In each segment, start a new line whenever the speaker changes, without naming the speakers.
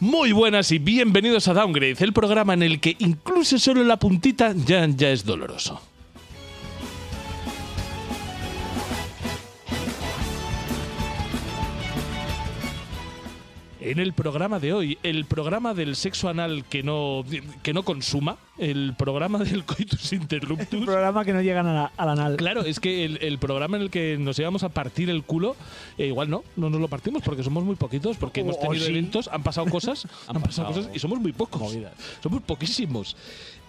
Muy buenas y bienvenidos a Downgrade, el programa en el que incluso solo la puntita ya, ya es doloroso. En el programa de hoy, el programa del sexo anal que no, que no consuma, el programa del coitus
Un
interruptus.
programa que no llegan a la, al anal.
Claro, es que el, el programa en el que nos íbamos a partir el culo, eh, igual no, no nos lo partimos porque somos muy poquitos, porque hemos
O- o
tenido
sí.
eventos, han pasado cosas, han, pasado,
pasado
cosas y somos muy pocos.
movidas.
Somos poquísimos.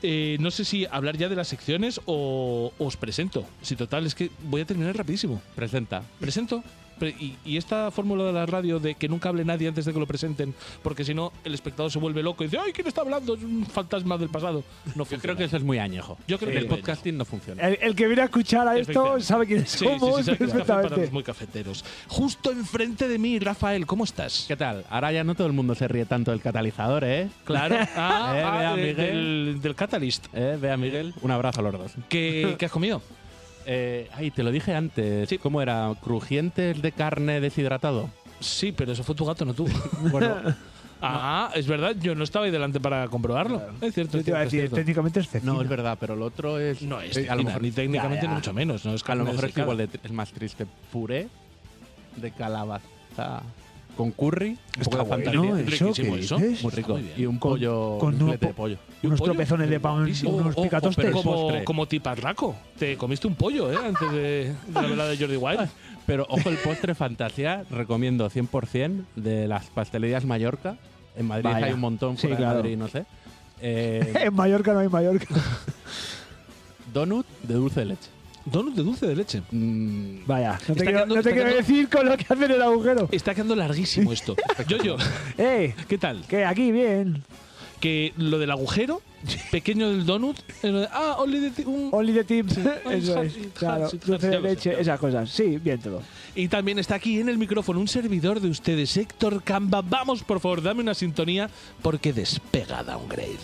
Eh, no sé si hablar ya de las secciones o os presento. Si total, es que voy a terminar rapidísimo.
Presenta.
Presento. Pre- Y, y esta fórmula de la radio de que nunca hable nadie antes de que lo presenten, porque si no, el espectador se vuelve loco y dice: ¡Ay, quién está hablando! Es un fantasma del pasado. No
Yo
funciona.
creo que eso es muy añejo.
Yo creo
En
que
el
es muy
podcasting no funciona.
El, el que viene a escuchar a esto
Efectivamente.
sabe quiénes
Sí, sí,
somos
sí, sí, café para los
perfectamente.
muy cafeteros. Justo enfrente de mí, Rafael, ¿cómo estás?
¿Qué tal? Ahora ya no todo el mundo se ríe tanto del catalizador, ¿eh?
Claro. Ah,
Eh,
ah,
vea,
de-
Miguel.
del, del Catalyst.
¿Eh? Vea, Miguel, un abrazo a los dos.
¿Qué, qué has comido?
Eh, ay, te lo dije antes.
Sí.
¿Cómo era? ¿Crujientes de carne deshidratado?
Sí, pero eso fue tu gato, no tú.
Bueno,
ah, es verdad, yo no estaba ahí delante para comprobarlo. Es cierto,
Yo
es
te iba
cierto,
a
es
decir,
cierto.
técnicamente es cecina.
no, es verdad, pero lo otro es.
No es
este eh, a lo
cecina,
mejor,
ni técnicamente
Ya, ya.
ni mucho menos. No, es
a lo
carne
mejor es
desecada.
igual de, tr- es más triste. Puré de calabaza con curry, un poco
Está
de
bueno,
fantasía.
¿eso
riquísimo
qué
eso.
dices?
Muy
Está
rico.
muy bien.
y un
Con-
pollo.
con
un
un
filete
po-
de pollo.
¿Y un
Unos
pollo?
tropezones de pan,
Guapísimo.
unos
Ojo,
picatostes.
pero como,
Postre.
como tiparraco. Te comiste un pollo, ¿eh? Antes de, de la velada de Jordi
Ah,
Wild.
Pero ojo, el postre fantasía recomiendo 100% de las pastelerías Mallorca. En Madrid
Vaya.
hay un montón,
Sí,
fuera
claro.
de Madrid, no sé. Eh,
En Mallorca no hay Mallorca.
donut de dulce de leche.
Donut de dulce de leche.
Mm,
Vaya, no te quiero,
quedando-
no te
está
quiero
quedando-
decir con lo que hacen el agujero.
Está quedando larguísimo esto. yo, yo,
¡Eh!
¿qué tal?
Que aquí bien.
que lo del agujero pequeño del donut es lo de, ah only the ti- un-
Only the tips.
Only
Eso
Hats-
es.
Hats-
Claro,
Hats-
dulce
ya
de
lo sé, ya
leche,
lo
esas cosas. Sí, bien todo.
y también está aquí en el micrófono un servidor de ustedes Héctor Camba vamos por favor dame una sintonía porque despega downgrade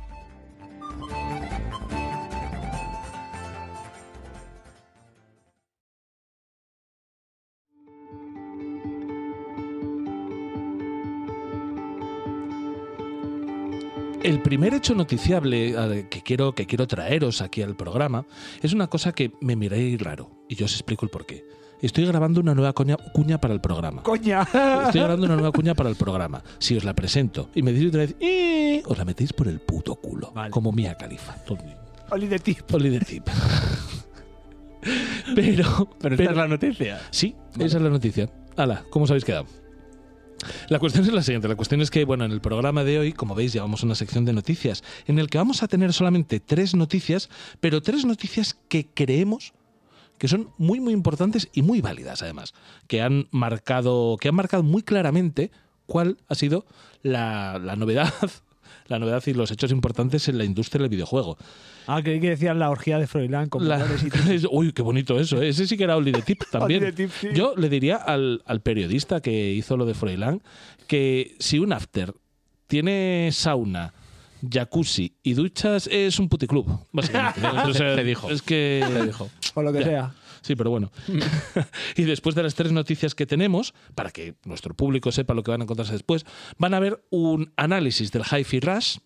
El primer hecho noticiable eh, que quiero, que quiero traeros aquí al programa es una cosa que me miráis raro y yo os explico el porqué. Estoy grabando una nueva coña- cuña para el programa.
¡Coña!
Estoy grabando una nueva cuña para el programa. Si os la presento y me decís otra vez, "Eh", os la metéis por el puto culo. Como Mía Califa.
Only the tips.
Only the tip. pero,
pero esta
pero-
es la noticia.
Sí, esa es la noticia. Hala, ¿cómo os habéis quedado? La cuestión es la siguiente. La cuestión es que, bueno, en el programa de hoy, como veis, llevamos una sección de noticias en el que vamos a tener solamente tres noticias, pero tres noticias que creemos que son muy, muy importantes y muy válidas, además, que han marcado, que han marcado muy claramente cuál ha sido la, la novedad, la novedad y los hechos importantes en la industria del videojuego.
Ah, creí que decían la orgía de Froilán con
La-
colores y
uy, qué bonito eso. ¿eh? Ese sí que era Only the Tip también.
Only the Tip, sí.
Yo le diría al, al periodista que hizo lo de Froilán que si un after tiene sauna, jacuzzi y duchas, es un puticlub, básicamente. O sea,
Se dijo.
Es que...
o lo que
Ya.
sea.
Sí, pero bueno. y después de las tres noticias que tenemos, para que nuestro público sepa lo que van a encontrarse después, van a ver un análisis del Hi-Fi Rush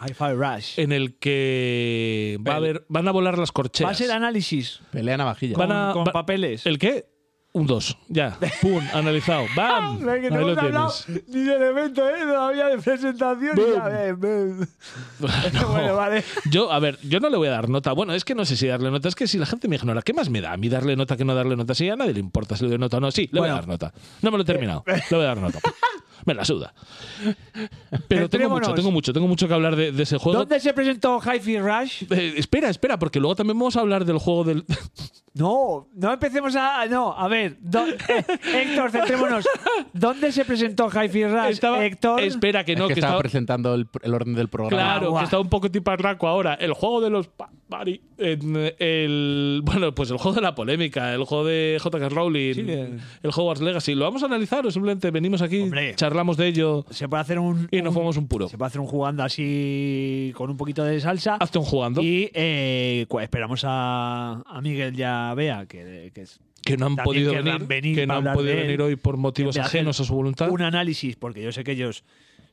Hi-Fi Rush.
en el que va a haber, van a volar las corcheas.
Va a ser análisis.
Pelea navajilla.
Van
Con,
a-
con
va-
papeles.
¿El qué? Un 2, ya. Pum, analizado. ¡Bam!
Hombre, que
Ahí
no
lo
Ah, hemos hablado
tienes.
ni del evento, ¿eh? Todavía de presentación. y ya ves, ves.
No.
Bueno, vale.
Yo, a ver, yo no le voy a dar nota. Bueno, es que no sé si darle nota. Es que si la gente me ignora, ¿qué más me da? A mí darle nota que no darle nota. Si a nadie le importa si le doy nota o no. Sí, le voy a
Bueno. Eh.
dar nota. No me lo he terminado. Le voy a dar nota. Me la suda. Pero tengo mucho,
Centrémonos.
tengo mucho, tengo mucho que hablar de, de ese juego.
¿Dónde se presentó Hi-Fi Rush?
Eh, espera, espera, porque luego también vamos a hablar del juego del.
No, no empecemos a. No, a ver. do- eh, Héctor, centrémonos. ¿Dónde se presentó Hi-Fi Rush? Ah, Héctor.
Espera, que
Es
no,
que,
que
estaba,
estaba.
presentando el, el orden del programa.
Claro,
Guau.
que está un poco tipo arraco ahora. El juego de los. pa- pari- en, eh, el, bueno, pues el juego de la polémica, el juego de J.K. Rowling,
Sí, de-
el Hogwarts Legacy. ¿Lo vamos a analizar o simplemente venimos aquí,
Hombre.
charlamos de ello
Se puede hacer un.
y nos fumamos un puro?
Se puede hacer un jugando así con un poquito de salsa.
Hazte un jugando.
Y eh, cu- esperamos a, a Miguel ya vea que, que es
que no han
también
podido venir,
querrán venir
que no
para
han
hablar
podido
de él,
venir hoy por motivos
de hacer
ajenos a su voluntad.
un análisis, porque yo sé que ellos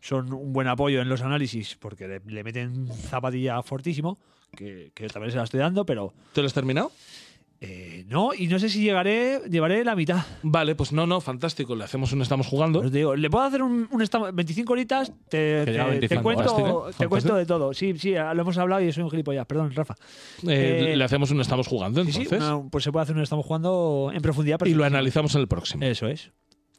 son un buen apoyo en los análisis, porque le, le meten zapatilla fortísimo, que, que yo también se la estoy dando, pero
¿Te lo has terminado?
eh, no, y no sé si llegaré, llevaré la mitad.
Vale, pues no, no, fantástico. Le hacemos un estamos jugando.
Os digo, le puedo hacer un, un estamo- 25 horitas, te,
Que
te-
llega
te
fantástico,
25,
cuento, te
fantástico.
cuento de todo. Sí, sí, ah, lo hemos hablado y soy un gilipollas, perdón, Rafa.
Eh,
eh,
le hacemos un estamos jugando,
Sí, sí,
entonces.
una- pues se puede hacer un estamos jugando en
y
profundidad.
lo
perfectísimo.
analizamos en el próximo.
Eso es.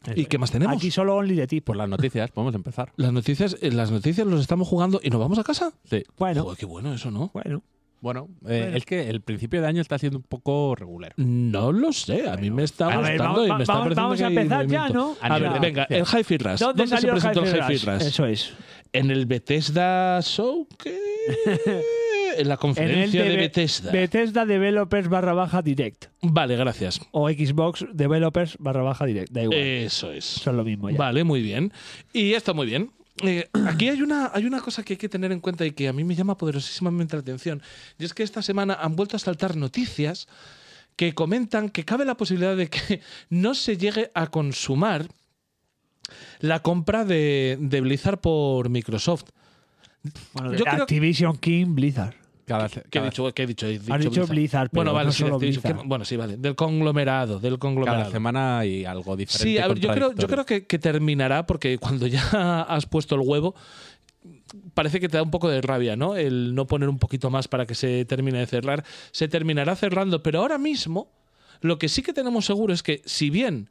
Eso
¿Y
es.
qué más tenemos?
Aquí solo pues, Only de ti.
Por Pues las noticias, podemos empezar.
Las noticias, eh, las noticias los estamos jugando y nos vamos a casa.
Sí.
Bueno,
Joder, qué bueno eso, ¿no?
bueno.
Bueno, eh, es que el principio de año está siendo un poco regular.
No lo sé, a mí me está
A
gustando
ver,
y
vamos-
me está
vamos-
pareciendo
vamos
que
a
hay
empezar ya,
movimiento.
¿no?
A ver,
Ya.
venga, el High Feed Rush.
¿Dónde,
se
salió el
presentó el
Hi-Fi
High
Rush? Eso es.
En el Bethesda Showcase. en la
En el
conferencia de,
Be-
Bethesda.
Bethesda Developers barra baja direct.
vale, gracias.
O Xbox Developers barra baja direct. Da igual.
Eso es.
Son lo mismo ya.
Eh, Vale, muy bien. Y está muy bien. Eh, aquí hay una, hay una cosa que hay que tener en cuenta y que a mí me llama poderosísimamente la atención. Y es que esta semana han vuelto a saltar noticias que comentan que cabe la posibilidad de que no se llegue a consumar la compra de, de Blizzard por Microsoft.
Bueno,
yo creo-
Activision King Blizzard.
Cada,
¿Qué he
cada-
dicho? ¿Qué he dicho? He dicho
Has dicho Blizzard, pero
bueno, vale,
no
sí,
solo
Activision.
Blizzard.
Bueno, sí, vale. Del conglomerado, del
cada
conglomerado.
semana hay algo diferente.
Sí, a ver, yo creo, yo creo que, que terminará porque cuando ya has puesto el huevo, parece que te da un poco de rabia, ¿no? El no poner un poquito más para que se termine de cerrar. Se terminará cerrando, pero ahora mismo lo que sí que tenemos seguro es que si bien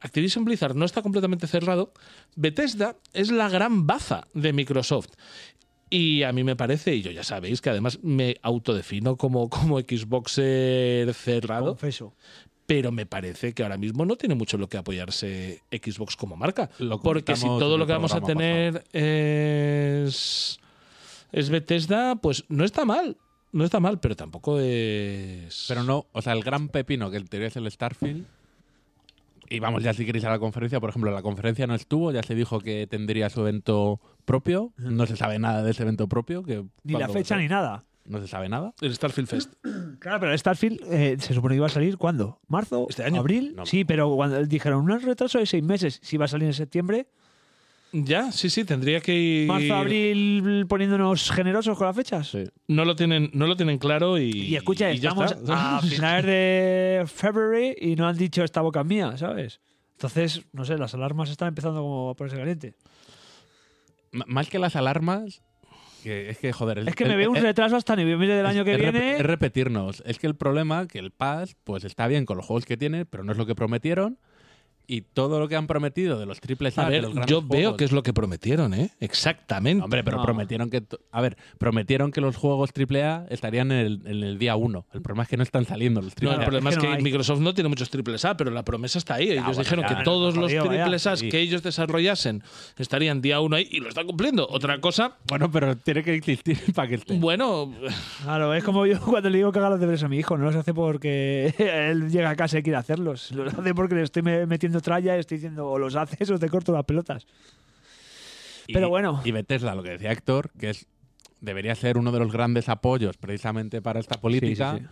Activision Blizzard no está completamente cerrado, Bethesda es la gran baza de Microsoft. Y a mí me parece, y yo ya sabéis que además me autodefino como, como Xboxer cerrado
Confeso.
pero me parece que ahora mismo no tiene mucho lo que apoyarse Xbox como marca.
Lo
porque si
comentamos en
todo
el
lo que vamos a
programa
tener es, es Bethesda, pues no está mal. No está mal, pero tampoco es.
Pero no, o sea, el gran pepino que en teoría es el Starfield. Y vamos, ya si queréis a la conferencia, por ejemplo, la conferencia no estuvo, ya se dijo que tendría su evento propio. No se sabe nada de ese evento propio. Que
Ni la
cuándo va a
fecha
ser.
ni nada.
No se sabe nada.
El Starfield Fest.
Claro, pero Starfield eh, se supone que iba a salir ¿cuándo? ¿Marzo?
Este año.
¿Abril?
No.
Sí, pero cuando dijeron un retraso de seis meses. Si va a salir en septiembre,
Ya, sí, sí, tendría que ir.
marzo, abril, poniéndonos generosos con las fechas.
Sí.
No lo tienen, no lo tienen claro y.
Y escucha,
y ya
estamos
está.
a finales de February y no han dicho esta boca es mía, ¿sabes? Entonces, no sé, las alarmas están empezando como a ponerse caliente.
M- más que las alarmas, que es que, joder. el-
Es que
el-
me veo un
el-
retraso hasta noviembre del año que
es rep-
viene.
es repetirnos. Es que el problema que el Pass, pues está bien con los juegos que tiene, pero no es lo que prometieron. Y todo lo que han prometido de los triples
A ver, yo veo que es lo que prometieron, ¿eh? Exactamente.
Hombre, pero
No.
prometieron que. to- A ver, prometieron que los juegos AAA estarían en el, en el día 1. El problema es que no están saliendo los
No,
AAA.
el problema es
es que
que,
no hay. Ah,
Microsoft no tiene muchos triples A, pero la promesa está ahí. Ellos
bueno,
dijeron
ya,
que
no,
todos
no,
los
jodido, vaya.
triples A
Sí.
que ellos desarrollasen estarían día uno ahí y lo están cumpliendo. Otra cosa,
Bueno, pero tiene que existir para que esté.
bueno,
Claro, es como yo cuando le digo que haga los deberes a mi hijo, no los hace porque él llega a casa y quiere hacerlos. Los hace porque le estoy me- metiendo tralla y estoy diciendo, o los haces o te corto las pelotas. pero bueno.
Y Bethesda, lo que decía Héctor, que es debería ser uno de los grandes apoyos precisamente para esta política.
sí,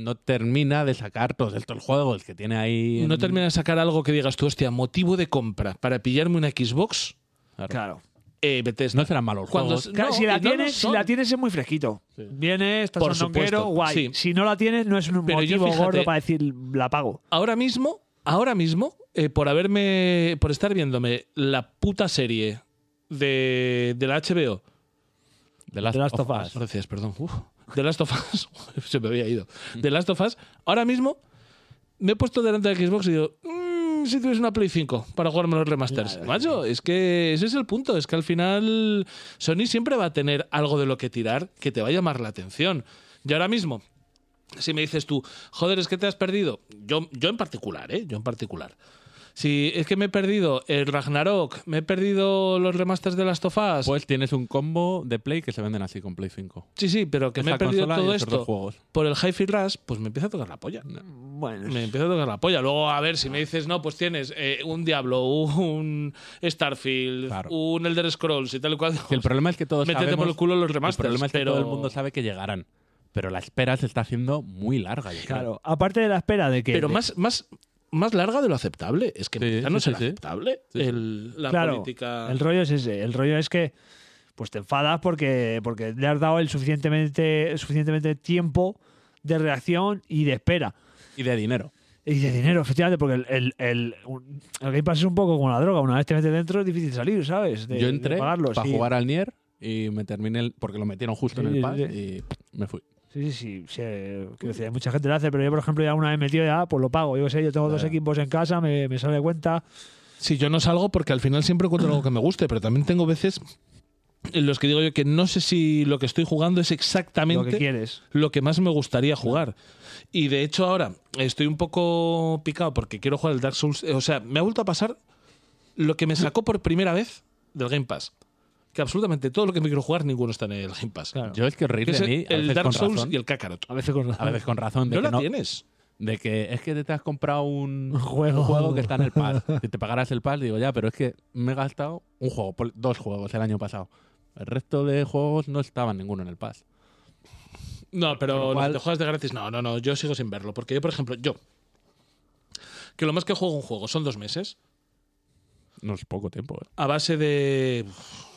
No termina de sacar todos estos juegos que tiene ahí. en-
no termina de sacar algo que digas tú, hostia, motivo de compra para pillarme una Xbox,
Claro.
Claro.
eh, Bethesda.
No serán malos
Cuando
juegos.
se-
Claro,
Pues No,
si,
y
la
no lo
tienes, si
son.
la tienes es muy fresquito. Viene, estás
Por
sondonguero,
supuesto,
guay.
sí.
Si no la tienes, no es un
Pero yo
motivo
fíjate-
gordo para decir la pago.
Ahora mismo, ahora mismo, eh, por haberme, por estar viéndome la puta serie de, de la HBO,
The
The Last of Us.
Gracias, perdón. Uf. The Last of Us. Se me había ido. The Last of Us. Ahora mismo me he puesto delante de Xbox y digo, "Mm, mmm, si tuviese una Play 5 para jugarme los remasters. Macho, es que ese es el punto. Es que al final Sony siempre va a tener algo de lo que tirar que te va a llamar la atención. Y ahora mismo, si me dices tú, joder, es que te has perdido. Yo, yo en particular, ¿eh? Yo en particular. Si es que me he perdido el Ragnarok, me he perdido los remasters de las tofás.
Pues tienes un combo de Play que se venden así con Play 5.
sí, sí, pero que
Es
me
la
he perdido
consola y
todo
esos dos
esto
juegos.
por el Hi-Fi Rush, pues me empieza a tocar la polla.
Bueno,
Me empieza a tocar la polla. Luego, a ver, si me dices, no, pues tienes eh, un Diablo, un Starfield,
Claro.
un Elder Scrolls y tal y cual.
Que el problema es que todos
Métete
sabemos,
por el culo los remasters,
El problema es que
pero-
todo el mundo sabe que llegarán. Pero la espera se está haciendo muy larga. yo creo.
claro. Aparte de la espera de que.
Pero
de-
más, más, más larga de lo aceptable. Es que
Sí,
empieza a no
sí,
ser
sí, sí.
aceptable
Sí, sí.
el- la
claro,
política.
El rollo es ese. El rollo es que. Pues te enfadas porque, porque le has dado el suficientemente, suficientemente tiempo de reacción y de espera.
Y de dinero.
Y de dinero, efectivamente, porque el, el, el, un- el Game Pass es un poco como la droga. Una vez te metes dentro es difícil salir, ¿sabes? De-
Yo
de
entré
pagarlo,
para
sí.
jugar al Nier y me terminé el, porque lo metieron justo en
Sí,
el
sí,
pass
sí.
y me fui.
Sí, sí, sí. sí, eh, quiero decir, hay mucha gente lo hace, pero yo, por ejemplo, ya una vez metido ya, pues lo pago. Yo qué sé, yo tengo dos
Claro.
equipos en casa, me, me sale de cuenta.
Sí, yo no salgo porque al final siempre encuentro algo que me guste, pero también tengo veces en los que digo yo que no sé si lo que estoy jugando es
Lo que
exactamente
quieres.
lo que más me gustaría jugar. Y de hecho ahora estoy un poco picado porque quiero jugar el Dark Souls. eh, O sea, me ha vuelto a pasar lo que me sacó por primera vez del Game Pass. Que absolutamente todo lo que me quiero jugar, ninguno está en el Game Pass.
Claro.
Yo es que reír
Que es
de mí,
el,
a
el
veces
Dark
con
Souls
razón,
y el Kakarot.
A veces con
a veces con razón, de
¿No
que
la
no,
tienes?
de que es que te, te has comprado un,
juego.
un juego que está en el pass. Si te pagaras el pass, digo ya, pero es que me he gastado un juego, pol- dos juegos el año pasado. El resto de juegos no estaban ninguno en el pass.
No, pero
Con
los
lo cual-
de juegos de gratis, no, no, no, yo sigo sin verlo. Porque yo, por ejemplo, yo, que lo más que juego un juego son dos meses,
No es poco tiempo, ¿eh?
a base de.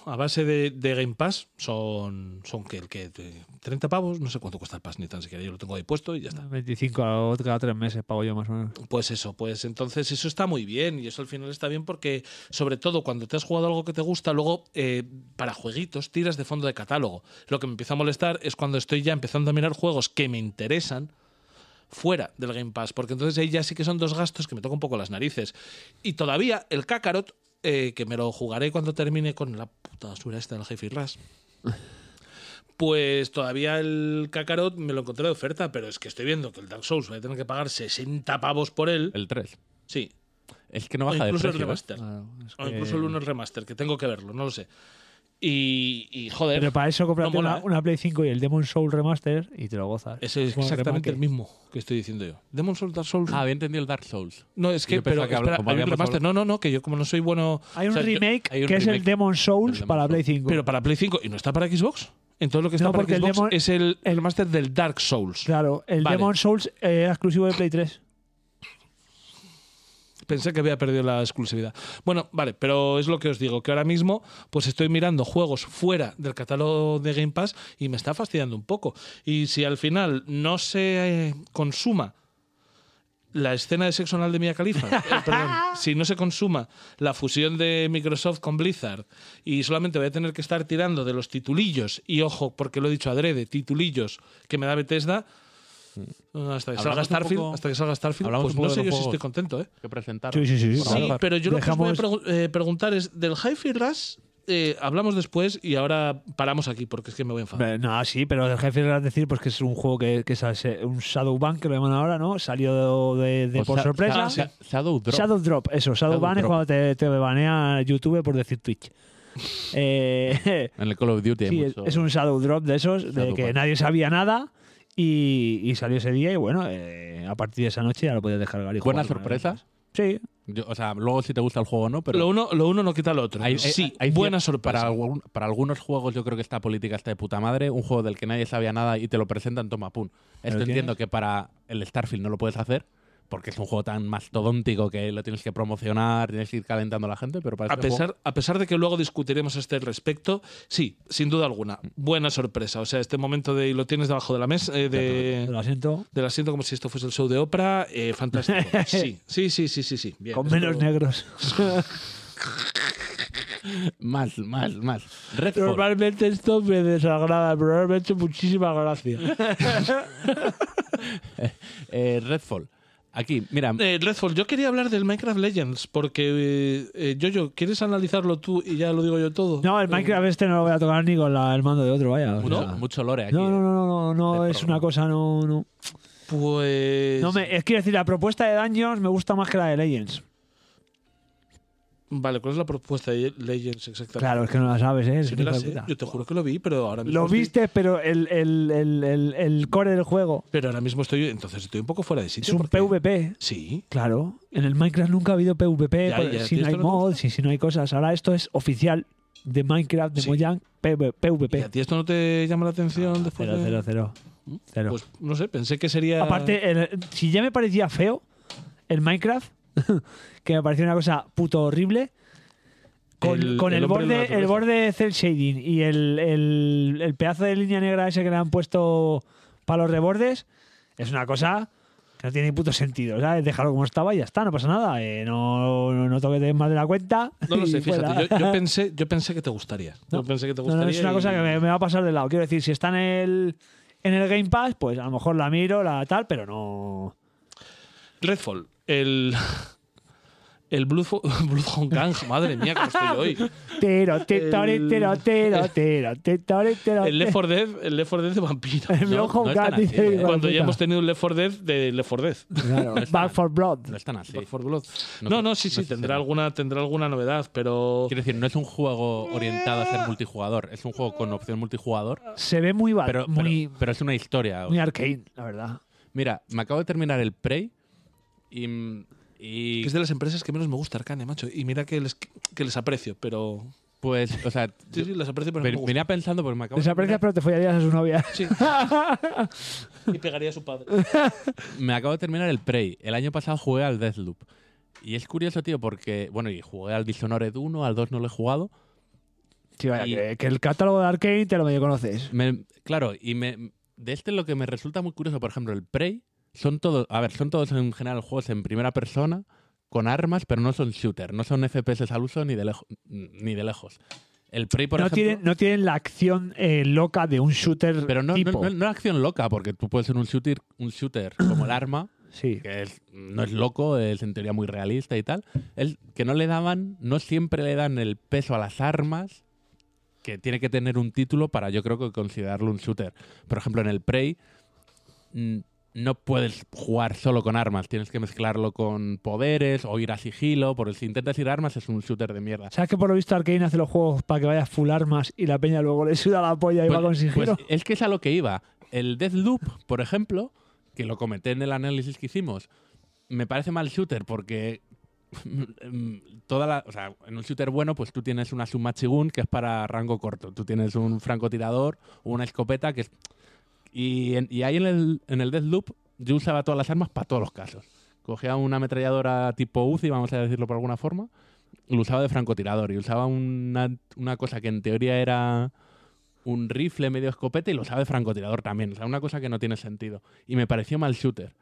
A base de, de Game Pass son. Son que el que. te- 30 pavos, no sé cuánto cuesta el Pass ni tan siquiera. Yo lo tengo ahí puesto y ya está.
25 a- cada tres meses pago yo más o menos.
Pues eso, pues entonces eso está muy bien. Y eso al final está bien porque, sobre todo, cuando te has jugado algo que te gusta, luego eh, para jueguitos tiras de fondo de catálogo. Lo que me empieza a molestar es cuando estoy ya empezando a mirar juegos que me interesan fuera del Game Pass, porque entonces ahí ya sí que son dos gastos que me tocan un poco las narices. Y todavía el Kakarot, eh, que me lo jugaré cuando termine con la puta basura esta del Jefe Rush. Pues todavía el Kakarot me lo encontré de oferta, pero es que estoy viendo que el Dark Souls voy a tener que pagar 60 pavos por él.
El 3.
Sí.
Es que no
O
baja de
incluso
precio.
el
¿eh?
remaster.
Claro, es
O
que-
incluso el Lunar Remaster, que tengo que verlo, no lo sé. Y, y, joder.
Pero para eso cómprate
no mola,
una,
¿eh?
una Play 5 y el Demon Soul Remaster y te lo gozas.
Ese es
Bueno,
exactamente
remake.
el mismo que estoy diciendo yo. Demon Souls, Dark Souls.
Ah, había entendido el Dark Souls.
no, es que,
yo pensaba
pero,
que habla-
espera,
como
hay un
habíamos
remaster. No, no, no, que yo como no soy bueno.
Hay
o
un
sea, yo-
remake
hay un
que es el
remake
Demon Souls
del Demon
para
Soul.
Play 5.
pero para Play 5 y no está para Xbox. En todo lo que está
No,
para
porque el
Xbox
Demon-
es el, el remaster del Dark Souls.
claro, el
Vale.
Demon Souls eh, era exclusivo de Play 3.
Pensé que había perdido la exclusividad. Bueno, vale, pero es lo que os digo, que ahora mismo pues estoy mirando juegos fuera del catálogo de Game Pass y me está fastidiando un poco. Y si al final no se eh, consuma la escena de sexo anal de Mia Khalifa, eh, perdón, si no se consuma la fusión de Microsoft con Blizzard y solamente voy a tener que estar tirando de los titulillos, y ojo, porque lo he dicho adrede, titulillos que me da Bethesda, hasta que, salga
Mm. Hablamos un
Starfield,
poco-
hasta que salga Starfield,
hablamos
pues
un poco
no
de
sé
los
yo si
juegos.
estoy contento, ¿eh?
Que presentaron.
Sí, sí, sí,
Por
sí.
Sí,
ahora.
pero yo lo
Dejamos-
que os voy a pregu- eh, preguntar es del Hi-Fi Rush. eh, hablamos después y ahora paramos aquí porque es que me voy a enfadar.
Hombre, No, sí, pero el jefe era decir pues que es un juego que, que es ese- un Shadowban, que lo llaman ahora, ¿no? Salió de, de-
O
por
Sha-
sorpresa.
Ah, sí.
Sha- Shadow Drop.
Shadow Drop, eso. Shadow
Shadow
Ban es
Drop.
cuando te, te banea YouTube por decir Twitch. Eh,
En el Call of Duty hay
sí,
mucho-
es un Shadow Drop de esos, de
Shadow
que
Ban.
nadie sabía nada y, y salió ese día y bueno, eh, a partir de esa noche ya lo podías descargar y jugarlo
Buena
una
sorpresa.
vez más. Sí,
Yo- o sea, luego si te gusta el juego o no, pero...
lo, uno, lo uno no quita lo otro. sí,
hay
buena
cier-
sorpresa.
Para, algún- para algunos juegos yo creo que esta política está de puta madre. Un juego del que nadie sabía nada y te lo presentan, toma, pum. Esto
tienes?
entiendo que para el Starfield no lo puedes hacer porque es un juego tan mastodóntico que lo tienes que promocionar, tienes que ir calentando a la gente, pero
a
para este juego-
pesar, a pesar de que luego discutiremos este respecto, sí, sin duda alguna, buena sorpresa. O sea, este momento de y lo tienes debajo de la mesa, eh,
te
de,
lo siento.
del asiento como si esto fuese el show de Oprah, eh, fantástico. Sí, sí, sí, sí, sí. sí. Bien,
Con
esto-
menos negros.
Más, más, más. Redfall.
Normalmente esto me desagrada, pero ahora me ha hecho muchísima gracia.
Eh, Redfall. Aquí, mira,
Eh, Redfall, yo quería hablar del Minecraft Legends porque, eh, yo Jojo, ¿quieres analizarlo tú y ya lo digo yo todo?
No, el
Eh,
Minecraft este no lo voy a tocar ni con la- el mando de otro, vaya. o
mucho,
Ah.
sea.
mucho lore aquí.
no, no, no, no, no, no,
Del
es
programa.
una cosa, no, no.
Pues.
No me, es quiero decir, la propuesta de Dungeons me gusta más que la de Legends.
Vale, ¿cuál es la propuesta de Legends exactamente?
Claro, es que no la sabes, ¿eh? Es
Sí
un
me la
hijo de
sé,
puta.
Yo te juro que lo vi, pero ahora mismo.
Lo
estoy-
viste, pero el, el, el, el, el core del juego
Pero ahora mismo estoy. Entonces estoy un poco fuera de
es
sitio.
un
porque-
PvP.
Sí,
Claro, en el Minecraft nunca ha habido PvP,
Ya,
por-
ya,
pues, si
¿y
no
esto
hay
no te
mods, y si no hay cosas. Ahora esto es oficial de Minecraft, de
Sí.
Mojang,
¿Y
PV-
a
PvP.
ti esto no te llama la atención después
Cero,
de-
cero, cero. Cero.
Pues no sé, pensé que sería.
Aparte, el- si ya me parecía feo el Minecraft, que me parecía una cosa puto horrible, con con el,
El- el hombre de la
borde, el
naturaleza.
borde cel shading y el, el- el pedazo de línea negra ese que le han puesto para los rebordes, es una cosa que no tiene ni puto sentido. ¿sabes? Déjalo como estaba y ya está, no pasa nada. Eh, no, no, no toques más de la cuenta.
No lo
y
sé,
fuera.
fíjate. Yo, yo pensé, yo pensé que te gustaría. Yo pensé que te
No, no,
gustaría.
es una
y-
cosa que me, me va a pasar de lado. Quiero decir, si está en el, en el Game Pass, pues a lo mejor la miro, la tal, pero no.
Redfall, el. El Bloodfo- Bloodhound Gang, madre mía, cómo estoy hoy.
Tiro, ti, tori, tiro, tiro, tiro, ti, tori, tiro.
El Left 4 Dead, el Left 4 Dead de vampiros.
El
¿no?
ojo
no es tan
gato,
así,
dice,
¿eh?
hijo de
Cuando
puta.
ya hemos tenido un Left 4 Dead de Left 4 Dead.
Claro,
No es tan
Back for Blood.
¿eh? No están así.
Back 4 Blood.
No,
No, no,
no,
sí,
no
sí,
es
tendrá
cero.
alguna, tendrá alguna novedad, pero.
Quiero decir, no es un juego orientado a ser multijugador, es un juego con opción multijugador,
Se ve muy, ba- Ah,
pero,
muy,
pero, pero es una historia.
muy arcane, la verdad.
Mira, me acabo de terminar el Prey y... y-
Es de las empresas que menos me gusta Arcane, macho. Y mira que les, que les aprecio, pero.
pues, o sea,
Sí, sí, les aprecio, pero no me
ven-
gusta.
venía pensando porque me acabo de
Desaprecias,
terminar,
pero te follarías a su novia.
Sí. y pegaría a su padre.
me acabo de terminar el Prey. El año pasado jugué al Deathloop. Y es curioso, tío, porque, bueno, y jugué al Dishonored 1, al 2 no lo he jugado.
Sí, vaya,
Y-
que, que el catálogo de Arcane te lo medio conoces.
Me- claro, y me, de este lo que me resulta muy curioso, por ejemplo, el Prey, son todos, a ver, son todos en general juegos en primera persona, con armas, pero no son shooter, no son FPS al uso ni de, lejo- ni de lejos. El Prey, por
No
ejemplo...
tienen, no tienen la acción eh, loca de un shooter
pero no, no,
tipo.
no- no acción loca, porque tú puedes ser un shooter, un shooter como el arma,
Sí.
que es- no es loco, es en teoría muy realista y tal. El, que no le daban, no siempre le dan el peso a las armas, que tiene que tener un título para yo creo que considerarlo un shooter. Por ejemplo, en el Prey mm, no puedes jugar solo con armas, tienes que mezclarlo con poderes o ir a sigilo, porque si intentas ir a armas es un shooter de mierda.
¿Sabes que por lo visto Arcane hace los juegos para que vayas full armas y la peña luego le suda la polla y va con sigilo?
pues es que es a lo que iba. El Deathloop, por ejemplo, que lo comenté en el análisis que hicimos, me parece mal shooter porque mm, toda la, o sea, en un shooter bueno, pues tú tienes una submachigun que es para rango corto, tú tienes un francotirador, una escopeta que es y, en- y ahí en el, en el Deathloop yo usaba todas las armas para todos los casos. Cogía una ametralladora tipo UCI, vamos a decirlo por alguna forma, y lo usaba de francotirador y usaba una, una cosa que en teoría era un rifle medio escopeta y lo usaba de francotirador también. O sea, una cosa que no tiene sentido. Y me pareció mal shooter.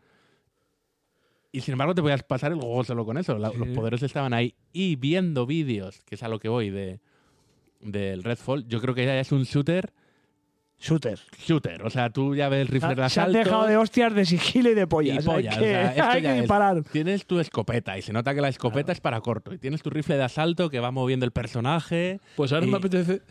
Y sin embargo te podías pasar el juego solo con eso. La- Los poderes estaban ahí. Y viendo vídeos, que es a lo que voy, de del Redfall, yo creo que ya es un shooter
Shooter.
shooter. O sea, tú ya ves rifles de
Se han
asalto.
dejado de hostias de sigilo y de
y
pollas.
pollas,
hay
o
que,
sea, esto
hay
ya
que
es-
disparar.
Tienes tu escopeta y se nota que la escopeta es para corto. Y tienes tu rifle de asalto que va moviendo el personaje.
Pues ahora
Y-
me apetece.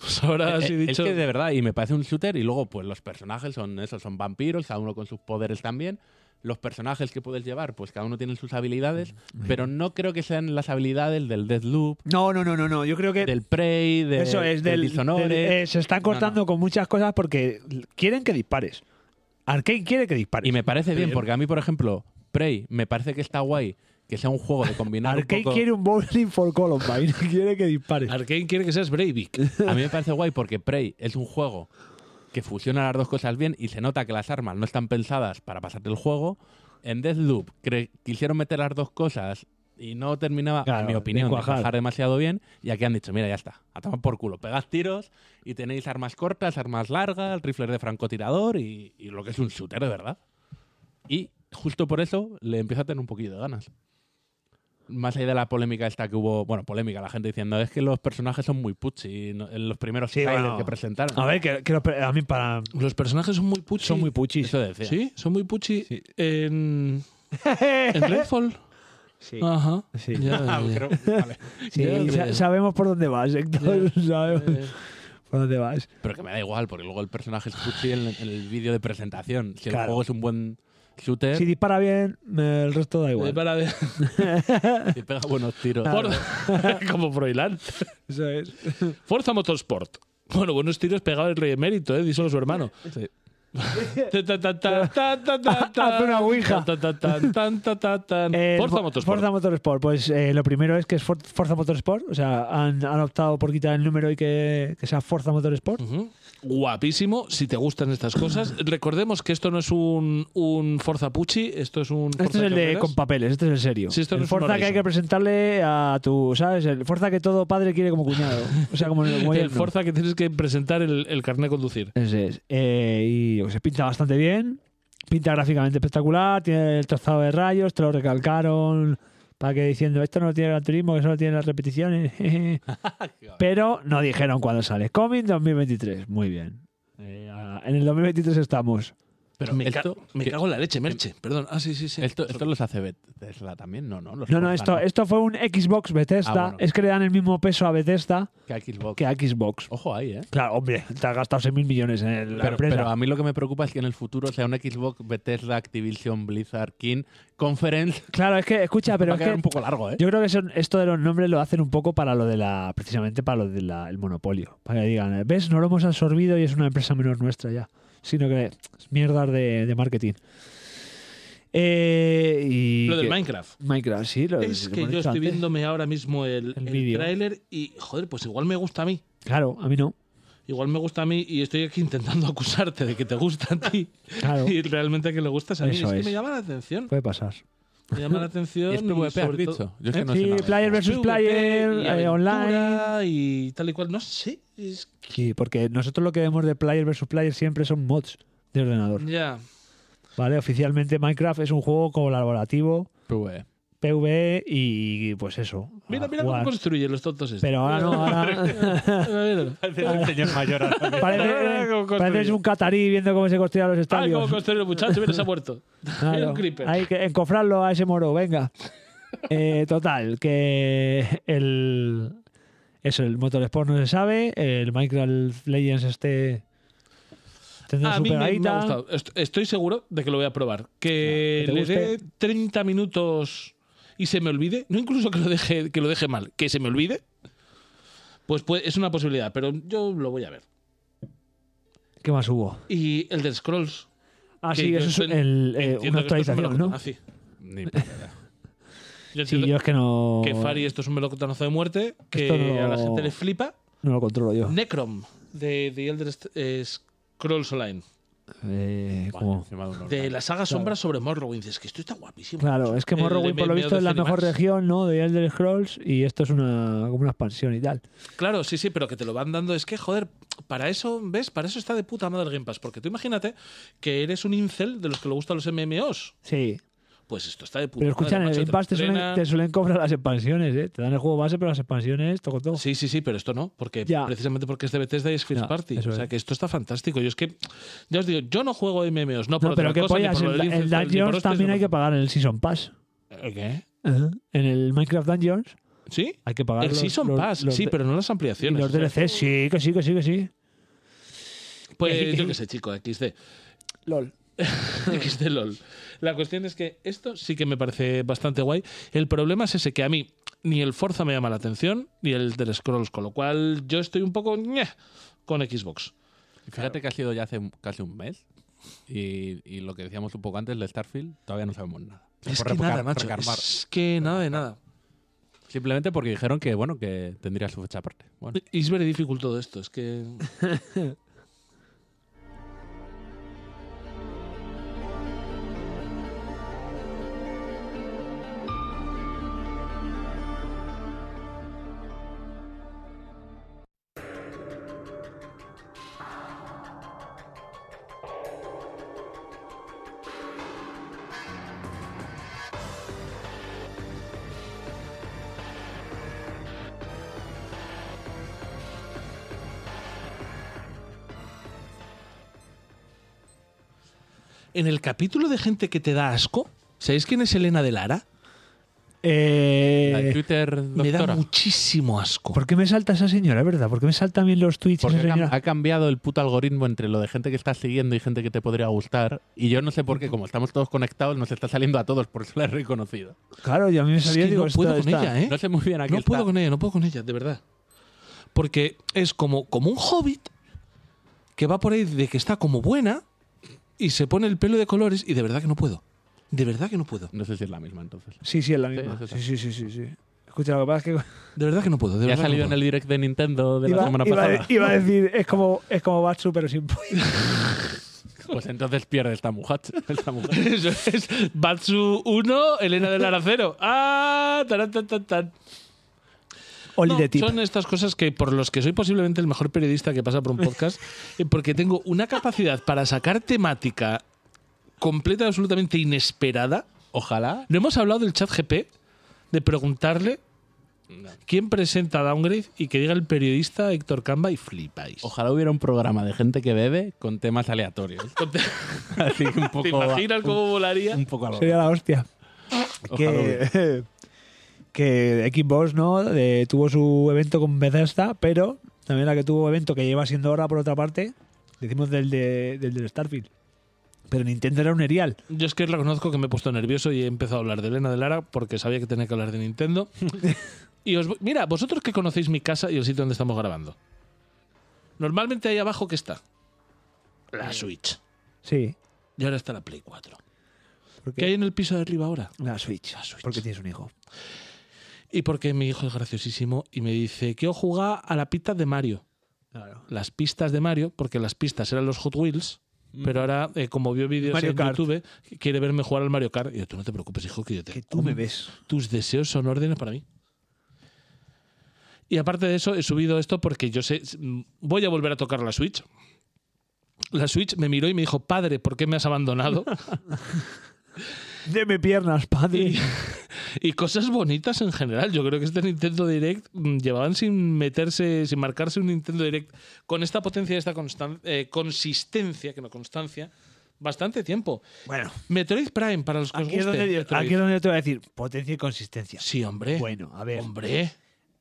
pues ahora sí
Eh,
dicho.
Es que de verdad, y me parece un shooter, y luego, pues los personajes son esos, son vampiros, cada uno con sus poderes también. Los personajes que puedes llevar, pues cada uno tiene sus habilidades, pero no creo que sean las habilidades del Deathloop,
No, no, no, no, no. Yo creo que
del Prey, de,
Eh, eso es del,
Dishonored.
del- eh, se están
No,
cortando
no.
con muchas cosas porque quieren que dispares. Arkane quiere que dispares.
Y me parece bien,
Bien.
porque a mí, por ejemplo, Prey me parece que está guay que sea un juego de combinar. un
Arkane
poco-
quiere un bowling for Columbine. quiere que dispares.
Arkane quiere que seas Breivik.
A mí me parece guay porque Prey es un juego que fusiona las dos cosas bien y se nota que las armas no están pensadas para pasarte el juego. En Deathloop cre- quisieron meter las dos cosas y no terminaba,
Claro,
en mi
de
opinión, de
cuajar.
cuajar. demasiado bien. Y aquí han dicho, mira, ya está, a tomar por culo. Pegad tiros y tenéis armas cortas, armas largas, rifles de francotirador y, y lo que es un shooter, de verdad. Y justo por eso le empiezo a tener un poquillo de ganas. Más allá de la polémica esta que hubo, bueno, polémica, la gente diciendo, es que los personajes son muy puchi no- en los primeros
Sí,
trailers
bueno.
que presentaron.
A ver, que, que los pe- a mí para.
Los personajes son muy puchi.
Son muy puchis.
Eso decía.
Sí, son muy puchi en, en Redfall.
Sí.
Ajá.
Sí.
Ya,
Ah,
ya.
creo- vale.
Sí,
Ya,
sa-
ya.
sabemos por dónde vas, Héctor. Sabemos
Eh,
por dónde vas.
Pero que me da igual, porque luego el personaje es puchi en, en el vídeo de presentación. Si
Claro.
el juego es un buen shooter,
Si dispara bien, eh, el resto da
eh,
igual.
para ver.
si pega buenos tiros.
Por- Como Froilán.
Eso es.
Forza Motorsport. Bueno, buenos tiros pegados el rey emérito, ¿eh? Díselo a su hermano.
Sí.
Ta, ta, ta, ta, ta, ta, ta, ta.
Hace una ouija.
Ta, ta, ta, tan, ta, ta, tan.
Eh,
Forza
Fo-
Motorsport.
Forza Motorsport. Pues eh, lo primero es que es For- Forza Motorsport. O sea, han, han optado por quitar el número y que, que sea Forza Motorsport.
Ujú. Guapísimo, si te gustan estas cosas. Recordemos que esto no es un, un Forza Pucci, esto es un.
Este
Forza
es el de
Carreras.
con papeles, este es el serio.
Sí, esto no
el
es un
Forza que hay
Horizon.
que presentarle a tu, ¿sabes? El Forza que todo padre quiere como cuñado. O sea, como, como
El
yerno.
Forza que tienes que presentar el, el carnet de conducir.
Ese es. Eh, y pues, se pinta bastante bien. Pinta gráficamente espectacular. Tiene el trazado de rayos. Te lo recalcaron para que diciendo esto no lo tiene el Gran turismo, que solo tiene las repeticiones. Pero no dijeron cuándo sale. Coming 2023. Muy bien. Eh, ah, en el 2023 estamos.
Pero
me, ca-
esto,
me
que-
cago en la leche, Merche. Perdón. Ah, sí, sí, sí.
Esto, esto los hace Bet- Tesla también, no, no. Los
No, no,
Forza,
esto, esto fue un Xbox Bethesda.
Ah, bueno.
Es que le dan el mismo peso a Bethesda
Que a Xbox.
que a Xbox.
Ojo ahí, ¿eh?
Claro, hombre, te has gastado 6.000 millones en el- la
Pero,
empresa.
pero a mí lo que me preocupa es que en el futuro sea un Xbox, Bethesda, Activision, Blizzard, King, Conference.
claro, es que, escucha, pero
Va a
es
quedar
que
un poco largo, ¿eh?
Yo creo que son- esto de los nombres lo hacen un poco para lo de la, precisamente para lo del monopolio. Para que digan, eh, ves, no lo hemos absorbido y es una empresa menor nuestra ya. Sino que es mierdas de, de marketing. Eh, y
Lo del
que-
Minecraft.
Minecraft, sí, lo
Es
lo
que
hemos
yo
dicho
estoy
antes.
viéndome ahora mismo el,
El
el
vídeo.
tráiler y, joder, pues igual me gusta a mí.
Claro, a mí no.
Igual me gusta a mí y estoy aquí intentando acusarte de que te gusta a ti.
Claro.
Y realmente que le gustas a mí.
Eso
es que
es. Pues
me llama la atención.
Puede pasar.
Me llama la atención.
¿Y es PvP, has
sobre todo-
dicho? Yo es que
¿Eh?
no sé
sí,
nada.
player versus
PvP,
player,
y
eh,
aventura
online.
Y tal y cual. No sé. es que-
Sí, porque nosotros lo que vemos de player versus player siempre son mods de ordenador.
Ya.
¿Vale? Oficialmente Minecraft es un juego colaborativo.
PvE.
PvE y pues eso.
Mira,
a
mira
jugar.
cómo construye los tontos estos. ah,
Pero ahora no, ahora.
Mira, mira.
señor mayor.
Mira cómo
Parece,
construye.
pareces un catarí viendo cómo se construían los
Ay, cómo
estadios.
construye el muchacho. Mira, se ha muerto.
Claro.
Era Ah, un creeper.
Hay que encofrarlo a ese moro, venga. Eh, total, que el. Eso, el Motorsport no se sabe. El Minecraft Legends este. Tendrá
A
su
mí me- me, ha
pegadita.
gustado. Est- Estoy seguro de que lo voy a probar. Que
Ah, que te
le dé
guste.
30 minutos y se me olvide. No incluso que lo deje, que lo deje mal, que se me olvide. Pues, pues es una posibilidad, pero yo lo voy a ver.
¿Qué más hubo?
Y el de Scrolls.
Ah,
que
sí,
yo
eso es
entiendo-
el, eh,
entiendo que esto
una
es un
actualización, ¿no?
melocotonazo. Sí.
Ni puta idea.
Yo
Sí,
entiendo
yo es que no. eh.
que Fari esto es un melocotonazo de muerte, que
Esto no-
a la gente le flipa.
No lo controlo yo.
Necrom, de The Elder St- eh, Scrolls Online.
Eh,
Buah,
como-
encima de un horno.
De la saga Sombra sobre Morrowind. Es que esto está guapísimo.
Claro, es que
El
Morrowind,
de
por lo
MMO
visto,
de
es la
Zenimax.
mejor región, ¿no? De Elder Scrolls y esto es una, como una expansión y tal.
Claro, sí, sí, pero que te lo van dando. Es que, joder, para eso, ¿ves? Para eso está de puta madre el Game Pass. Porque tú imagínate que eres un incel de los que le gustan los MMOs.
Sí.
Pues esto está de puta
Pero
madre.
escuchan, en el
macho,
Game
te
Pass te suelen,
entrena.
te suelen cobrar las expansiones, ¿eh? Te dan el juego base, pero las expansiones, toco todo.
Sí, sí, sí, pero esto no, porque
Ya.
precisamente porque es de Bethesda y es First
Ya,
Party.
eso
O sea
es.
que esto está fantástico. Yo es que, ya os digo, yo no juego MMOs, no por
no,
otra
pero qué
cosa, ni
pollas,
por lo
el,
del
el
incel, ni por
Dungeons
hostias,
también
no
hay que
por- ¿Eh,
pagar el Season Pass.
¿Qué?
Ajá. En el Minecraft Dungeons
¿Sí?
hay que pagar
El
los-
Season
los-
Pass,
los
sí,
de-
pero no las
y
ampliaciones.
los
O sea,
DLC, sí, que sí, que sí, que sí.
Pues yo qué sé, chico, XD.
LOL.
XD LOL. La cuestión es que esto sí que me parece bastante guay. El problema es ese que a mí ni el Forza me llama la atención ni el del Scrolls, con lo cual yo estoy un poco ñe con Xbox.
Fíjate que ha sido ya hace casi un mes. Y, y lo que decíamos un poco antes de Starfield, todavía no sabemos nada.
Es
Por
que
repocar-
nada, macho.
recarmar.
Es que nada de nada.
Simplemente porque dijeron que, bueno, que tendría su fecha aparte. Bueno,
Es very difícil todo esto, es que. en el capítulo de gente que te da asco, ¿sabéis quién es Elena de Lara?
La de
Eh,
Twitter,
Me da
doctora.
muchísimo asco.
¿Por qué me salta esa señora, verdad? ¿Por qué me saltan bien los tweets?
Porque
esa
ha cam-
señora?
ha cambiado el puto algoritmo entre lo de gente que estás siguiendo y gente que te podría gustar. Y yo no sé por qué, como estamos todos conectados, nos está saliendo a todos, por eso la he reconocido.
Claro, yo a mí me
Es
salía
que
y digo,
no puedo
esta-
con
esta-
ella, ¿eh?
No sé muy bien a qué
No
está.
puedo con ella, no puedo con ella, de verdad. Porque es como, como un hobbit que va por ahí de que está como buena y se pone el pelo de colores y de verdad que no puedo. De verdad que no puedo.
No sé si es la misma entonces.
Sí, sí, es la
Sí,
misma.
es esa.
Sí, sí, sí, sí, sí. Escucha, lo que pasa es que
De verdad que no puedo. De
Ya
verdad
ha
que no
salido en
puedo.
el direct de Nintendo de la
iba,
semana
iba a-
pasada.
iba a decir, es como, es como Batsu, pero sin pollo.
Pues entonces pierde esta mujer. Esta mujer.
Eso es. Batsu 1, Elena del Aracero. ¡Ah! Tarán, tan, tan, tan.
Oli
No,
de tip.
son estas cosas que por los que soy posiblemente el mejor periodista que pasa por un podcast, eh, porque tengo una capacidad para sacar temática completa y absolutamente inesperada.
Ojalá.
No hemos hablado del chat GP, de preguntarle quién presenta Downgrade y que diga el periodista Héctor Camba y flipáis.
Ojalá hubiera un programa de gente que bebe con temas aleatorios. Así que un poco.
¿Te imaginas cómo volaría?
Un poco a lo-
Sería la hostia.
Ojalá hubiera.
Que, que Xbox no De- tuvo su evento con Bethesda, pero también la que tuvo evento que lleva siendo ahora por otra parte, decimos del, de, del del Starfield. Pero Nintendo era un erial.
Yo es que reconozco que me he puesto nervioso y he empezado a hablar de Elena de Lara porque sabía que tenía que hablar de Nintendo. y os voy- mira, vosotros que conocéis mi casa y el sitio donde estamos grabando. Normalmente ahí abajo que está la Switch
Sí.
y ahora está la Play 4.
Porque,
¿Qué hay en el piso de arriba ahora?
La Switch.
La Switch.
Porque tienes un hijo.
Y porque mi hijo es graciosísimo y me dice, quiero jugar a la pista de Mario.
Claro.
Las pistas de Mario, porque las pistas eran los Hot Wheels, pero ahora, eh, como vio vídeos
Mario
en
Kart.
YouTube, quiere verme jugar al Mario Kart. Y yo, tú no te preocupes, hijo, que yo te...
Que tú me ves.
Tus deseos son órdenes para mí. Y aparte de eso, he subido esto porque yo sé, mm, voy a volver a tocar la Switch. La Switch me miró y me dijo, padre, ¿por qué me has abandonado?
Deme piernas, padre.
Y- y cosas bonitas en general. Yo creo que este Nintendo Direct mm, llevaban sin meterse, sin marcarse un Nintendo Direct con esta potencia y esta constan- eh, consistencia, que no constancia, bastante tiempo.
Bueno,
Metroid Prime, para los que os
aquí es,
Pues guste.
donde,
Metroid.
aquí es donde te voy a decir potencia y consistencia.
Sí, hombre.
Bueno, a ver.
Hombre.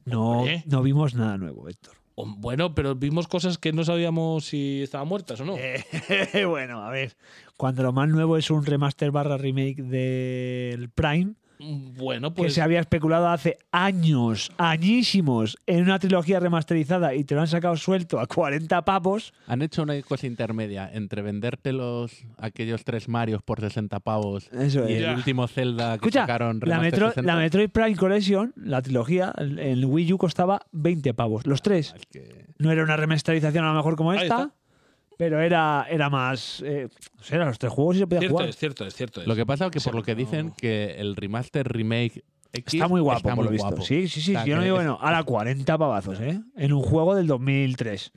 no,
hombre.
no vimos nada nuevo, Héctor.
O- Bueno, pero vimos cosas que no sabíamos si estaban muertas o no.
Eh, bueno, a ver. Cuando lo más nuevo es un remaster barra remake del Prime,
bueno,
que
pues
se había especulado hace años, añísimos, en una trilogía remasterizada y te lo han sacado suelto a 40 pavos.
Han hecho una cosa intermedia entre venderte los aquellos tres Marios por 60 pavos
Eso
y el
Ya.
último Zelda que
Escucha,
sacaron
la,
remaster
Metro-
60.
la Metroid Prime Collection, la trilogía, el, el Wii U costaba 20 pavos. Los tres.
Es que-
No era una remasterización a lo mejor como
Ahí
esta,
está.
pero era, era más... Eh, o sea, eran los tres juegos y se podía
cierto
jugar.
es, cierto es, cierto es.
Lo que pasa es que
Sí,
por lo que
no.
dicen que el remaster remake X
Está muy guapo,
está
por lo
muy
visto.
guapo.
Sí, sí, sí.
Está
yo no
que
digo
es-
que no. Ahora 40 pavazos, ¿eh? En un juego del 2003.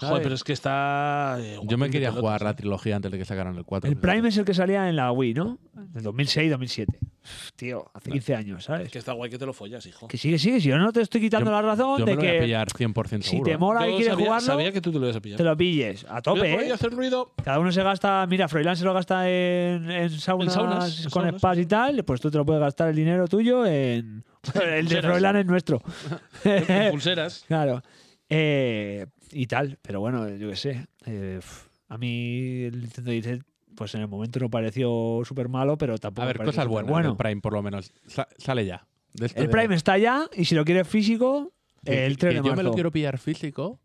Joder, pero es que está... eh,
Yo me
guapín de
quería
pelotas,
jugar
¿eh?
la trilogía antes de que sacaran el 4.
El Prime es el que salía en la Wii, ¿no? Del 2006, 2007. Uf, Tío, hace 15 años, ¿sabes?
Que está guay que te lo follas, hijo.
Que sigue, sigue. Si yo no te estoy quitando la razón
Yo me
de
lo voy a
que
pillar 100%
si
seguro.
te
¿eh?
mola y
Yo
quieres
sabía,
jugarlo,
sabía que tú te lo ibas a pillar.
te lo pilles. A
Cuidado por
tope,
ahí,
¿eh?
hacer ruido.
Cada uno se gasta, mira, Froilán se lo gasta en, en saunas,
saunas, en
con
saunas.
spas y tal, pues tú te lo puedes gastar el dinero tuyo en... El de
Pulseras.
Froilán es nuestro.
En pulseras.
Claro. Eh, y tal, pero bueno, yo qué sé. Eh, f- a mí el Nintendo Direct, pues en el momento no pareció súper malo, pero tampoco.
A
me
ver,
pareció
cosas
súper
buenas.
bueno.
El Prime, por lo menos. Sa- sale ya. De esto
El
de-
Prime está ya, y si lo quieres físico,
que-
el
que
3 de
Yo me lo
marzo.
quiero pillar físico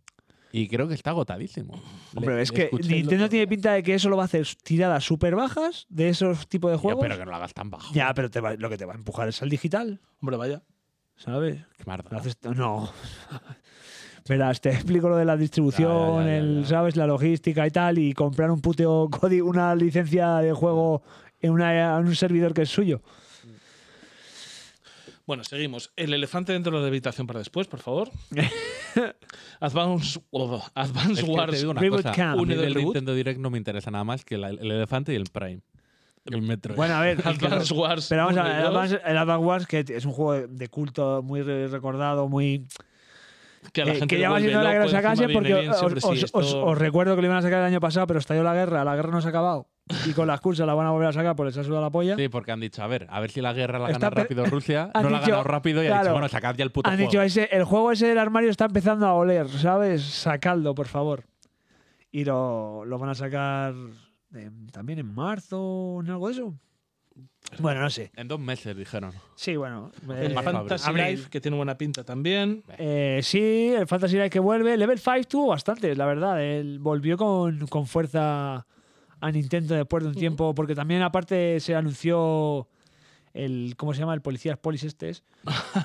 y creo que está agotadísimo.
Hombre,
Le-
es
le
que
escuché el
Nintendo
otro
tiene
día.
pinta de que eso lo va a hacer tiradas súper bajas de esos tipos de
Ya,
juegos.
pero que no lo hagas tan bajo.
Ya, pero te va- lo que te va a empujar es al digital,
Hombre, vaya.
¿sabes?
Qué marda.
Lo haces- no. Verás, te explico lo de la distribución,
Ya, ya, ya,
el,
ya.
¿sabes? La logística y tal, y comprar un puteo código, una licencia de juego en, una- en un servidor que es suyo.
Bueno, seguimos. El elefante dentro de la habitación para después, por favor. Advance,
Es
Advance
que te
Wars.
digo una
Reboot
cosa,
Camp.
a mí
Unido
del
al reboot.
Nintendo Direct no me interesa nada más que la- el elefante y el Prime. El Metro.
Bueno, a ver. el que-
Advance Wars.
pero vamos a
uno y
ver, el
dos,
Advance, el Advance Wars, que es un juego de culto muy re- recordado, muy.
que a la
eh,
gente
que
le
ya va
vuelve
siendo la que
loco,
lo sacase,
encima viene
porque
bien,
os,
siempre sí,
os- os-
esto-
os recuerdo que lo iban a sacar el año pasado, pero estalló la guerra, la guerra no se ha acabado. y con la excusa la van a volver a sacar por el saso de la polla.
Sí, porque han dicho, a ver, a ver si la guerra la
Está
gana
per-
rápido Rusia.
Han
No la ha
dicho-
ganado rápido y ha
claro.
dicho, bueno, sacad ya el puto
Han
juego.
dicho, ese, el juego ese del armario está empezando a oler, ¿sabes? Sacadlo, por favor. Y lo, lo van a sacar en- también en marzo, en algo de eso. Bueno, no sé.
En dos meses, dijeron.
Sí, bueno.
El
eh,
Marzo,
Fantasy
abril.
Life, que tiene buena pinta también.
eh, sí, el Fantasy Life que vuelve. Level 5 tuvo bastantes, la verdad. Él volvió con, con fuerza a Nintendo después de un tiempo, porque también aparte se anunció el, ¿cómo se llama? El Policías Polis este es.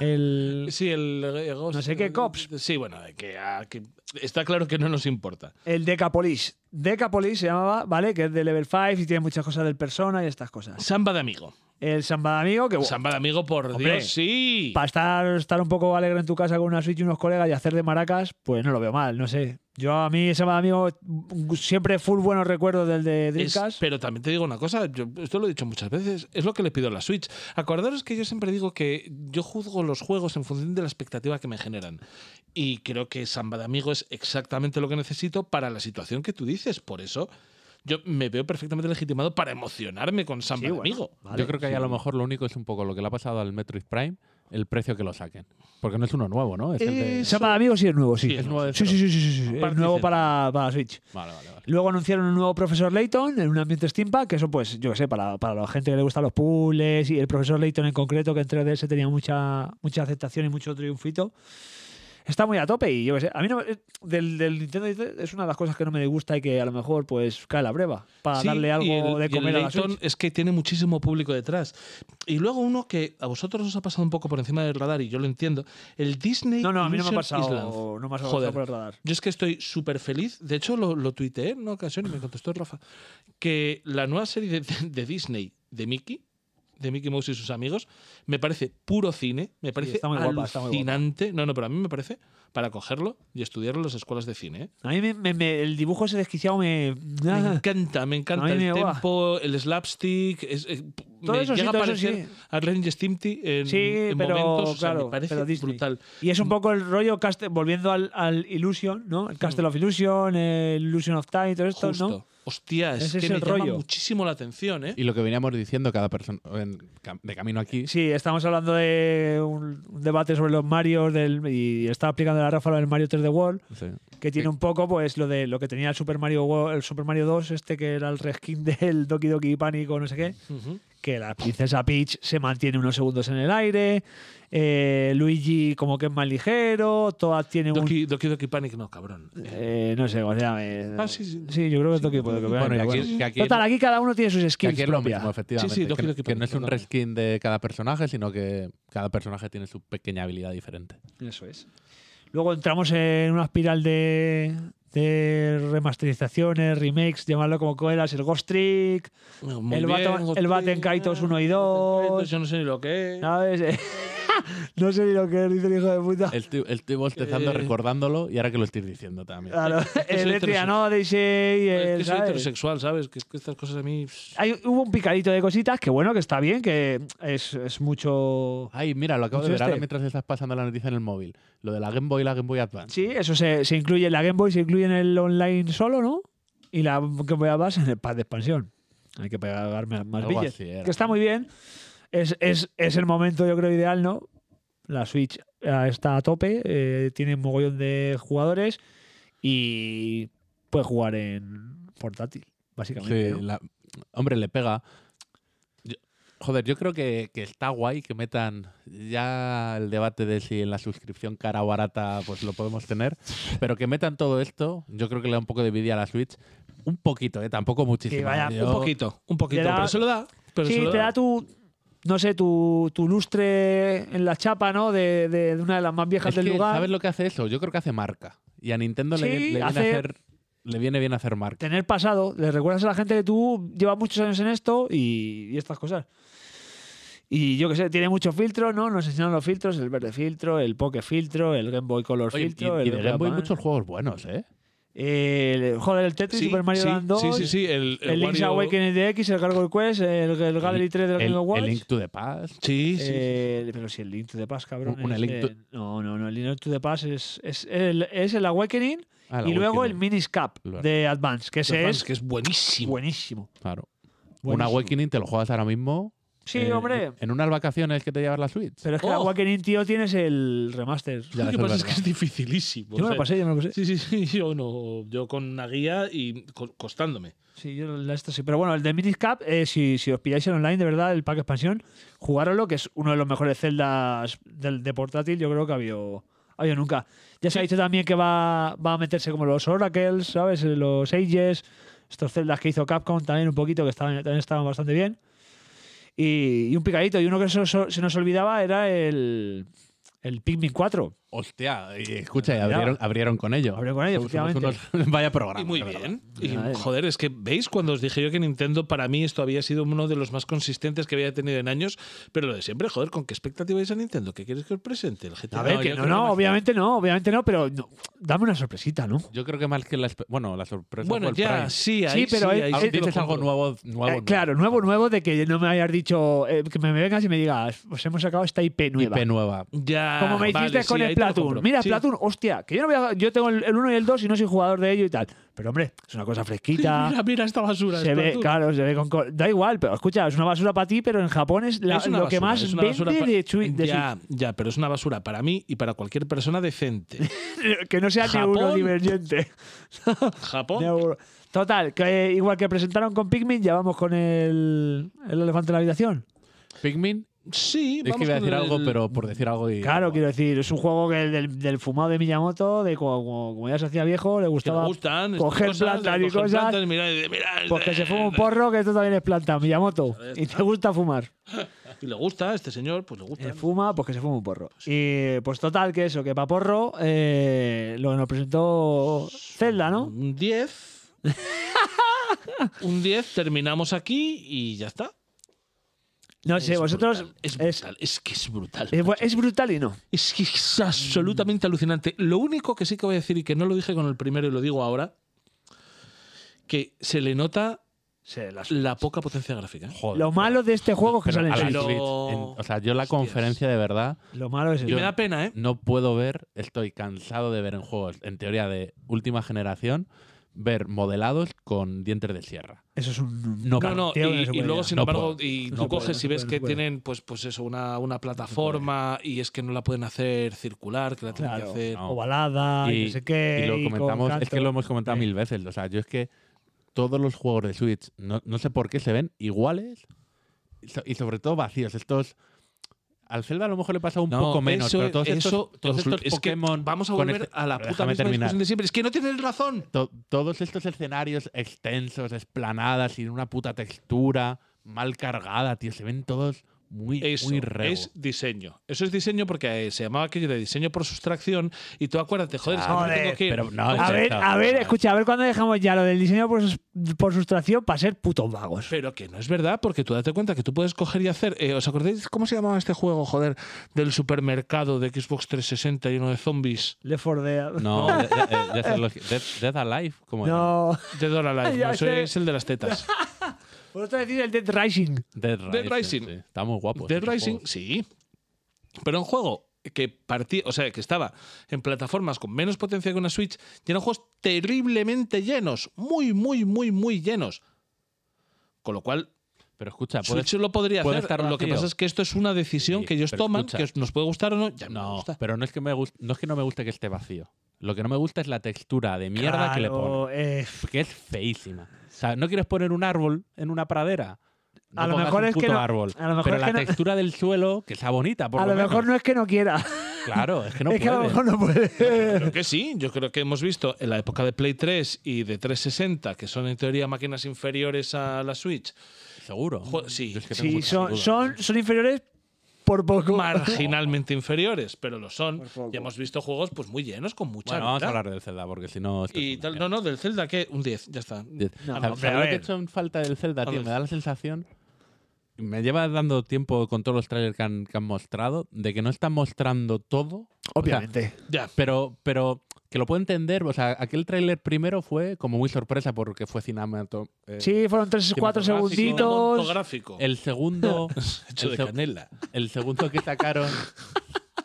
El,
Sí, el. eh, Ghost-
No sé qué, Cops.
Sí, bueno, que, ah, que está claro que no nos importa.
El Decapolis. Decapolis se llamaba, ¿vale? Que es de level 5 y tiene muchas cosas del persona y estas cosas.
Samba de amigo.
El Samba de Amigo, que bueno,
Samba de amigo, por
Hombre.
Dios, sí.
para estar, estar un poco alegre en tu casa con una Switch y unos colegas y hacer de maracas, pues no lo veo mal, no sé. Yo a mí, Samba de Amigo, siempre full buenos recuerdos del de
Es-
Dreamcast.
pero también te digo una cosa, yo esto lo he dicho muchas veces, es lo que le pido a la Switch. Acordaros que yo siempre digo que yo juzgo los juegos en función de la expectativa que me generan. Y creo que Samba de Amigo es exactamente lo que necesito para la situación que tú dices. Por eso yo me veo perfectamente legitimado para emocionarme con Samba
Sí,
de
bueno.
Amigo.
Vale,
Yo creo que ahí a lo mejor lo único es un poco lo que le ha pasado al Metroid Prime, el precio que lo saquen. Porque no es uno nuevo, ¿no?
Eh,
Es el de-
Samba de Amigo sí es nuevo, sí.
Sí,
es nuevo de
sí,
cero.
sí, sí, sí, sí, sí. Es
Aparte
nuevo
dice-
para, para Switch.
Vale, vale, vale.
Luego anunciaron un nuevo profesor Layton en un ambiente steampunk, que eso pues, yo qué sé, para, para la gente que le gustan los puzzles y el profesor Layton en concreto, que en 3DS tenía mucha, mucha aceptación y mucho triunfito. Está muy a tope y yo qué sé. A mí no, eh, del, del Nintendo es una de las cosas que no me gusta y que a lo mejor pues cae la breva para
Sí,
darle
y
algo
el- y
de
el
comer a la
Layton
Switch.
Es que tiene muchísimo público detrás. Y luego uno que a vosotros os ha pasado un poco por encima del radar, y yo lo entiendo, el Disney
No, no, a mí no me ha
Illusion
pasado,
Island.
no me ha pasado
Joder.
por el radar.
Yo es que estoy súper feliz. De hecho, lo, lo tuiteé en una ocasión y me contestó Rafa. Que la nueva serie de, de- de Disney de Mickey, de Mickey Mouse y sus amigos, me parece puro cine. Me parece
está muy guapa, está muy guapa.
alucinante. No, no, pero a mí me parece para cogerlo y estudiarlo en las escuelas de cine. ¿eh?
A mí me- me- me- el dibujo ese desquiciado me...
Me encanta, me encanta
Ah. A mí
el
me va.
tempo, el slapstick. es- eh, p-
Todo
me
eso sí,
llega
todo
a
eso
parecer
sí.
a Ren y Stimpy en,
Sí,
en
pero
momentos. o sea,
claro,
me parece
pero Disney.
brutal.
Y es un poco el rollo, castle- volviendo al, al Illusion, ¿no? El Castle of Illusion, el Illusion of Time y todo esto,
Mm. Justo.
¿no?
Hostia, es
Ese
que
es
me
el
llama
rollo.
muchísimo la atención, ¿eh?
Y lo que veníamos diciendo cada persona en cam- de camino aquí,
Sí, estamos hablando de un, un debate sobre los Marios del, y está aplicando la Rafa lo del Mario 3D World,
sí.
que tiene
Sí.
un poco pues lo de lo que tenía el Super Mario World, el Super Mario 2, este que era el reskin del Doki Doki Panic o no sé qué,
Ujú.
que la princesa Peach se mantiene unos segundos en el aire, eh, Luigi como que es más ligero, toda tiene un...
Doki, Doki Doki Panic, no, cabrón.
eh, no sé cómo se llama. eh,
Ah, sí, sí.
yo creo que es Doki Doki Panic,
Bueno, y aquí-
bueno.
que aquí-
Total, aquí cada uno tiene sus
Que
skills
aquí es lo
propias.
mismo, efectivamente.
Sí, sí, Doki
que,
Doki
que no es
Panic,
un
totalmente.
reskin de cada personaje, sino que cada personaje tiene su pequeña habilidad diferente.
Eso es. Luego entramos en una espiral de, de remasterizaciones, remakes, llamarlo como quieras, el Ghost Trick,
Muy
El Baten-
bien,
el Baten
Godzilla,
Kaitos uno y
Baten
dos.
Kaitos, Yo no sé ni lo que es.
¿sabes? no sé ni lo que dice el hijo de puta.
Estoy, estoy bostezando
Eh.
este recordándolo y ahora que lo estoy diciendo también.
Claro, el
soy
Etria, no, Daisy,
Eh, Es
el,
que soy
¿sabes?
heterosexual, ¿sabes? Que, es que estas cosas a mí. pff,
Hay, hubo un picadito de cositas que bueno, que está bien, que es, es mucho...
Ay, mira, lo acabo de
¿Es
ver ahora
este?
mientras estás pasando la noticia en el móvil. Lo de la Game Boy y la Game Boy Advance.
Sí, eso se, se incluye en la Game Boy, se incluye en el online solo, ¿no? Y la Game Boy Advance en el pad de expansión. Hay que pagar más más
Algo
billetes.
así era.
Que está muy bien. Es, es- es el momento, yo creo, ideal, ¿no? La Switch eh, está a tope, eh, tiene un mogollón de jugadores y puede jugar en portátil, básicamente.
Sí,
¿no?
la- hombre, le pega. Yo- joder, yo creo que, que está guay que metan ya el debate de si en la suscripción cara o barata pues lo podemos tener, pero que metan todo esto, yo creo que le da un poco de envidia a la Switch. Un poquito, ¿eh? tampoco muchísimo.
Que vaya
Yo-
Un poquito, un poquito.
Te da-
pero se lo da. Pero se
Sí,
lo
te
da.
da tu, no sé, tu, tu lustre en la chapa, ¿no? De, de- de una de las más viejas
Es
del
que,
lugar.
¿Sabes lo que hace eso? Yo creo que hace marca. Y a Nintendo le,
Sí,
le viene a
hace-
hacer, le viene bien hacer marca.
tener pasado, le recuerdas a la gente que tú llevas muchos años en esto y, y estas cosas. Y yo que sé, tiene muchos filtros, ¿no? Nos enseñan los filtros, el verde filtro, el poke filtro, el Game Boy Color
Oye, y-
filtro,
y,
el
de Game Boy
Advance,
muchos juegos buenos, ¿eh?
el joder, el Tetris, Super Mario
sí,
Land 2,
sí, sí, sí, el,
el, Link's
Wario-
Awakening DX, el Gargoyle Quest, el, el Gallery 3 del
el,
Game of Watch.
el Link to the Past.
Sí, sí.
eh, pero si el Link to the Past, cabrón.
Un- un
es
Link
de-
to-
No, no, no. El Link to the Past es, es, el, es el Awakening
Ah, la
y luego el
Awakening.
Minis Cap
Lo-
de Advance, que ese
Advance,
es
que es buenísimo.
buenísimo.
Claro. Un
Buenísimo.
Awakening te lo juegas ahora mismo.
Sí,
eh,
hombre.
En unas vacaciones que te llevas la Switch.
Pero es que el
Oh.
Awakening, tío, tienes el remaster.
Lo que
Ya, eso es
pasa es que
verdad.
es dificilísimo. o
Yo me lo
sea,
pasé, yo me lo pasé.
pues Sí, sí, sí, yo no. Yo con una guía y co- costándome.
Sí, yo la esta sí. Pero bueno, el de Miniscap, eh, si, si os pilláis el online, de verdad, el pack expansión, jugároslo, que es uno de los mejores celdas del, de portátil, yo creo que ha habido, ha habido nunca. Ya se ha dicho también que va, va a meterse como los Oracles, ¿sabes? Eh, Los Ages, estos celdas que hizo Capcom también un poquito, que estaban, también estaban bastante bien. Y, y un picadito. Y uno que se, nos- se nos olvidaba era el, el Pikmin 4.
Hostia, y escucha, y
Mira.
abrieron, abrieron con ello.
Abrieron con ello,
Somos- somos
efectivamente.
unos- vaya programa.
Y muy
de verdad.
bien.
Ya,
Y,
eh.
joder, es que veis cuando os dije yo que Nintendo para mí esto había sido uno de los más consistentes que había tenido en años, pero lo de siempre, joder, ¿con qué expectativa vais a Nintendo? ¿Qué quieres que os presente? El GTA.
A ver,
No,
que
yo
no,
creo
no,
que-
obviamente no, obviamente no, pero no, dame una sorpresita, ¿no? Eh,
Yo creo que más que la, espe- bueno, la sorpresa
bueno,
fue el
ya,
Prime.
sí,
Sí,
ahí
pero es-
ahí
Ah,
te lo
dices algo
compro.
nuevo, nuevo,
Eh,
nuevo.
claro, nuevo, nuevo, de que no me hayas dicho, eh, que me vengas y me digas, os hemos sacado esta IP nueva.
IP nueva.
Ya,
Como me hiciste
vale,
con
sí,
el
ahí te lo
Platoon.
compro.
Mira,
Sí.
Platoon, hostia, que yo no voy a- yo tengo el el 1 y el 2 y no soy jugador de ello y tal. Pero hombre, es una cosa fresquita.
Mira, mira esta basura.
se
es
ve,
Platoon.
claro, se ve con co- da igual, pero escucha, es una basura para ti, pero en Japón es, la-
Es
lo
una
que
basura,
más
es una
vende
basura pa-
de Switch. de
Ya, ya, pero es una basura para mí y para cualquier persona decente.
Switch. que no sea
Japón.
neurodivergente.
Japón.
Neuro- Total, que eh, igual que presentaron con Pikmin, ya vamos con el, el elefante en la habitación.
Pikmin,
Sí,
es que
vamos
iba a
con
decir
el-
algo, pero por decir algo y...
Claro, quiero decir, es un juego que el del, del fumado de Miyamoto, de como, como- como ya se hacía viejo,
Que
le
le
gustaba.
gustan estas
coger
cosas,
plantas y
coger
cosas,
plantas, mirar y decir, mira,
Pues que se
este-
fuma un porro, que esto también es planta, Miyamoto. Y te gusta fumar.
Y le gusta a este señor, pues le gusta.
Eh, fuma, pues que se fuma un porro. Y pues total, que eso, que para porro, eh, lo que nos presentó Zelda, ¿no?
Un 10. un 10, terminamos aquí y ya está.
No sé,
Es
vosotros.
brutal, Es,
Es,
brutal, es que es brutal.
es bu- es brutal y no.
Es que es absolutamente alucinante. Lo único que sí que voy a decir, y que no lo dije con el primero y lo digo ahora, que se le nota
Se las-
la poca potencia gráfica. ¿eh?
Joder,
Lo malo de este juego es que
pero
sale en
a la
sí.
Switch.
Switch, en-
Pero-
o sea, yo la
Hostias.
conferencia de verdad
Lo malo es
Y me
eso.
da pena, ¿eh?
no puedo ver, estoy cansado de ver en juegos, en teoría de última generación, ver modelados con dientes de sierra.
Eso es un.
No,
No, no, y,
tío, no se
y
puede
luego,
ya.
sin
No
embargo,
puede.
y
No
tú
se puede,
coges
no
y
se
ves
puede, no
que
se puede.
tienen, pues, pues eso, una, una plataforma y es que no la pueden hacer circular, que la tienen
Claro.
que hacer.
No.
Ovalada, y,
y,
no sé qué.
y lo
y con
comentamos, es
canto.
que lo hemos comentado
Sí.
mil veces. O sea, yo es que todos los juegos de Switch, no, no sé por qué se ven iguales y so- y sobre todo vacíos. Estos. Al Zelda a lo mejor le pasa un
No,
poco menos,
eso-
pero todos estos,
eso-
todos
os lo-
estos
es que
Pokémon.
vamos a
con
volver
este-
a la
pero
puta
déjame
misma
terminar.
discusión de siempre. Es que no tienes razón.
To- todos estos escenarios extensos, esplanadas, sin una puta textura, mal cargada, tío, se ven todos muy,
Eso
muy rebo.
es diseño. Eso es diseño porque eh, se llamaba aquello de diseño por sustracción. Y tú acuérdate, joder, es que
Joder,
me tengo que ir.
pero no, eh.
A
Exacto.
ver, a ver, escucha, a ver cuándo dejamos ya lo del diseño por, sus- por sustracción para ser putos vagos.
Pero que no es verdad, porque tú date cuenta que tú puedes coger y hacer. eh, ¿Os acordáis cómo se llamaba este juego, joder, del supermercado de Xbox 360 lleno de zombies?
Le fordea.
No, de- de- eh, ya sé los- Dead- Dead Alive, como
No.
De Dora Life,
Ya
no, eso
sé.
es el de las tetas.
Vosotros decís el Dead Rising.
Dead Rising.
Rising.
sí. Está muy guapo.
Dead
ese
Rising,
Pues juego.
sí. Pero un juego que partía, o sea, que estaba en plataformas con menos potencia que una Switch y eran juegos terriblemente llenos, muy, muy, muy, muy llenos. Con lo cual,
Pero escucha, puedes-
Switch lo podría
puede
hacer.
estar
lo que
vacío.
pasa es que esto es una decisión
Sí,
que ellos
pero
toman,
escucha.
que os- nos puede gustar o no. Ya no, me
No,
gusta.
pero no es, que me gust- no es que no me guste que esté vacío. Lo que no me gusta es la textura de mierda que le ponen.
Claro, eh,
Que es feísima. O sea, ¿no quieres poner un árbol en una pradera? No
A lo
pongas
mejor
un
es que
puto
no-
árbol.
a lo mejor
pero
es
la
que no-
textura del suelo, que sea bonita, por
a lo mejor no es que no quiera.
no. Claro, es que no
es que a lo
puedes.
mejor no puede.
Creo que sí, yo creo que hemos visto en la época de Play 3 y de 360, que son en teoría máquinas inferiores a la Switch,
Seguro.
Jo- sí.
Mm, Yo es que tengo
Sí,
muchas
son,
dudas.
son, son inferiores por poco.
marginalmente inferiores, pero lo son. Y hemos visto juegos pues muy llenos, con mucha
Bueno, vamos
vida.
a hablar del Zelda, porque si no. esto es
Y
una
tal,
mierda.
no, no, del Zelda que un 10, ya está.
No, hombre, a
¿Sabes lo que he
ver.
hecho en falta del Zelda, tío?
ver.
Me da la sensación. Me lleva dando tiempo con todos los trailers que han, que han mostrado, de que no están mostrando todo. O sea,
Obviamente.
Ya.
pero, pero que lo puedo entender. O sea, aquel tráiler primero fue como muy sorpresa porque fue cinemato. eh,
Sí, fueron 3 4
cinematográfico,
segunditos.
gráfico.
El segundo.
hecho
el,
de
se-
canela.
el segundo que sacaron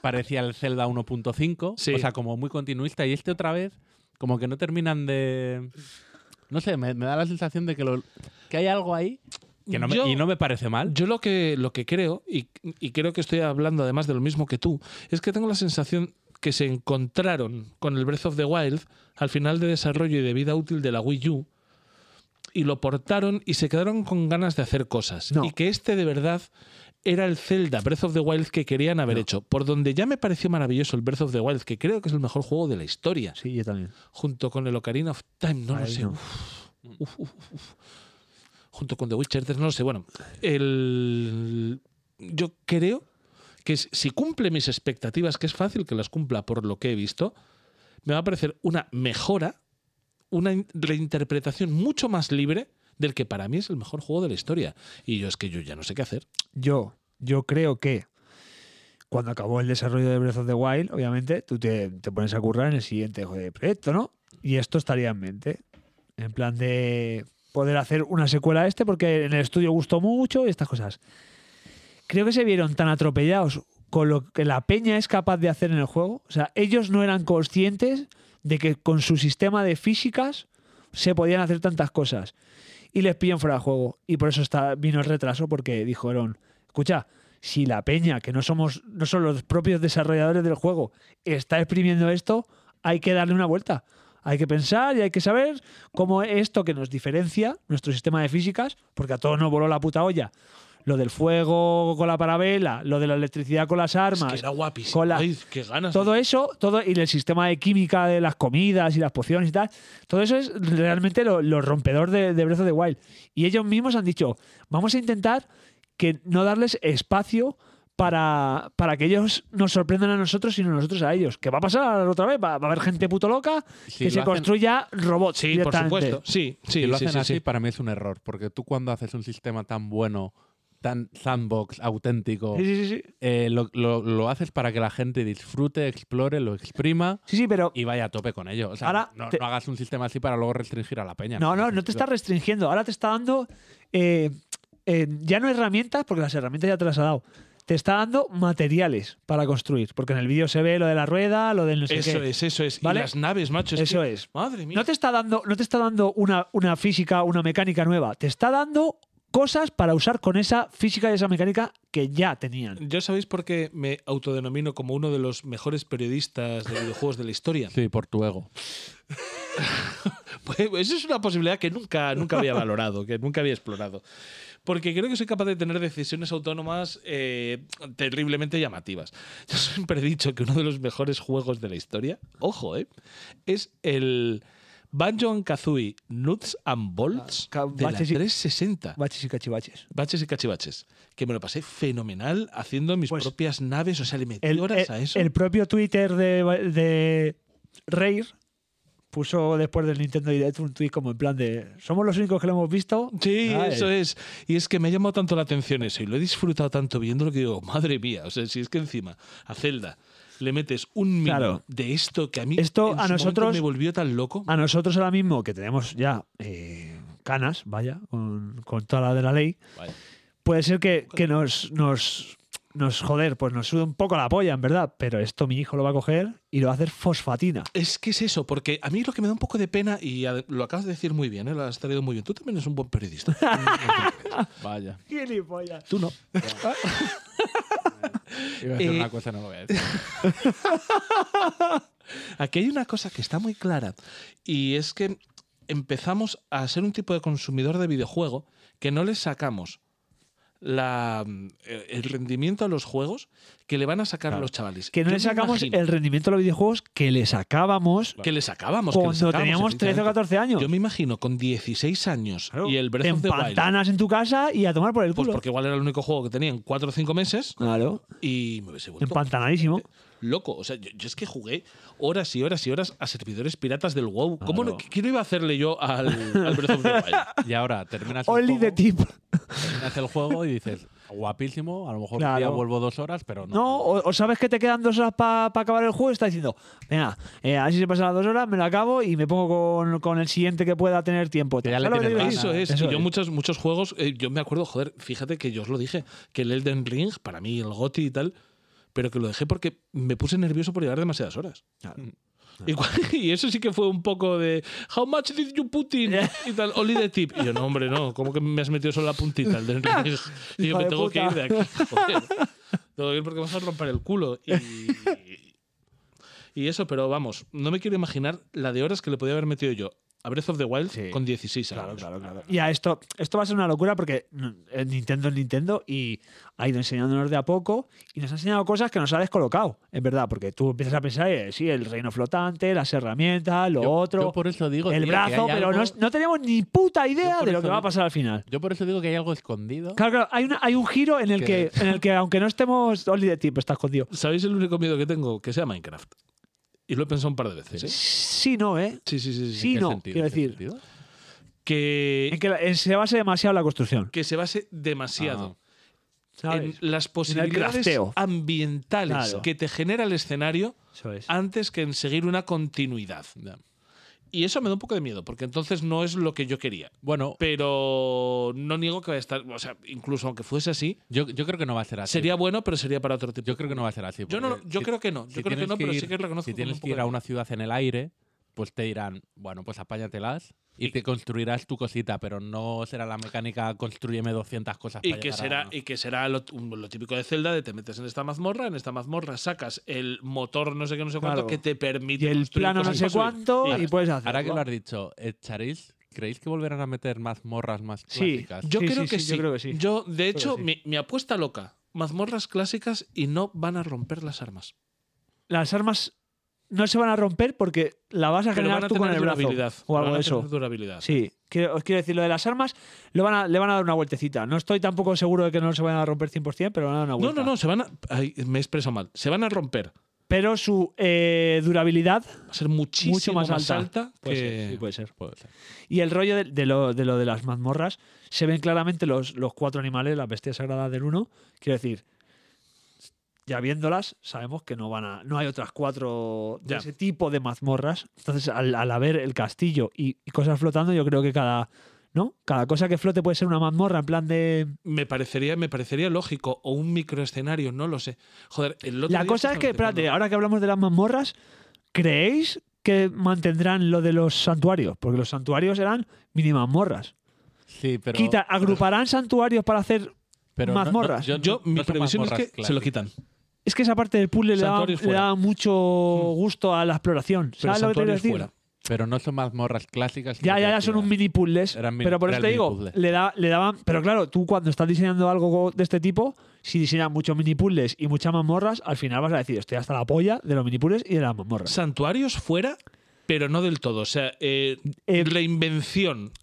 parecía el Zelda 1.5.
Sí.
O sea, como muy continuista. Y este otra vez como que no terminan de... No sé, me, me da la sensación de que, lo- que hay algo ahí que no me-
Yo-
y no me parece mal.
Yo lo que, lo que creo, y, y creo que estoy hablando además de lo mismo que tú, es que tengo la sensación que se encontraron con el Breath of the Wild al final de desarrollo y de vida útil de la Wii U y lo portaron y se quedaron con ganas de hacer cosas.
No.
Y que este de verdad era el Zelda Breath of the Wild que querían haber hecho. Por donde ya me pareció maravilloso el Breath of the Wild, que creo que es el mejor juego de la historia,
Sí, yo también.
junto con el Ocarina of Time, no lo
Ahí
sé.
no.
Uf, uf, uf, uf. Junto con The Witcher 3, no lo sé. Bueno, el, yo creo que s- si cumple mis expectativas, que es fácil que las cumpla por lo que he visto, me va a parecer una mejora, una in- reinterpretación mucho más libre del que para mí es el mejor juego de la historia. Y yo es que yo ya no sé qué hacer.
Yo, yo creo que cuando acabó el desarrollo de Breath of the Wild, obviamente, tú te, te pones a currar en el siguiente joder, proyecto, ¿no? Y esto estaría en mente. En plan de poder hacer una secuela a este, porque en el estudio gustó mucho y estas cosas. Creo que se vieron tan atropellados con lo que la peña es capaz de hacer en el juego. O sea, ellos no eran conscientes de que con su sistema de físicas se podían hacer tantas cosas. Y les pillan fuera de juego. Y por eso está, vino el retraso, porque dijeron, escucha, si la peña, que no somos, no son los propios desarrolladores del juego, está exprimiendo esto, hay que darle una vuelta. Hay que pensar y hay que saber cómo esto que nos diferencia, nuestro sistema de físicas, porque a todos nos voló la puta olla. Lo del fuego con la parabela, lo de la electricidad con las
Es
armas,
que era guapísimo.
Con la-
Ay, qué ganas.
todo eso, todo y el sistema de química de las comidas y las pociones y tal, todo eso es realmente lo, lo rompedor de, de Breath of the Wild. Y ellos mismos han dicho, vamos a intentar que no darles espacio para, para que ellos nos sorprendan a nosotros, sino nosotros a ellos. ¿Qué va a pasar otra vez? Va, va a haber gente puto loca
Si
que
lo
se
hacen-
construya robots.
sí, por
directamente.
supuesto. Sí, sí,
si lo
sí,
hacen
sí,
así,
sí.
para mí es un error, porque tú cuando haces un sistema tan bueno, tan sandbox, auténtico,
Sí, sí, sí, sí.
eh, lo, lo- lo haces para que la gente disfrute, explore, lo exprima
Sí, sí, pero
y vaya a tope con ello. O sea,
Ahora
no,
te-
no hagas un sistema así para luego restringir a la peña.
No, no, no te está restringiendo. Ahora te está dando. eh, eh, ya no herramientas, porque las herramientas ya te las ha dado. Te está dando materiales para construir. Porque en el vídeo se ve lo de la rueda, lo del no sé
Eso
qué.
es, eso es.
¿Vale?
Y las naves, macho.
Eso
que-
es.
Madre mía.
No te está dando, no te está dando una, una física, una mecánica nueva. Te está dando cosas para usar con esa física y esa mecánica que ya tenían.
Yo sabéis por qué me autodenomino como uno de los mejores periodistas de videojuegos de la historia.
Sí, por tu ego.
Pues esa es una posibilidad que nunca, nunca había valorado, que nunca había explorado. Porque creo que soy capaz de tener decisiones autónomas eh, terriblemente llamativas. Yo siempre he dicho que uno de los mejores juegos de la historia, ojo, eh, es el Banjo Kazooie Nuts and Bolts
Ah, ca-
de la
baches y-
360.
Baches y cachivaches.
Baches y cachivaches. Que me lo pasé fenomenal haciendo mis
Pues,
propias naves. O sea, le metí
El,
horas
el-
a eso.
el propio Twitter de, de Rare puso después del Nintendo Direct un tweet como en plan de somos los únicos que lo hemos visto. Ah,
Sí,
Ay.
eso es. Y es que me ha llamado tanto la atención eso y lo he disfrutado tanto viendo lo que digo, madre mía, o sea, si es que encima a Zelda le metes un mimo
Claro.
de esto que a mí en
Esto a
su momento
nosotros-
me volvió tan loco.
A nosotros ahora mismo que tenemos ya eh, canas, vaya, con, con toda la de la ley,
Vaya.
puede ser que, que nos, nos, nos joder, pues nos sube un poco la polla, en verdad, pero esto mi hijo lo va a coger y lo va a hacer fosfatina.
Es que es eso, porque a mí lo que me da un poco de pena, y a- lo acabas de decir muy bien, ¿eh? lo has traído muy bien, tú también eres un buen periodista.
Vaya.
Gilipollas.
tú no.
Iba a decir
Eh,
una cosa, no lo voy a decir.
Aquí hay una cosa que está muy clara y es que empezamos a ser un tipo de consumidor de videojuego que no le sacamos la, mm, eh, el rendimiento a los juegos que le van a sacar los chavales.
Que no
Yo
le
me
sacamos
imagino
el rendimiento a los videojuegos que le sacábamos
que le sacábamos. que le
cuando
sacábamos,
teníamos 13 o
efectivamente.
14 años.
Yo me imagino con 16 años
Claro,
y el
te
Breath of the Wild.
empantanas en tu casa y a tomar por el
Pues
culo.
porque igual era el único juego que tenía en 4 o 5 meses
Claro.
y me hubiese vuelto
Empantanadísimo.
loco. O sea, yo, yo es que jugué horas y horas y horas a servidores piratas del WoW. ¿Cómo no, ¿Qué no iba a hacerle yo al, al Breath of the Wild?
Y ahora terminas el,
Only
juego,
the tip.
terminas el juego y dices, guapísimo, a lo mejor
Claro.
un día vuelvo dos horas, pero no.
No, o, o sabes que te quedan dos horas para acabar el juego y estás diciendo, venga, eh, a ver si se pasan las dos horas, me lo acabo y me pongo con, con el siguiente que pueda tener tiempo.
Que ya le
¿Sabes lo
tienes
te quiero
ganas.
decir?
Eso es.
Eso
y yo
es.
muchos, muchos juegos, eh, yo me acuerdo, joder, fíjate que yo os lo dije, que el Elden Ring, para mí el GOTI y tal, pero que lo dejé porque me puse nervioso por llegar demasiadas horas. Mm. Y, cu- y eso sí que fue un poco de How much did you put in? Y tal, only the tip. Y yo, no, hombre, no, ¿cómo que me has metido solo la puntita? El de Enrique? Y yo,
Hijo
me
de
tengo
puta.
que ir de aquí. Joder. Tengo que ir porque me vas a romper el culo. Y, y eso, pero vamos, no me quiero imaginar la de horas que le podía haber metido yo a Breath of the Wild
Sí.
con 16 años.
Claro, claro, claro. Y a esto, esto va a ser una locura porque mm, el Nintendo es Nintendo y ha ido enseñándonos de a poco y nos ha enseñado cosas que nos ha descolocado, es verdad, porque tú empiezas a pensar, eh, sí, el reino flotante, las herramientas, lo
Yo-
otro,
yo por eso digo,
el
tío, que
brazo,
hay
pero
algo-
no, es- no tenemos ni puta
Yo
idea
por
de lo
eso
que va a
digo-
pasar al final.
Yo por eso digo que hay algo escondido.
Claro, claro, hay, una- hay un giro en el que,
Que-
en el que aunque no estemos Oli de tipo, está escondido.
¿Sabéis el único miedo que tengo? Que sea Minecraft. Y lo he pensado un par de veces, ¿eh?
Sí, no, ¿eh?
Sí, sí, sí. sí.
Sí,
¿En qué
no,
sentido?
quiero
¿En qué
decir.
sentido?
Que,
En que la- en- se base demasiado la construcción.
que se base demasiado en
¿sabes?
las posibilidades
crafteo.
ambientales
Claro.
que te genera el escenario
Eso es.
antes que en seguir una continuidad.
Ya.
Y eso me da un poco de miedo, porque entonces no es lo que yo quería.
Bueno,
Pero no niego que va a estar, o sea, incluso aunque fuese así,
yo, yo creo que no va a ser así.
sería bueno, pero sería para otro tipo.
Ah, Yo creo que no va a ser así.
Yo no
porque
lo- yo creo que no, yo creo que
tienes
no, pero sí que reconozco
Si
que con
tienes
un
que
poco
ir
de-
a una ciudad en el aire, pues te dirán, bueno, pues apáñatelas y te construirás tu cosita, pero no será la mecánica construyeme 200 cosas
Y
para
que,
llegar a-
será, y que será lo, un- lo típico de Zelda de te metes en esta mazmorra, en esta mazmorra sacas el motor no sé qué, no sé cuánto,
Claro.
que te permite
Y el
construir
plano no
cosas
sé
imposibles.
cuánto
Y-
y puedes hacer.
Ahora que lo has dicho, eh, ¿echaréis? ¿Creéis que volverán a meter mazmorras más
Sí,
clásicas?
Yo
Sí,
creo
sí,
que
sí,
sí.
yo creo que sí.
Yo, de hecho,
que sí.
mi, mi apuesta loca. Mazmorras clásicas y no van a romper las armas.
las armas no se van a romper porque la vas a
Pero
generar
van a
tú
tener
con el brazo
durabilidad.
o
van
algo
a
de
tener
eso.
durabilidad.
Sí, quiero, os quiero decir, lo de las armas lo van a- le van a dar una vueltecita. No estoy tampoco seguro de que no se vayan a romper 100%, pero van a dar una
No,
vuelta.
no, no, se van a. ay, me he expresado mal. Se van a romper.
Pero su eh, durabilidad,
Va a ser muchísimo
mucho más alta. Puede
que.
ser, sí, pues. puede ser.
Puede ser.
Y el rollo de, de lo, de lo de las mazmorras, se ven claramente los, los cuatro animales, las bestias sagradas del uno. Quiero decir, ya viéndolas, sabemos que no van a. No hay otras cuatro de
Ya.
ese tipo de mazmorras. Entonces, al, al haber el castillo y, y cosas flotando, yo creo que cada. ¿No? Cada cosa que flote puede ser una mazmorra en plan de.
Me parecería, me parecería lógico. O un microescenario, no lo sé. Joder, el otro
La
día
cosa es que,
justamente
espérate,
cuando-
ahora que hablamos de las mazmorras, ¿creéis que mantendrán lo de los santuarios? Porque los santuarios eran mini mazmorras.
Sí, pero.
Quita, agruparán santuarios para hacer
pero no- no-
mazmorras.
yo no-
Yo, mi
no son
previsión es que
mazmorras
se lo
clásicas.
quitan.
Ah, Es que esa parte del puzzle le da,
Santuarios
le
fuera. Mm.
da mucho gusto a la exploración.
Pero
¿Sabes lo que te quiero
santuarios
decir?
fuera.
Pero no son mazmorras clásicas.
Ya,
sino
ya,
que
ya son
tiras-
un mini puzzles.
Eran mini-
pero por eso
eran
te
mini
digo,
puzzles.
le, da, le daban. Pero claro, tú cuando estás diseñando algo de este tipo, si diseñas muchos mini puzzles y muchas mazmorras, al final vas a decir, estoy hasta la polla de los mini puzzles y de las mazmorras.
Santuarios fuera, pero no del todo. O sea, eh,
Eh,
reinvención,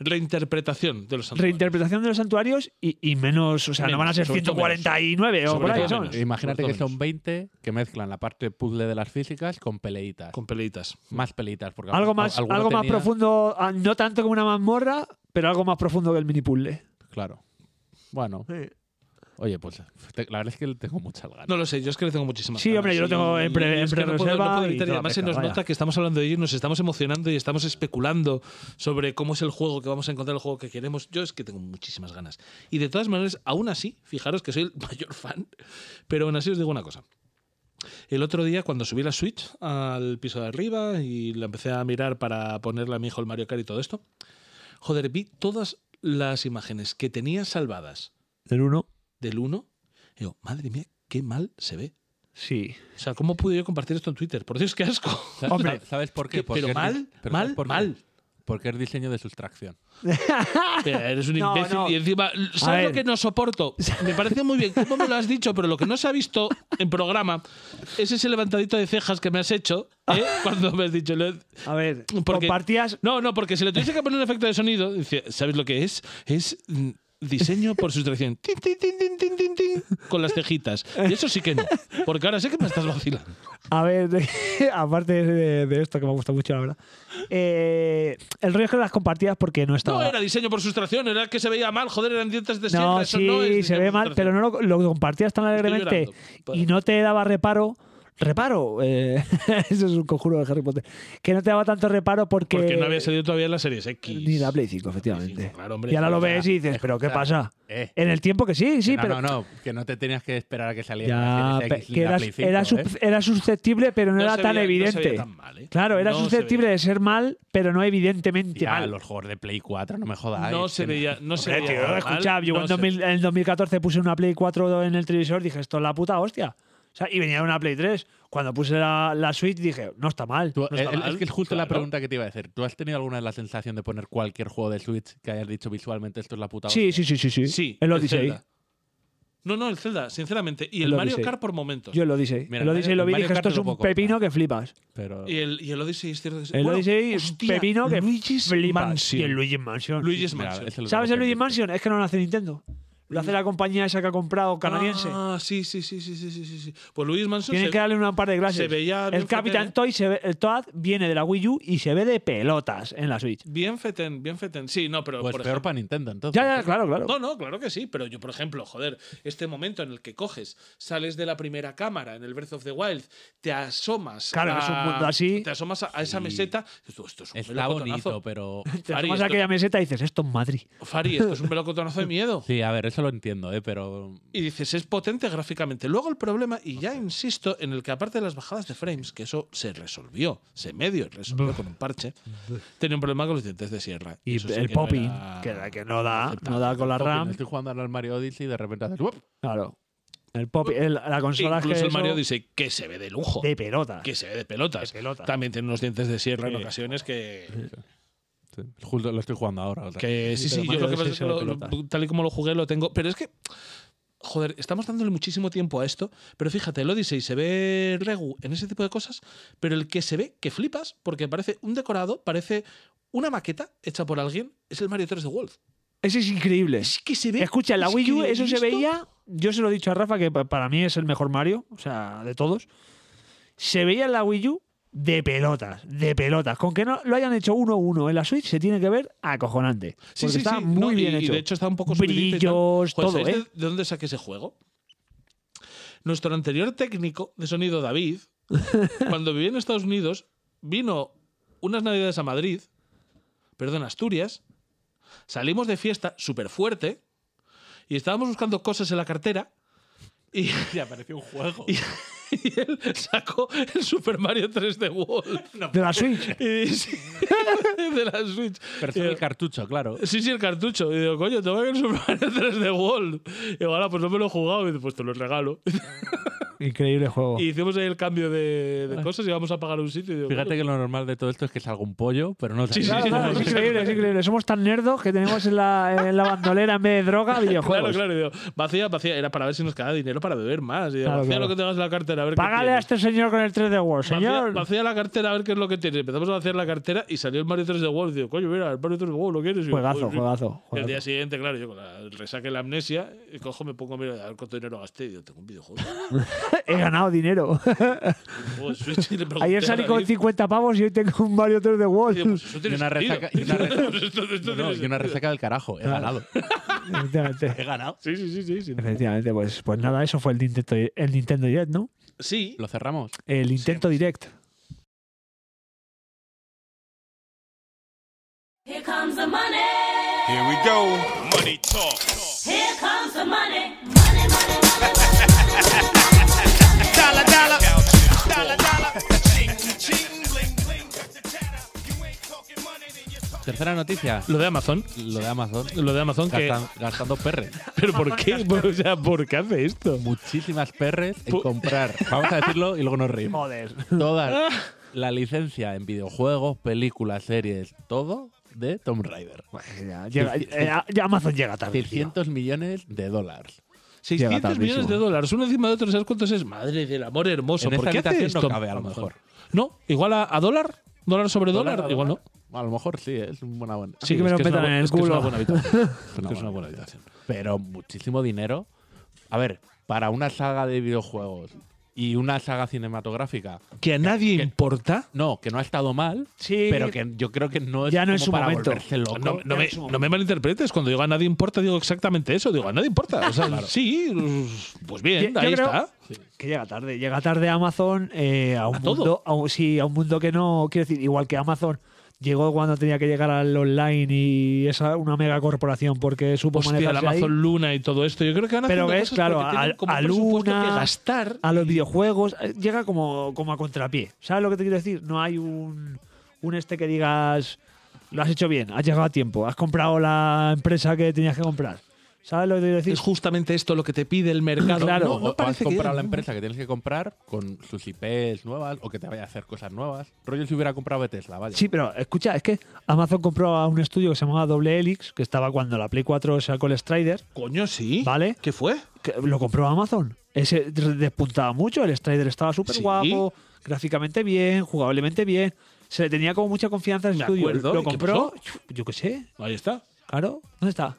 reinterpretación de los santuarios.
Reinterpretación de los santuarios y, y menos, o sea, no
Menos,
van a ser
sobre todo
149 o
Sobre
por ahí
todo
son.
menos.
Imagínate
Por
que
lo menos.
son 20 que mezclan la parte puzzle de las físicas con peleitas.
Con peleitas.
Más peleitas. Porque
Algo
alguno-
más,
alguno
algo más
tenía-
profundo, ah, no tanto como una mazmorra, pero algo más profundo que el mini puzzle.
Claro. Bueno. Oye, pues te- la verdad es que tengo muchas ganas.
No lo sé, yo es que le tengo muchísimas
Sí,
ganas.
hombre, yo lo tengo en pre-
Y es
en
que no puedo- no
pre-reserva
puedo
y
evitar, y
toda
además se
pesca,
nos
vaya.
nota que estamos hablando de ello, y nos estamos emocionando y estamos especulando sobre cómo es el juego que vamos a encontrar, el juego que queremos. Yo es que tengo muchísimas ganas. Y de todas maneras, aún así, fijaros que soy el mayor fan, pero aún así os digo una cosa. El otro día, cuando subí la Switch al piso de arriba y la empecé a mirar para ponerle a mi hijo el Mario Kart y todo esto, joder, vi todas las imágenes que tenía salvadas
El 1,
del 1. Y digo, madre mía, qué mal se ve.
sí.
O sea, ¿cómo pude yo compartir esto en Twitter? Por Dios, qué asco.
Sa-
Hombre.
sa- ¿Sabes por qué?
Que-
Porque
pero
es di-
mal,
pero
mal,
¿sabes por qué?
mal.
Porque es diseño de sustracción. Ah.
O sea, Eres un
No,
imbécil
no.
y encima, ¿sabes
ver.
lo que no soporto? Me parece muy bien cómo me lo has dicho, pero lo que no se ha visto en programa es ese levantadito de cejas que me has hecho ¿eh? cuando me has dicho. lo-
A ver,
Porque-
compartías.
No, no, porque si le tuviese que poner un efecto de sonido, dice, ¿sabes lo que es? Es mm, diseño por sustracción. Tin, tin, tin, tin, tin, tin, tin, con las cejitas. Y eso sí que no. Porque ahora sé que me estás vacilando.
A ver, aparte de, de esto que me gusta mucho, la verdad. Eh, el rollo es que las compartías porque no estaba.
No era diseño por sustracción, era que se veía mal, joder, eran dientes de sierra.
No,
eso
sí,
no es
se
diseño
ve
por
mal,
sustracción.
pero no lo, lo compartías tan alegremente
llorando. pues.
y no te daba reparo reparo. eh, eso es un conjuro de Harry Potter. Que no te daba tanto reparo porque.
Porque no había salido todavía la serie X.
Ni la Play 5, efectivamente.
cinco, claro, hombre.
y ahora lo
O sea,
ves y dices, ¿pero qué
sea,
pasa?
eh.
En el tiempo que sí, sí,
no,
pero.
no, no, que no te tenías que esperar a que saliera
Ya,
la Series
pe-
X ni
que
la
era,
Play 5,
era
¿eh?
sus- era susceptible, pero no,
No
era
se
tan
veía- no se veía
evidente.
tan mal, ¿eh?
Claro, era
No se
susceptible
veía.
de ser mal, pero no evidentemente
Ya,
mal.
los juegos de Play 4, no me jodas.
No se veía. No se
Hombre,
veía
tío,
normal,
escucha, yo
no
en,
se-
2000 en el 2014 puse una Play 4 en el televisor, dije, esto es la puta hostia. O sea, y venía una Play 3. Cuando puse la, la Switch dije, no está mal.
Tú-
No
es,
está
es
mal,
que es justo la
claro.
pregunta que te iba a hacer. ¿Tú has tenido alguna vez la sensación de poner cualquier juego de Switch que hayas dicho visualmente esto es la puta
Sí, sí, sí, sí, sí.
Sí,
El Odyssey.
Zelda. No, no, el Zelda, sinceramente. Y
El
el, Mario
Odyssey.
Kart por momentos.
Yo el Odyssey.
Mira,
el Odyssey
Mario-
lo vi y
Mario
dije,
Kart
esto es
te lo
un
puedo
pepino
comprar.
que flipas.
Pero
Y el, y el Odyssey es cierto que sí.
El
Bueno,
Odyssey es un
hostia,
pepino que
Luigi's
flipas.
Mansion.
Y el Luigi's Mansion.
Luigi's
Mira,
Mansion.
ese lo
¿Sabes
tengo
el Luigi's
pendiente.
Mansion? Es que no lo hace Nintendo. Lo hace la compañía esa que ha comprado canadiense.
Ah, sí, sí, sí, sí, sí, sí, sí, sí. Pues Luigi's Mansion
Tienen
se-
que darle una par de clases.
se veía bien
el Capitán
fetén, ¿eh?
Toy, se ve- el Toad, viene de la Wii U y se ve de pelotas en la Switch.
bien fetén, bien fetén. Sí, no, pero
Pues
por
peor
ejemplo-
para Nintendo, entonces.
Ya, ya, claro, claro.
No, no, claro que sí, pero yo, por ejemplo, joder, este momento en el que coges, sales de la primera cámara en el Breath of the Wild, te asomas
Claro,
a,
es un mundo así.
te asomas a, a esa meseta, esto, esto es un
Está
melocotonazo.
bonito, pero.
Te
Fari,
tomas
esto-
aquella meseta y dices, esto es Madrid.
Fari, esto es un melocotonazo de miedo.
Sí, a ver, eso lo entiendo, ¿eh? Pero.
Y dices, es potente gráficamente. Luego el problema, y ya insisto, en el que aparte de las bajadas de frames, que eso se resolvió, se medio resolvió con un parche, tenía un problema con los dientes de sierra.
Y
eso sí
el
que no
popping,
era-
que, da- que no da,
aceptable.
no da con la
Porque
RAM.
Estoy jugando ahora al Mario Odyssey y de repente haces. ¡Uop!
Claro. El popping, el- la consola es que
Incluso el
eso-
Mario dice que se ve de lujo.
de pelotas.
que se ve de pelotas.
De pelota.
También tiene unos dientes de sierra en
Sí.
ocasiones que.
Sí, justo lo estoy jugando ahora. o sea.
que sí,
pero
sí, yo
Mario
lo que
Odyssey
pasa es que
se ve
lo-
de
lo-
pelotas.
tal y como lo jugué lo tengo. Pero es que. Joder, estamos dándole muchísimo tiempo a esto, pero fíjate, el Odyssey se ve regu en ese tipo de cosas, pero el que se ve que flipas, porque parece un decorado, parece una maqueta hecha por alguien, es el Mario 3 de Wolf.
Eso es increíble.
Es que se ve.
Escucha, en la
es
Wii
que
U
lo he
eso se
visto.
veía. Yo se lo he dicho a Rafa que pa- para mí es el mejor Mario, o sea, de todos. Se veía en la Wii U de pelotas, de pelotas. Con que no lo hayan hecho uno a uno en la Switch se tiene que ver acojonante.
Sí,
porque
sí,
está
sí.
muy
No, y-
bien
y,
hecho.
de hecho está un poco subidito y tal. Joder,
Brillos, todo,
¿sabéis
¿eh?
de, de dónde saqué ese juego? Nuestro anterior técnico de sonido, David, cuando vivía en Estados Unidos, vino unas navidades a Madrid, perdón, a Asturias, salimos de fiesta súper fuerte y estábamos buscando cosas en la cartera y,
Y apareció un juego.
y- y él sacó el Super Mario 3 de World.
De la Switch.
Y dice- de la Switch.
Pero solo el cartucho, claro.
Sí, sí, el cartucho. Y digo, coño, tengo que ir Super Mario 3 de World. Y digo, "Ala, pues no me lo he jugado. Y dice, pues te lo regalo.
Increíble juego.
Y hicimos ahí el cambio de, de cosas y vamos a pagar un sitio. Y digo,
Fíjate que lo normal de todo esto es que salga un pollo, pero no
Sí, sí,
Claro,
salga.
claro, es increíble, es increíble. Somos tan nerdos que tenemos en la, en la bandolera en vez de droga
Claro,
videojuegos.
claro, y digo, vacía, vacía, era para ver si nos quedaba dinero para beber más. Y digo,
Claro,
vacía
claro.
lo que tengas en la cartera, a ver
Págale a
qué
este señor con el 3D World,
tienes. Vacía,
señor.
vacía la cartera a ver qué es lo que tiene. Empezamos a vaciar la cartera y salió el Mario 3 de World. Y digo, coño, mira, el Mario 3 de World, ¿lo quieres? Y digo,
Juegazo,
"Pues sí".
juegazo.
Y al día
juegazo.
siguiente, claro, yo con la resaca y la amnesia, y cojo, me pongo a mirar a ver cuánto dinero gasté. Y digo, tengo un videojuego.
He ganado dinero.
un juego de Switch, y le pregunté
Ayer
a
salí con
David,
50 pavos y hoy tengo un Mario 3 de
Y
World.
pues eso tiene
Y una
sentido.
resaca- y una resaca-
Pues esto- esto
No, no,
tiene
y una
sentido.
resaca del carajo. He ganado.
Efectivamente.
He ganado.
Sí, sí, sí, sí. sí.
Efectivamente, pues, pues nada, eso fue el Nintendo, el Nintendo Direct, ¿no?
Sí,
Lo cerramos.
El Nintendo Direct.
Here comes the money.
Here we go. Money talk.
Here comes the money. Money, money, money, money, money, money.
Dollar, dollar. Dollar, dollar. Ching, ching, bling, bling. Cut the chatter. You ain't talking money, then you're talking.
Tercera noticia.
lo de Amazon.
Lo de Amazon.
Lo de Amazon que.
Gastan- gastando perres.
¿Pero por qué? O sea, ¿por qué hace esto?
Muchísimas perres en
Pu-
comprar. Vamos a decirlo y luego nos reímos.
Joder.
Todas. La licencia en videojuegos, películas, series, todo de Tomb Raider.
Llega- eh, a- ya Amazon llega tarde. tío.
600 millones de dólares.
600
Llega
millones de
tardísimo.
dólares, uno encima de otro, ¿sabes cuántos es? Madre del amor hermoso.
En
¿Por
esta
qué hace
habitación
esto?
no cabe, a lo
Amazon?
mejor.
No, igual a, a dólar, dólar sobre dólar,
a
igual no.
A lo mejor sí, ¿eh? es una buena buena.
que me
es
lo
es una
metan
bu-
en el
es que es una
culo.
buena habitación.
una
es una
buena
buena habitación.
Pero muchísimo dinero. A ver, para una saga de videojuegos y una saga cinematográfica
Que a nadie
que-
importa.
no, que no ha estado mal,
Sí.
pero que yo creo que no es
Ya no
como
es su
para
momento.
volverse loco.
No, no
ya
me,
en su
no me malinterpretes, cuando digo a nadie importa, digo exactamente eso. Digo, a nadie importa. O sea, Sí, pues bien,
Yo- yo
ahí
creo-
está.
Que llega tarde. Llega tarde Amazon eh, a un
A todo.
mundo. a un- sí, a un mundo que no. Quiero decir, igual que Amazon. Llegó cuando tenía que llegar al online y es una mega corporación porque supo
Hostia, la
manejarse ahí.
Amazon Luna y todo esto. Yo creo que van
Pero
haciendo
ves,
cosas
claro,
porque
a-
tienen como
a
un presupuesto
Luna-
que gastar.
a los videojuegos. eh, Llega como, como a contrapié. ¿Sabes lo que te quiero decir? No hay un, un este que digas, lo has hecho bien, has llegado a tiempo, has comprado la empresa que tenías que comprar. ¿Sabes lo que te quiero decir?
Es justamente esto lo que te pide el mercado.
Claro.
No,
o,
no
o has
parece que-
comprado la empresa que tienes que comprar con sus IPs nuevas o que te vaya a hacer cosas nuevas. Rollo si hubiera comprado Tesla, vaya.
Sí, pero escucha, es que Amazon compró a un estudio que se llamaba Doble Helix, que estaba cuando la Play 4 sacó el Strider,
Coño, sí.
¿Vale?
¿Qué fue?
que lo compró Amazon. Ese despuntaba mucho, el Strider estaba súper guapo, gráficamente bien, jugablemente bien. Se le tenía como mucha confianza al
De
estudio.
acuerdo,
Lo
¿y qué
compró, yo qué sé,
Ahí está.
claro, ¿dónde está?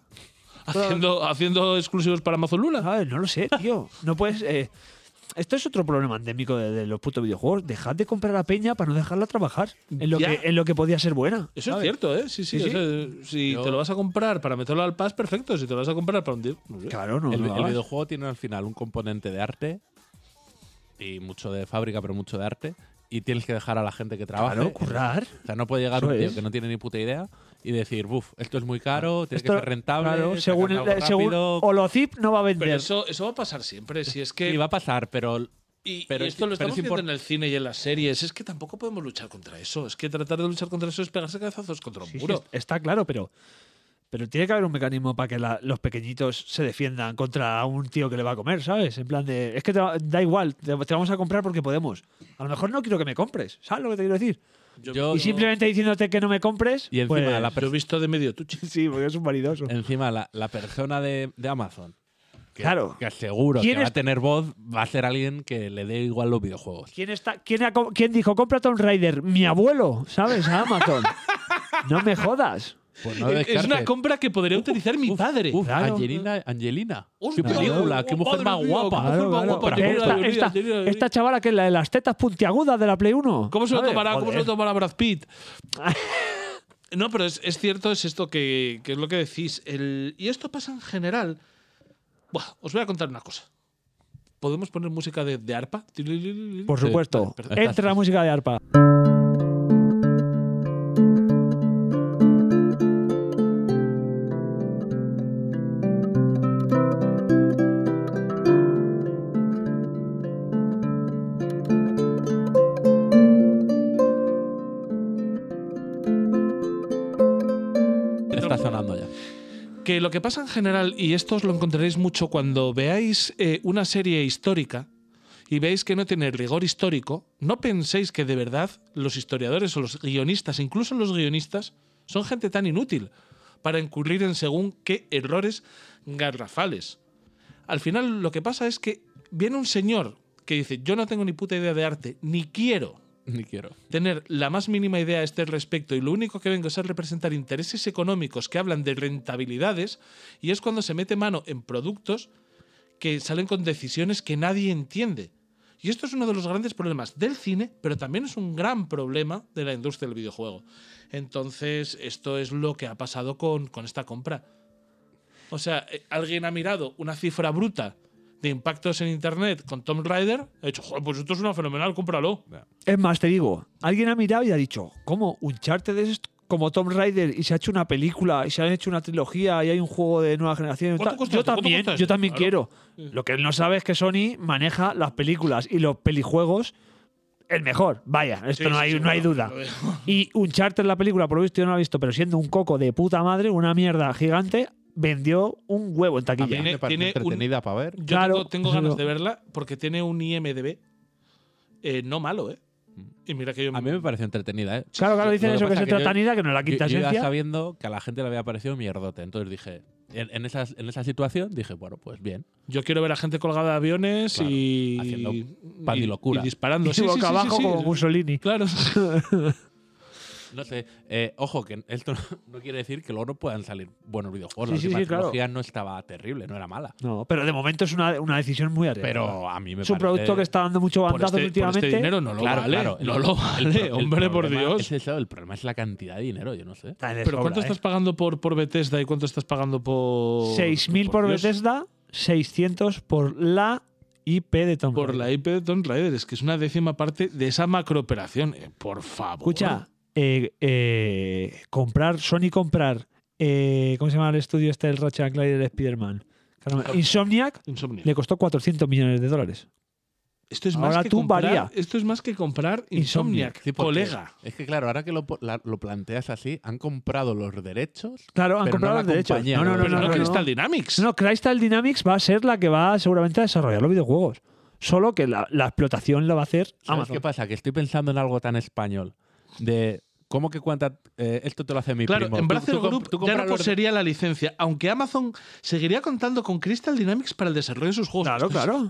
Haciendo, haciendo exclusivos para Amazon
Ah,
Luna.
¿Sabes? No lo sé, tío. No puedes. eh, esto es otro problema endémico de, de los putos videojuegos. Dejad de comprar a Peña para no dejarla trabajar en lo,
Ya.
que, en lo que podía ser buena.
Eso es
¿sabes?
cierto, ¿eh? Sí, sí.
Sí, sí.
o sea, si
Yo-
te lo vas a comprar para meterlo al pass, perfecto. Si te lo vas a comprar para un tío. no sé.
Claro, no.
el,
no
el
hagas.
videojuego tiene al final un componente de arte y mucho de fábrica, pero mucho de arte. Y tienes que dejar a la gente que trabaje.
Claro, currar.
O sea, no puede llegar
Eso
un tío
es.
que no tiene ni puta idea y decir, buf, esto es muy caro, tiene
Esto-
que ser rentable,
claro,
sacarlo
según, el- eh,
rápido.
según Holocip no va a vender.
Pero eso, eso va a pasar siempre. Si es que.
Y va a pasar, pero
Y,
Pero
y
es
esto lo
que-
estamos
pero es
viendo
import-
en el cine y en las series. Es que tampoco podemos luchar contra eso. Es que tratar de luchar contra eso es pegarse cabezazos contra un
Sí, sí,
muro.
está claro, pero. Pero tiene que haber un mecanismo para que la- los pequeñitos se defiendan contra un tío que le va a comer, ¿sabes? En plan de, es que te va- da igual, te, te vamos a comprar porque podemos. A lo mejor no quiero que me compres, ¿sabes lo que te quiero decir?
yo-
Y simplemente diciéndote que no me compres.
Y encima
pues-
la per-
Yo he visto de medio tuche.
Sí, porque es un validoso.
encima la, la persona de, de Amazon, que,
Claro.
que seguro que
¿Quién
va
es-
a tener voz, va a ser alguien que le dé igual los videojuegos.
¿Quién, está, quién, ha co- quién dijo, compra Tomb Raider? Mi abuelo, ¿sabes? A Amazon. no me jodas.
Pues no
es
descartes.
una compra que podría utilizar mi
Uf,
padre.
uf,
Claro.
Angelina, Angelina.
Hostia,
Qué película, qué
madre
mujer más
mía,
guapa.
qué mujer
Claro,
más
claro.
guapa, qué
Esta,
mujer más
esta-
guapa.
esta chavala que es la de las tetas puntiagudas de la Play 1.
¿Cómo se lo
¿sabes?
tomará? ¿Cómo se lo
Joder.
tomará Brad Pitt? No, pero es, es cierto, es esto que, que es lo que decís. El- y esto pasa en general. Buah, os voy a contar una cosa. ¿Podemos poner música de, de arpa?
Por
Sí,
supuesto.
vale,
perfecto.
Entra la música de arpa.
Está sonando ya.
que lo que pasa en general, y esto os lo encontraréis mucho cuando veáis eh, una serie histórica y veáis que no tiene rigor histórico, no penséis que de verdad los historiadores o los guionistas, incluso los guionistas, son gente tan inútil para incurrir en según qué errores garrafales. Al final lo que pasa es que viene un señor que dice, yo no tengo ni puta idea de arte, ni quiero
Ni quiero.
tener la más mínima idea a este respecto y lo único que vengo es a representar intereses económicos que hablan de rentabilidades y es cuando se mete mano en productos que salen con decisiones que nadie entiende. Y esto es uno de los grandes problemas del cine, pero también es un gran problema de la industria del videojuego. Entonces, esto es lo que ha pasado con, con esta compra. O sea, eh, alguien ha mirado una cifra bruta de impactos en Internet con Tom Raider, ha dicho, joder, pues esto es una fenomenal, cómpralo.
Es más, te digo, alguien ha mirado y ha dicho, ¿cómo? ¿Un charter es como Tomb Raider y se ha hecho una película y se han hecho una trilogía y hay un juego de nueva generación? y
¿Cuánto
tal?
cuesta
yo
esto? ¿Cuánto
también,
cuesta
yo
esto?
también
Claro.
quiero. Lo que él no sabe es que Sony maneja las películas y los pelijuegos el mejor. Vaya, esto
Sí,
no,
sí,
hay,
sí,
no hay
bueno,
duda.
lo veo.
Y un charter la película, por lo visto yo no la he visto, pero siendo un coco de puta madre, una mierda gigante, vendió un huevo en
A
taquilla.
mí
Tiene-
me parece
tiene un-
entretenida para ver.
Yo
Claro,
tengo, tengo
eso
ganas
no.
de verla porque tiene un IMDB eh, no malo, ¿eh? Y mira que yo.
A mí me parece entretenida, ¿eh?
Claro, claro, dicen
Lo que
eso que
pasa
se
es que yo-
tratanida, que no es la
Yo,
quinta
yo iba
esencia.
sabiendo que a la gente le había parecido mierdote. Entonces dije, en, en esas- en esa situación, dije, bueno, pues bien.
Yo quiero ver a gente colgada de aviones
Claro,
y.
haciendo
y-
pandilocura.
Y disparando.
Y
Sí, sí,
boca
sí, sí,
abajo
sí.
como Mussolini.
Claro.
No sé, eh, ojo, que esto no, no quiere decir que luego no puedan salir buenos videojuegos.
Sí,
La
sí,
última
sí, claro.
trilogía no estaba terrible, no era mala.
No, pero de momento es una, una decisión muy arriesgada.
Pero a mí me
es un
parece-
producto que está dando mucho
Por este,
bandazo
por
últimamente.
este dinero no lo
Claro,
vale.
claro.
No lo
El
vale,
pro- el
hombre, por
problema
Dios.
es eso, el problema es la cantidad de dinero, yo no sé.
Está de
¿Pero
sobra,
cuánto
¿eh?
estás pagando por, por Bethesda y cuánto estás pagando por.
6.000 por
Dios?
Bethesda, 600 por la IP de Tom
Por
Raider.
la IP de Tomb Raider, es que es una décima parte de esa macrooperación. Eh, Por favor.
Escucha, eh, eh, comprar, Sony comprar, eh, ¿cómo se llama el estudio este del Ratchet and Clank y del Spider-Man? Caramba, Insomniac
Insomnio.
le costó 400 millones de dólares.
Esto es más
Ahora
que
tú
comprar,
varía.
Esto es más que comprar
Insomniac.
Insomniac,
Sí, porque
colega.
Es que claro, ahora que lo, po- la- lo planteas así, han comprado los derechos.
Claro, han
Pero
comprado
no la
los derechos.
compañía,
no, no,
¿no?
no,
Pero
no,
no,
no, no.
Crystal Dynamics.
No, Crystal Dynamics va a ser la que va seguramente a desarrollar los videojuegos. Solo que la, la explotación la va a hacer
¿Sabes
Amazon.
qué pasa? Que estoy pensando en algo tan español. De cómo que cuánta. eh, esto te lo hace mi
Claro,
primo.
en
Tú-
Bracer
tú comp-
Group
tú
ya
compras
no
los-
poseería la licencia, aunque Amazon seguiría contando con Crystal Dynamics para el desarrollo de sus juegos.
Claro,
Esto es-
claro.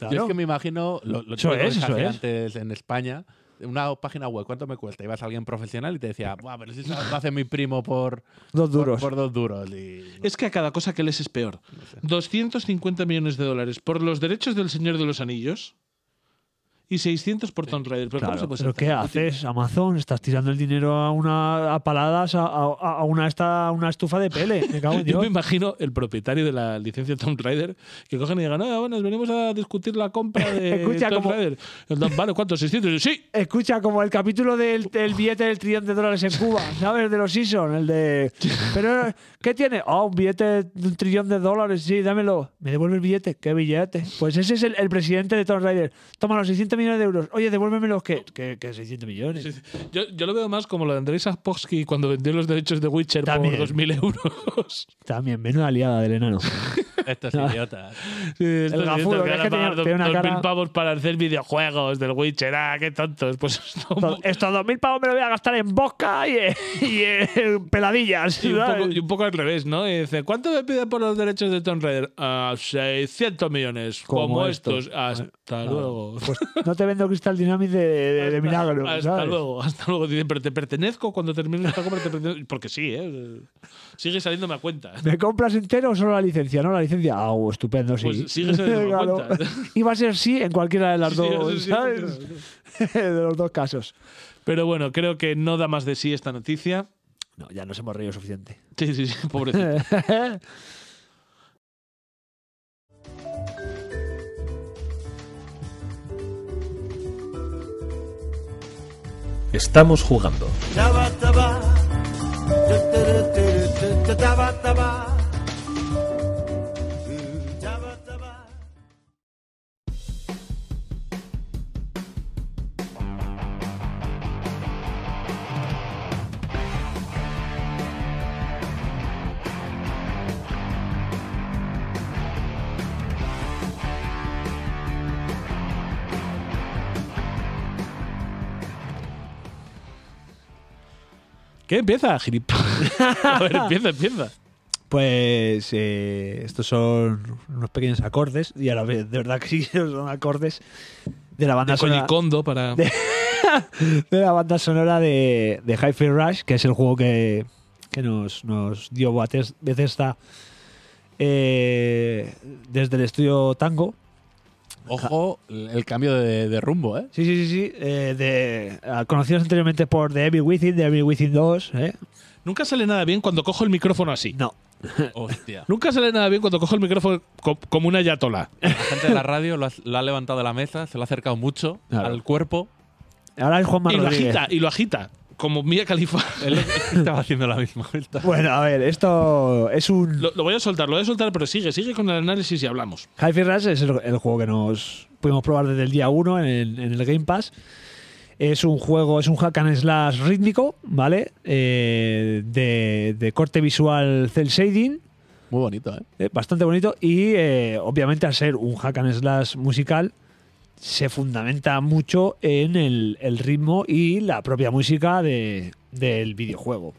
Yo es
Claro.
que me imagino lo, lo
Eso
típico que
es,
se
eso
hace
es.
antes en España, una página web, ¿cuánto me cuesta? Ibas a alguien profesional y te decía, "Buah, pero si eso lo hace mi primo por
Dos
por-
duros.
Por, dos duros. Y,
Es que a cada cosa que les es peor. 250 millones de dólares por los derechos del Señor de los Anillos y 600 por Tomb Raider. Pero, ¿cómo
Claro,
se puede
pues,
pero
ser
¿qué
tan
haces, Amazon? Estás tirando el dinero a una a paladas a, a- a una esta a una estufa de pele. Me cago en
Yo
Dios.
me imagino el propietario de la licencia Tomb Raider que cogen y digan, ah, bueno, nos venimos a discutir la compra de
Escucha,
Tomb
como-
Raider. El Tomb- Vale, ¿cuánto? ¿600? Y yo, Sí.
Escucha, como el capítulo del, del billete del trillón de dólares en Cuba, ¿sabes? De los Season, el de. Pero, ¿qué tiene? Ah, un billete de un trillón de dólares, sí, dámelo. ¿Me devuelve el billete? ¿Qué billete? Pues ese es el, el presidente de Tomb Raider. Toma los 600 millones de euros. Oye, devuélvemelos, ¿qué? ¿Qué, qué 600 millones?
Yo, yo lo veo más como lo de Andrei Sapkowski cuando vendió los derechos de Witcher
También.
por 2.000 euros.
También, menuda liada del enano.
Esto es idiota.
Sí, estos
gafudo,
diciendo
que es
van a
que tenía-
pagar dos-
tenía una
2.000
cara-
pavos para hacer videojuegos del Witcher. Ah, qué tontos. Pues esto un
To-
poco-
Estos 2.000 pavos me los voy a gastar en bosca y, eh, y en peladillas.
Y un,
¿sabes?
poco, y un poco al revés, ¿no? Y dice, ¿cuánto me piden por los derechos de Tomb Raider? Ah, 600 millones, como,
Como
estos.
estos.
Hasta luego.
Pues no te vendo Crystal Dynamics de, de- de milagro.
Hasta
¿sabes?
luego, hasta luego. Dicen, pero te pertenezco cuando termine esta compra. Te pertenezco. Porque sí, ¿eh? Sigue saliéndome a cuenta.
¿Me compras entero o solo la licencia? No, la licencia. Ah, uh, estupendo, sí.
Pues sigue siendo una cuenta.
Y va a ser sí en cualquiera de las
Sí, sí,
dos,
sí, sí,
¿sabes? de los dos casos.
Pero bueno, creo que no da más de sí esta noticia.
No, ya nos hemos reído suficiente.
Sí, sí, sí, pobrecito.
Estamos jugando.
¿Qué empieza, gilipollas? A ver, empieza, empieza.
Pues eh, estos son unos pequeños acordes, y a la vez, de verdad que sí, son acordes de la banda
De
sonora.
Coñicondo para.
de la banda sonora de, de Hi-Fi Rush, que es el juego que, que nos, nos dio Bates- Bethesda eh, desde el estudio Tango.
Ojo, el cambio de, de rumbo, ¿eh?
Sí, sí, sí, sí. eh, de, ah, conocidos anteriormente por The Evil Within, The Evil Within 2. ¿eh?
Nunca sale nada bien cuando cojo el micrófono así.
No.
Hostia.
Nunca sale nada bien cuando cojo el micrófono co- como una yatola.
La gente de la radio lo ha, lo ha levantado de la mesa, se lo ha acercado mucho
Claro.
al cuerpo.
Ahora es Juan
Y lo
Rodríguez.
agita, y lo agita. Como Mía Califa.
Él estaba haciendo la misma vuelta.
Bueno, a ver, esto es un.
Lo, lo voy a soltar, lo voy a soltar, pero sigue, sigue con el análisis y hablamos.
Hi-Fi Rush es el, el juego que nos pudimos probar desde el día 1 en, el- en el Game Pass. Es un juego, es un hack and slash rítmico, ¿vale? Eh, de, de corte visual cel shading,
Muy bonito, ¿eh?
eh, bastante bonito. Y eh, obviamente al ser un hack and slash musical, se fundamenta mucho en el, el ritmo y la propia música de- del videojuego.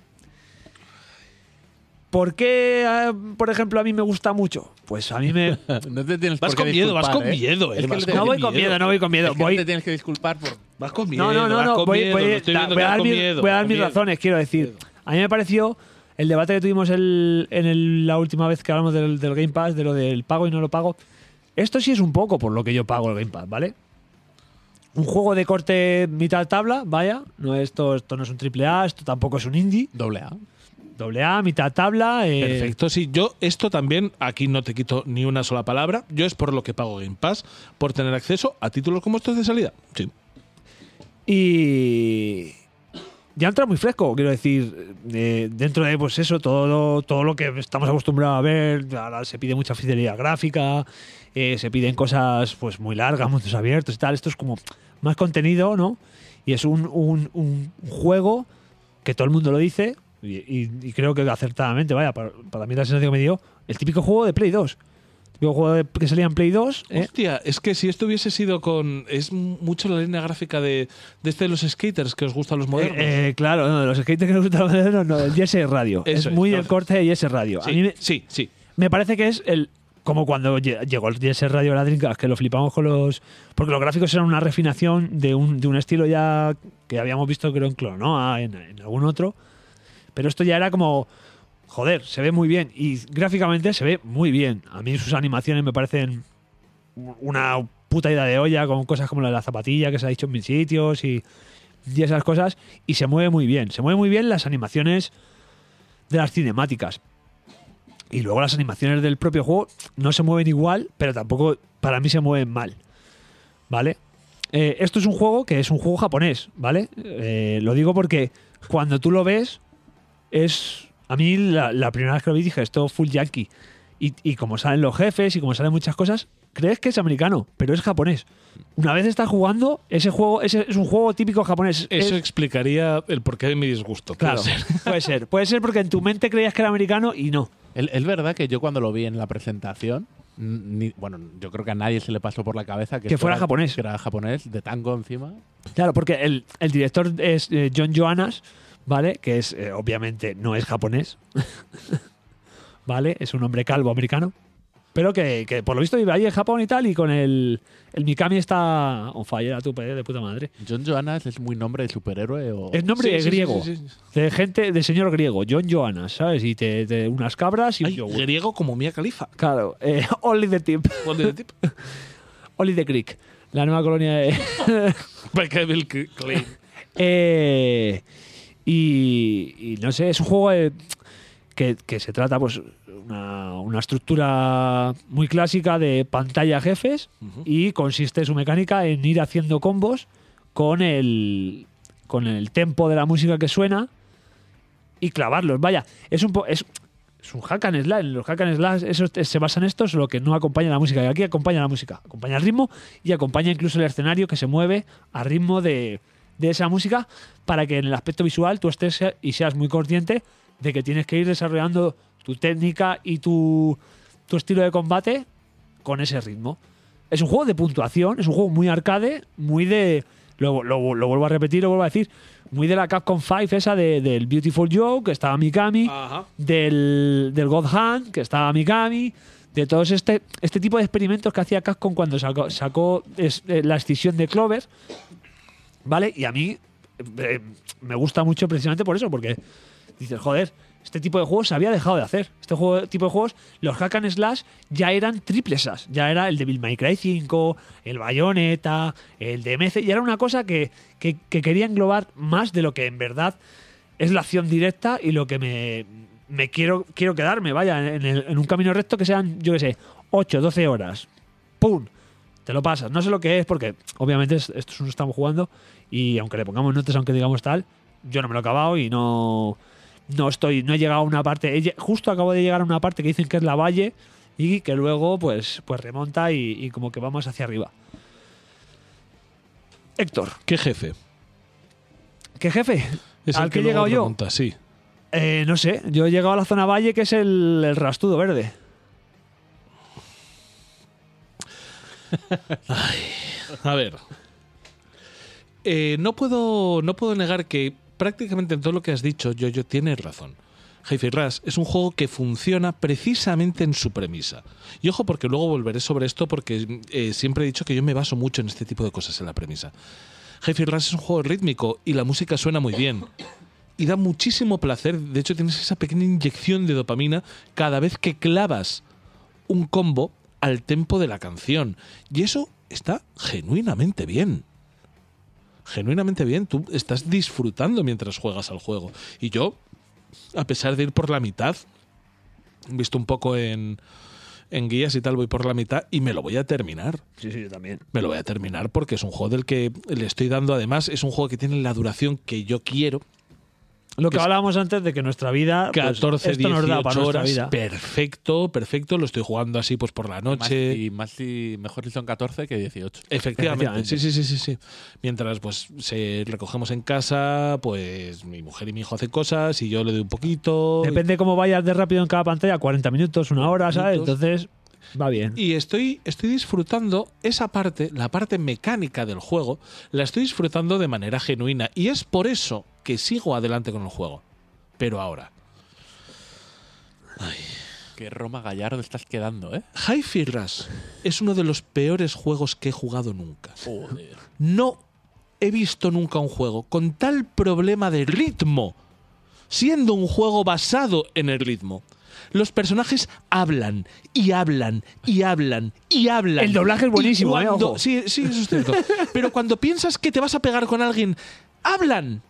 ¿Por qué, ah, por ejemplo, a mí me gusta mucho? Pues a mí me.
No te tienes
Vas
por qué
con miedo, vas
disculpar,
con
¿eh?
miedo, eh,
Es que
vas
te-
con
No voy con
miedo.
miedo, no voy con miedo.
es que
Voy,
te tienes que disculpar por.
Vas con miedo.
No, no, no,
vas
no.
con
Voy,
miedo,
voy-
lo estoy
da-
viendo
voy
que
a
vas
dar,
con
mi-
miedo,
voy a dar
con
mis
miedo.
razones, quiero decir. A mí me pareció el debate que tuvimos el- en el- la última vez que hablamos del, del Game Pass, de lo del pago y no lo pago. Esto sí es un poco por lo que yo pago el Game Pass, ¿vale? Un juego de corte mitad tabla, vaya. No, esto, esto no es un triple A, esto tampoco es un indie.
Doble A.
Doble A, mitad tabla. eh,
Perfecto, sí. Yo esto también, aquí no te quito ni una sola palabra. Yo es por lo que pago Game Pass, por tener acceso a títulos como estos de salida. Sí.
Y ya entra muy fresco, quiero decir, eh, dentro de pues eso, todo, todo lo que estamos acostumbrados a ver, ahora se pide mucha fidelidad gráfica, eh, se piden cosas pues muy largas, mundos abiertos y tal, esto es como más contenido, ¿no? Y es un, un- un juego que todo el mundo lo dice, y, y- y creo que acertadamente, vaya, para, para mí la sensación que me dio, el típico juego de Play 2. El típico juego de- que salía en Play 2, ¿eh?
Hostia, es que si esto hubiese sido con. Es mucho la línea gráfica de, de este de los skaters que os gustan los modernos.
Eh, eh, claro, no, de los skaters que nos gustan los modernos, no, el YS Radio.
Eso
es
es,
muy el
entonces.
corte de YS Radio.
sí,
A mí me,
sí, sí.
me parece que es el como cuando lle- llegó el YS Radio a la Dreamcast, que lo flipamos con los... Porque los gráficos eran una refinación de un, de un estilo ya que habíamos visto creo en Clonoa, en, en algún otro. Pero esto ya era como... Joder, se ve muy bien. Y gráficamente se ve muy bien. A mí sus animaciones me parecen una puta idea de olla con cosas como la de la zapatilla que se ha dicho en mil sitios y, y esas cosas. Y se mueve muy bien. Se mueve muy bien las animaciones de las cinemáticas. Y luego las animaciones del propio juego no se mueven igual, pero tampoco para mí se mueven mal. ¿Vale? Eh, esto es un juego que es un juego japonés, ¿vale? Eh, lo digo porque cuando tú lo ves, es. A mí la, la primera vez que lo vi dije, esto es full yankee. Y, y como salen los jefes y como salen muchas cosas, crees que es americano, pero es japonés. Una vez estás jugando, ese juego ese es un juego típico japonés.
Eso
Es-
explicaría el porqué de mi disgusto. puede
Claro,
ser.
puede ser. Puede ser porque en tu mente creías que era americano y no.
Es, es verdad que yo cuando lo vi en la presentación, ni- bueno, yo creo que a nadie se le pasó por la cabeza que,
Que
esto
fuera
era-
japonés.
Que era japonés, de tango encima.
Claro, porque el, el director es eh, John Joannas, ¿vale? Que es, eh, obviamente, no es japonés, ¿vale? Es un hombre calvo americano, pero que, que por lo visto vive ahí en Japón y tal, y con el, el Mikami está on fire a tu pe- de puta madre.
John Joannas es muy nombre de superhéroe o.
Es nombre
Sí, sí, sí,
griego,
sí, sí, sí.
de gente, de señor griego, John Joannas, ¿sabes? Y te, te- unas cabras y un
Ay,
yogur.
griego como Mía Califa.
Claro, eh, only the tip, only the creek, la nueva colonia de... Eh, y, y no sé, es un juego eh, que, que se trata, pues, una, una estructura muy clásica de pantalla jefes y consiste su mecánica en ir haciendo combos con el, con el tempo de la música que suena y clavarlos. Vaya, es un po- es, es un hack and slash. Los hack and slash eso, te- se basan en esto, solo que no acompaña la música. Y aquí acompaña la música, acompaña el ritmo y acompaña incluso el escenario que se mueve a ritmo de, de esa música para que en el aspecto visual tú estés y seas muy consciente de que tienes que ir desarrollando tu técnica y tu, tu estilo de combate con ese ritmo. Es un juego de puntuación, es un juego muy arcade, muy de. Lo, lo- lo vuelvo a repetir, lo vuelvo a decir. Muy de la Capcom 5, esa de- del Beautiful Joe, que estaba Mikami
Ajá.
del, del God Hand, que estaba Mikami, de todos este, este tipo de experimentos que hacía Capcom cuando sacó, sacó es- eh, la escisión de Clover, ¿vale? Y a mí eh, me gusta mucho precisamente por eso, porque dices, joder, este tipo de juegos se había dejado de hacer. Este juego, tipo de juegos, los hack and slash ya eran triples as. Ya era el de Bill My Cry 5, el Bayonetta, el de MC, y era una cosa que, que, que quería englobar más de lo que en verdad es la acción directa y lo que me, me quiero, quiero quedarme, vaya, en, el- en un camino recto que sean, yo qué sé, 8, 12 horas. ¡Pum! Te lo pasas. No sé lo que es porque, obviamente, es- esto es un estamos jugando y aunque le pongamos notas, aunque digamos tal, yo no me lo he acabado y no, no estoy, no he llegado a una parte. he lle- Justo acabo de llegar a una parte que dicen que es la valle y que luego, pues, pues remonta y, y como que vamos hacia arriba. Héctor,
¿Qué jefe?
¿qué jefe?
Es
¿Al
el
que he
luego
llegado yo?
pregunta, sí.
Eh, no sé, yo he llegado a la zona valle que es el, el rastudo verde.
A ver. Eh, no, puedo, no puedo negar que prácticamente en todo lo que has dicho, yo, yo tienes razón. Hi-Fi Rush es un juego que funciona precisamente en su premisa. Y ojo, porque luego volveré sobre esto, porque eh, siempre he dicho que yo me baso mucho en este tipo de cosas, en la premisa. Hi-Fi Rush es un juego rítmico y la música suena muy bien. Y da muchísimo placer. De hecho, tienes esa pequeña inyección de dopamina cada vez que clavas un combo al tempo de la canción. Y eso está genuinamente bien genuinamente bien, tú estás disfrutando mientras juegas al juego. Y yo, a pesar de ir por la mitad, he visto un poco en, en guías y tal, voy por la mitad y me lo voy a terminar.
Sí, sí, yo también.
Me lo voy a terminar porque es un juego del que le estoy dando, además, es un juego que tiene la duración que yo quiero.
Lo que
Es-
hablábamos antes de que nuestra vida. pues,
14,
esto nos da para
18
nuestra
horas.
vida.
Perfecto, perfecto. Lo estoy jugando así pues por la
Más
noche.
si- más si- mejor si son 14 que 18.
Efectivamente.
Efectivamente.
Sí, sí, sí, sí, sí. Mientras pues se recogemos en casa, pues mi mujer y mi hijo hacen cosas y yo le doy un poquito.
Depende cómo vayas de rápido en cada pantalla, 40 minutos, una hora, ¿sabes?
Minutos.
Entonces, va bien.
Y estoy, estoy disfrutando esa parte, la parte mecánica del juego, la estoy disfrutando de manera genuina. Y es por eso que sigo adelante con el juego. Pero ahora,
Qué Roma Gallardo estás quedando, ¿eh?
Hi-Fi Rush es uno de los peores juegos que he jugado nunca.
Joder.
No he visto nunca un juego con tal problema de ritmo, siendo un juego basado en el ritmo. Los personajes hablan y hablan y hablan y hablan.
El doblaje es buenísimo,
Y
¿eh?
cuando-
Ojo.
Sí, sí, eso es cierto. Pero cuando piensas que te vas a pegar con alguien, hablan.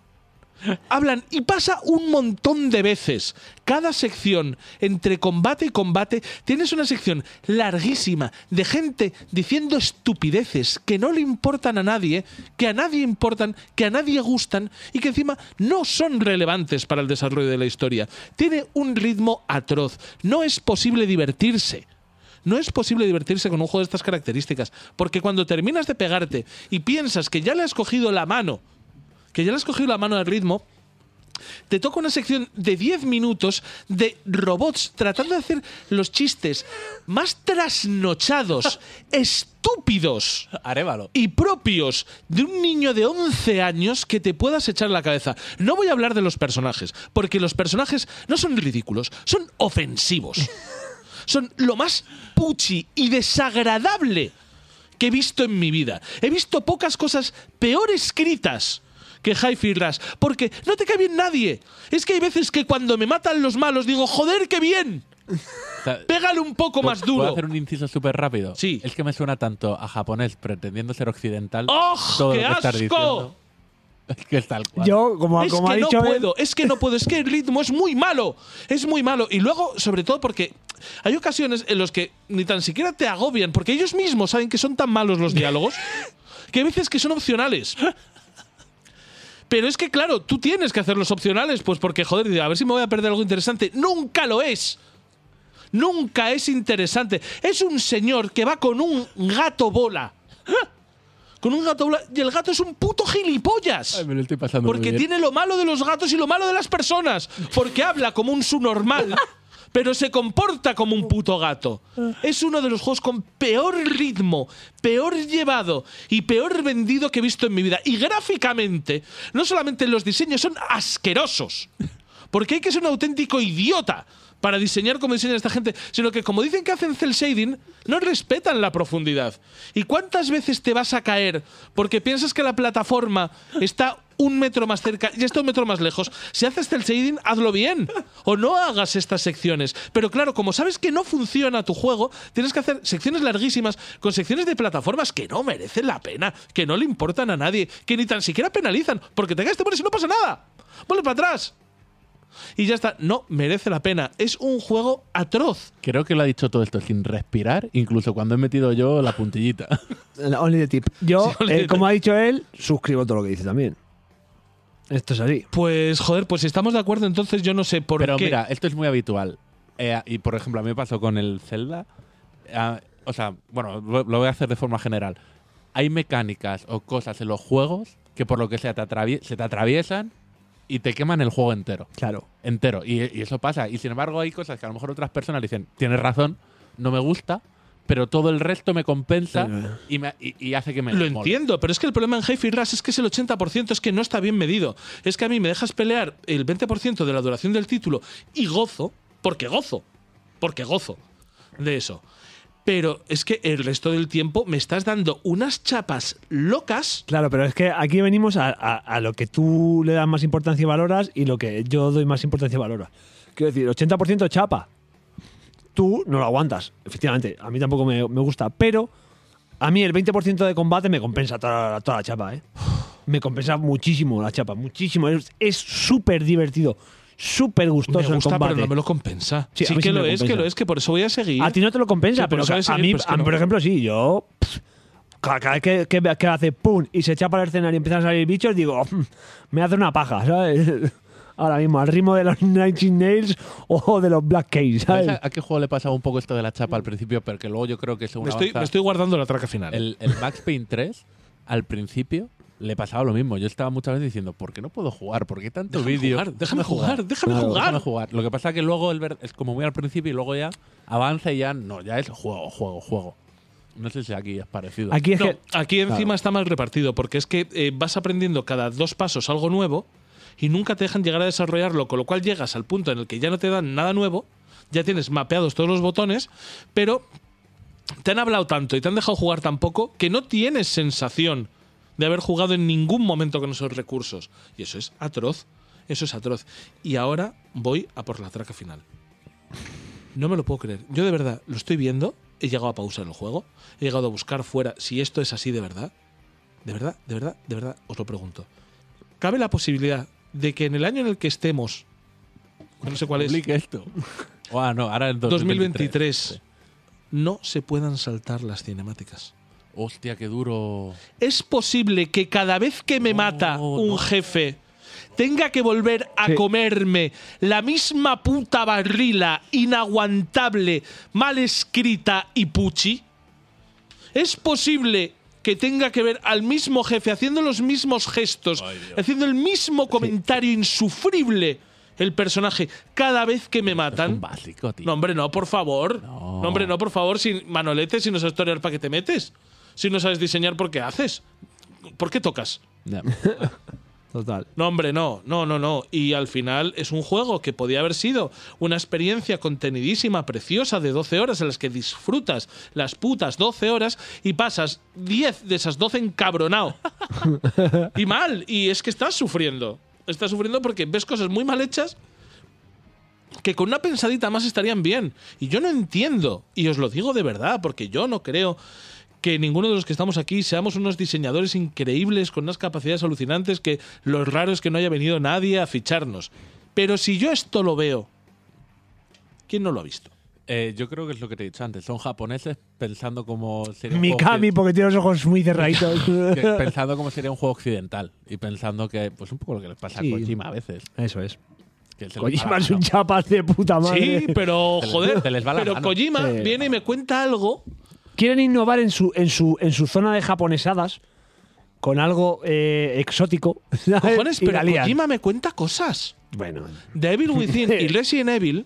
Hablan y pasa un montón de veces. Cada sección, entre combate y combate, tienes una sección larguísima de gente diciendo estupideces que no le importan a nadie, que a nadie importan, que a nadie gustan y que encima no son relevantes para el desarrollo de la historia. Tiene un ritmo atroz. No es posible divertirse. No es posible divertirse con un juego de estas características, porque cuando terminas de pegarte y piensas que ya le has cogido la mano, que ya le has cogido la mano al ritmo, te toca una sección de 10 minutos de robots tratando de hacer los chistes más trasnochados, estúpidos
Arévalo.
y propios de un niño de 11 años que te puedas echar la cabeza. No voy a hablar de los personajes, porque los personajes no son ridículos, son ofensivos. Son lo más puchi y desagradable que he visto en mi vida. He visto pocas cosas peor escritas que Hi-Fi Rush, porque no te cae bien nadie. Es que hay veces que cuando me matan los malos digo, joder, qué bien,
O sea,
pégale un poco más
¿puedo-
duro.
¿Puedo hacer un inciso súper rápido?
Sí.
Es que me suena tanto a japonés pretendiendo ser occidental.
¡Oh,
todo
qué
lo que estás
asco!
diciendo. Es que es tal cual.
Yo, como,
es
como
que
ha
no
dicho él,
puedo, es que no puedo, es que el ritmo es muy malo, es muy malo. Y luego, sobre todo, porque hay ocasiones en las que ni tan siquiera te agobian, porque ellos mismos saben que son tan malos los diálogos, que hay veces que son opcionales. Pero es que, claro, tú tienes que hacerlos opcionales, pues porque, joder, a ver si me voy a perder algo interesante. Nunca lo es. Nunca es interesante. Es un señor que va con un gato bola. Con un gato bola. Y el gato es un puto gilipollas.
Ay, me lo estoy pasando muy
Porque
bien.
tiene lo malo de los gatos y lo malo de las personas. Porque habla como un subnormal, pero se comporta como un puto gato. Es uno de los juegos con peor ritmo, peor llevado y peor vendido que he visto en mi vida. Y gráficamente, no solamente los diseños son asquerosos. Porque hay que ser un auténtico idiota para diseñar como diseña esta gente, sino que como dicen que hacen cel shading, no respetan la profundidad. ¿Y cuántas veces te vas a caer porque piensas que la plataforma está un metro más cerca y está un metro más lejos? Si haces cel shading, hazlo bien o no hagas estas secciones. Pero claro, como sabes que no funciona tu juego, tienes que hacer secciones larguísimas con secciones de plataformas que no merecen la pena, que no le importan a nadie, que ni tan siquiera penalizan, porque te caes, te pones y no pasa nada. Vuelve para atrás y ya está. No merece la pena. Es un juego atroz.
Creo que lo ha dicho todo esto sin respirar, incluso cuando he metido yo la puntillita.
Only the tip. Yo,
Sí, only
eh,
the
como ha dicho él, suscribo todo lo que dice también. Esto es así.
Pues, joder, pues si estamos de acuerdo, entonces yo no sé por
Pero
qué.
mira, esto es muy habitual. Eh, y por ejemplo, a mí me pasó con el Zelda. Ah, o sea, bueno, lo lo voy a hacer de forma general. Hay mecánicas o cosas en los juegos que por lo que sea te atravie- se te atraviesan y te queman el juego entero.
Claro.
Entero. Y, y eso pasa. Y sin embargo, hay cosas que a lo mejor otras personas dicen, tienes razón, no me gusta. pero todo el resto me compensa
Sí, eh. ¿verdad?
y, me- y- y hace que me
eh,
Lo
mole.
entiendo, pero es que el problema en Hi-Fi Rush es que es el 80% es que no está bien medido. Es que a mí me dejas pelear el 20% de la duración del título y gozo, porque gozo, porque gozo de eso. Pero es que el resto del tiempo me estás dando unas chapas locas.
Claro, pero es que aquí venimos a, a- a lo que tú le das más importancia y valoras y lo que yo doy más importancia y valoro. Quiero decir, 80% chapa. Tú no lo aguantas, efectivamente. A mí tampoco me, me gusta, pero a mí el 20% de combate me compensa toda, toda la chapa, ¿eh? Me compensa muchísimo la chapa, muchísimo. Es es súper divertido, súper
Me
gustoso el
gusta,
combate.
pero no me lo compensa.
Sí,
Sí,
a mí sí
que
me
lo es,
compensa.
que lo es, que por eso voy a seguir.
A ti no te lo compensa,
Sí,
pero,
pero ¿sabes
a
seguir?
mí,
Pues que
a mí,
no.
por ejemplo, sí, yo. pff, Cada cada vez que, que, que hace pum y se echa para el escenario y empiezan a salir bichos, digo, "Mm, me hace una paja, ¿sabes? Ahora mismo, al ritmo de los 19 Nails o de los Black Keys,
¿Sabes
¿sabes?
a, a qué juego le pasaba un poco esto de la chapa al principio? Pero que luego yo creo que según
me, estoy,
avanza-
me estoy guardando la traca final.
el, el Max Payne 3, al principio, le pasaba lo mismo. Yo estaba muchas veces diciendo, ¿por qué no puedo jugar? ¿Por qué tanto
Déjame
vídeo?
jugar, déjame jugar, déjame
Claro,
jugar.
déjame jugar. Lo que pasa que luego el ver- es como muy al principio y luego ya avanza y ya no, ya es juego, juego, juego. No sé si aquí es parecido.
Aquí es
No,
que.
aquí encima está mal repartido, porque es que eh, vas aprendiendo cada dos pasos algo nuevo y nunca te dejan llegar a desarrollarlo, con lo cual llegas al punto en el que ya no te dan nada nuevo, ya tienes mapeados todos los botones, pero te han hablado tanto y te han dejado jugar tan poco que no tienes sensación de haber jugado en ningún momento con esos recursos. Y eso es atroz, eso es atroz. Y ahora voy a por la traca final. No me lo puedo creer. Yo de verdad lo estoy viendo. He llegado a pausar el juego. He llegado a buscar fuera si esto es así de verdad. De verdad, de verdad, de verdad, os lo pregunto. ¿Cabe la posibilidad de que en el año en el que estemos, no sé cuál es,
Publique esto. Ah, no, ahora el 2023.
2023, no se puedan saltar las cinemáticas?
Hostia, qué duro.
¿Es posible que cada vez que me
No,
mata un
no.
jefe tenga que volver a
Sí.
comerme la misma puta barrila inaguantable, mal escrita y puchi? ¿Es posible que tenga que ver al mismo jefe haciendo los mismos gestos, haciendo el mismo comentario insufrible el personaje cada vez que me
Es
matan?
un básico, tío.
¿Mm? No, hombre, no, por favor.
No.
No, hombre, no, por favor. Si, Manolete, si no sabes torear, ¿para qué te metes? Si no sabes diseñar, ¿por qué haces? ¿Por qué tocas?
Ya.
Total.
No, hombre, no, no, no, no. Y al final es un juego que podía haber sido una experiencia contenidísima, preciosa, de 12 horas en las que disfrutas las putas 12 horas y pasas 10 de esas 12 encabronado. y mal, y es que estás sufriendo. Estás sufriendo porque ves cosas muy mal hechas que con una pensadita más estarían bien. Y yo no entiendo, y os lo digo de verdad, porque yo no creo que ninguno de los que estamos aquí seamos unos diseñadores increíbles con unas capacidades alucinantes que lo raro es que no haya venido nadie a ficharnos. Pero si yo esto lo veo, ¿quién no lo ha visto?
Eh, yo creo que es lo que te he dicho antes. Son japoneses pensando como sería un juego
Mikami, porque tiene los ojos muy cerraditos.
occi- que- pensando como sería un juego occidental y pensando que pues un poco lo que les pasa
Sí.
a Kojima a veces
Eso es.
que Ah, se les va
Kojima
la
es un
mano.
chapas de puta madre.
Sí, pero
Se les-
joder,
se les va la
pero
mano.
Kojima
Sí.
viene y me cuenta algo.
Quieren innovar en su, en su, en su zona de japonesadas con algo eh, exótico. ¿sabes?
Cojones,
Eh, Y
pero
la lían.
Kojima me cuenta cosas.
Bueno,
Devil Within y Resident Evil,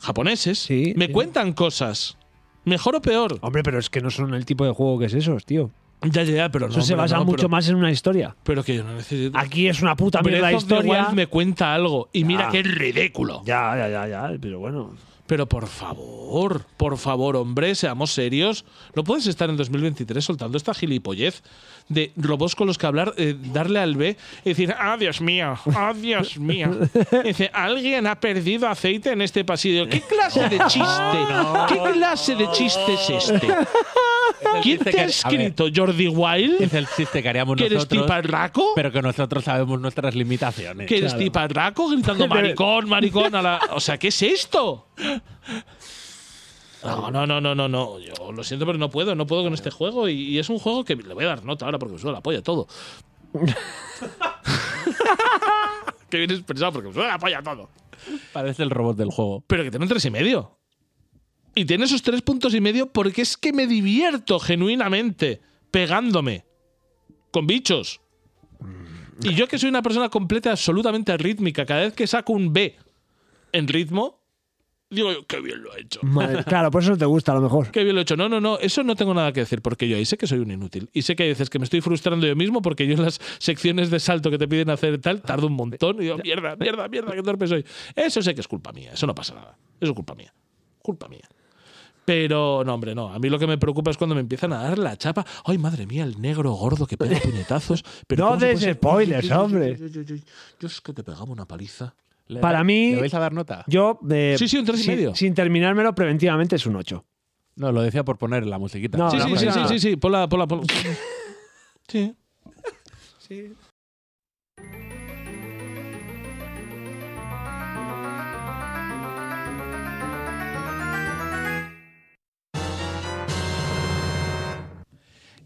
japoneses,
Sí,
me
sí.
cuentan cosas. Mejor o peor.
Hombre, pero es que no son el tipo de juego que es esos, tío.
Ya, ya, ya, pero no.
Eso se
hombre,
basa
no,
mucho
pero-
más en una historia.
Pero que yo no necesito.
Aquí es una puta
Breath
mierda de
of the
historia.
Wild me cuenta algo. Y mira qué ridículo.
Ya, ya, ya, ya, pero bueno.
Pero por favor, por favor, hombre, seamos serios. No puedes estar en 2023 soltando esta gilipollez de robots con los que hablar, eh, darle al B y decir, ah, Dios mío, ah, Dios mío. Y Dice, alguien ha perdido aceite en este pasillo. ¿Qué clase de chiste? ¿Qué clase de chiste es este? ¿Quién
chiste
te ha
que- a ver.
escrito, Jordi
es
Wild?
el chiste que haríamos
¿Que eres
nosotros
tiparraco?
pero que nosotros sabemos nuestras limitaciones
Que eres tiparraco gritando maricón, maricón a la. O sea, ¿qué es esto? No, no, no, no, no, no. Yo lo siento, pero no puedo, no puedo con este juego. Y, y es un juego que le voy a dar nota ahora porque me suda la polla todo. que bien expresado porque me suda la polla todo.
parece el robot del juego
Pero que tiene un tres y medio. Y tiene esos tres puntos y medio porque es que me divierto genuinamente pegándome con bichos. Y yo que soy una persona completa, y absolutamente rítmica, cada vez que saco un B en ritmo, digo yo, qué bien lo ha hecho.
Madre- claro, por eso no te gusta a lo mejor.
Qué bien lo he hecho. No, no, no, eso no tengo nada que decir, porque yo ahí sé que soy un inútil. Y sé que hay veces que me estoy frustrando yo mismo porque yo en las secciones de salto que te piden hacer tal tardo un montón y digo, mierda, mierda, mierda, qué torpe soy. Eso sé que es culpa mía, eso no pasa nada. Eso es culpa mía. Culpa mía. Pero, no, hombre, no. A mí lo que me preocupa es cuando me empiezan a dar la chapa. Ay, madre mía, el negro gordo que pega puñetazos. Pero
No
¿cómo se
des
puede ser?
spoilers,
Yo- yo- yo-
hombre.
Yo, yo- yo- yo- yo es que te pegaba una paliza.
Le-
Para mí-
¿Le vais a dar nota?
Yo, eh,
Sí, sí, un tres y
sin-
medio.
Sin terminármelo preventivamente es un 8.
No, lo decía por poner la musiquita.
No,
sí,
no,
sí,
pues
sí,
ya
sí,
no.
sí, sí, ponla, ponla, ponla. Sí.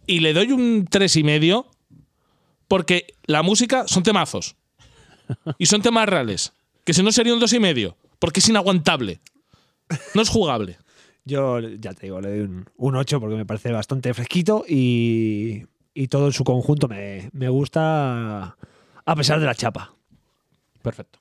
Y le doy un tres y medio porque la música son temazos. Y son temas reales. Que si no sería un dos y medio. Porque es inaguantable. No es jugable.
Yo, ya te digo, le doy un, un 8 porque me parece bastante fresquito y, y todo en su conjunto me, me gusta a pesar de la chapa.
Perfecto.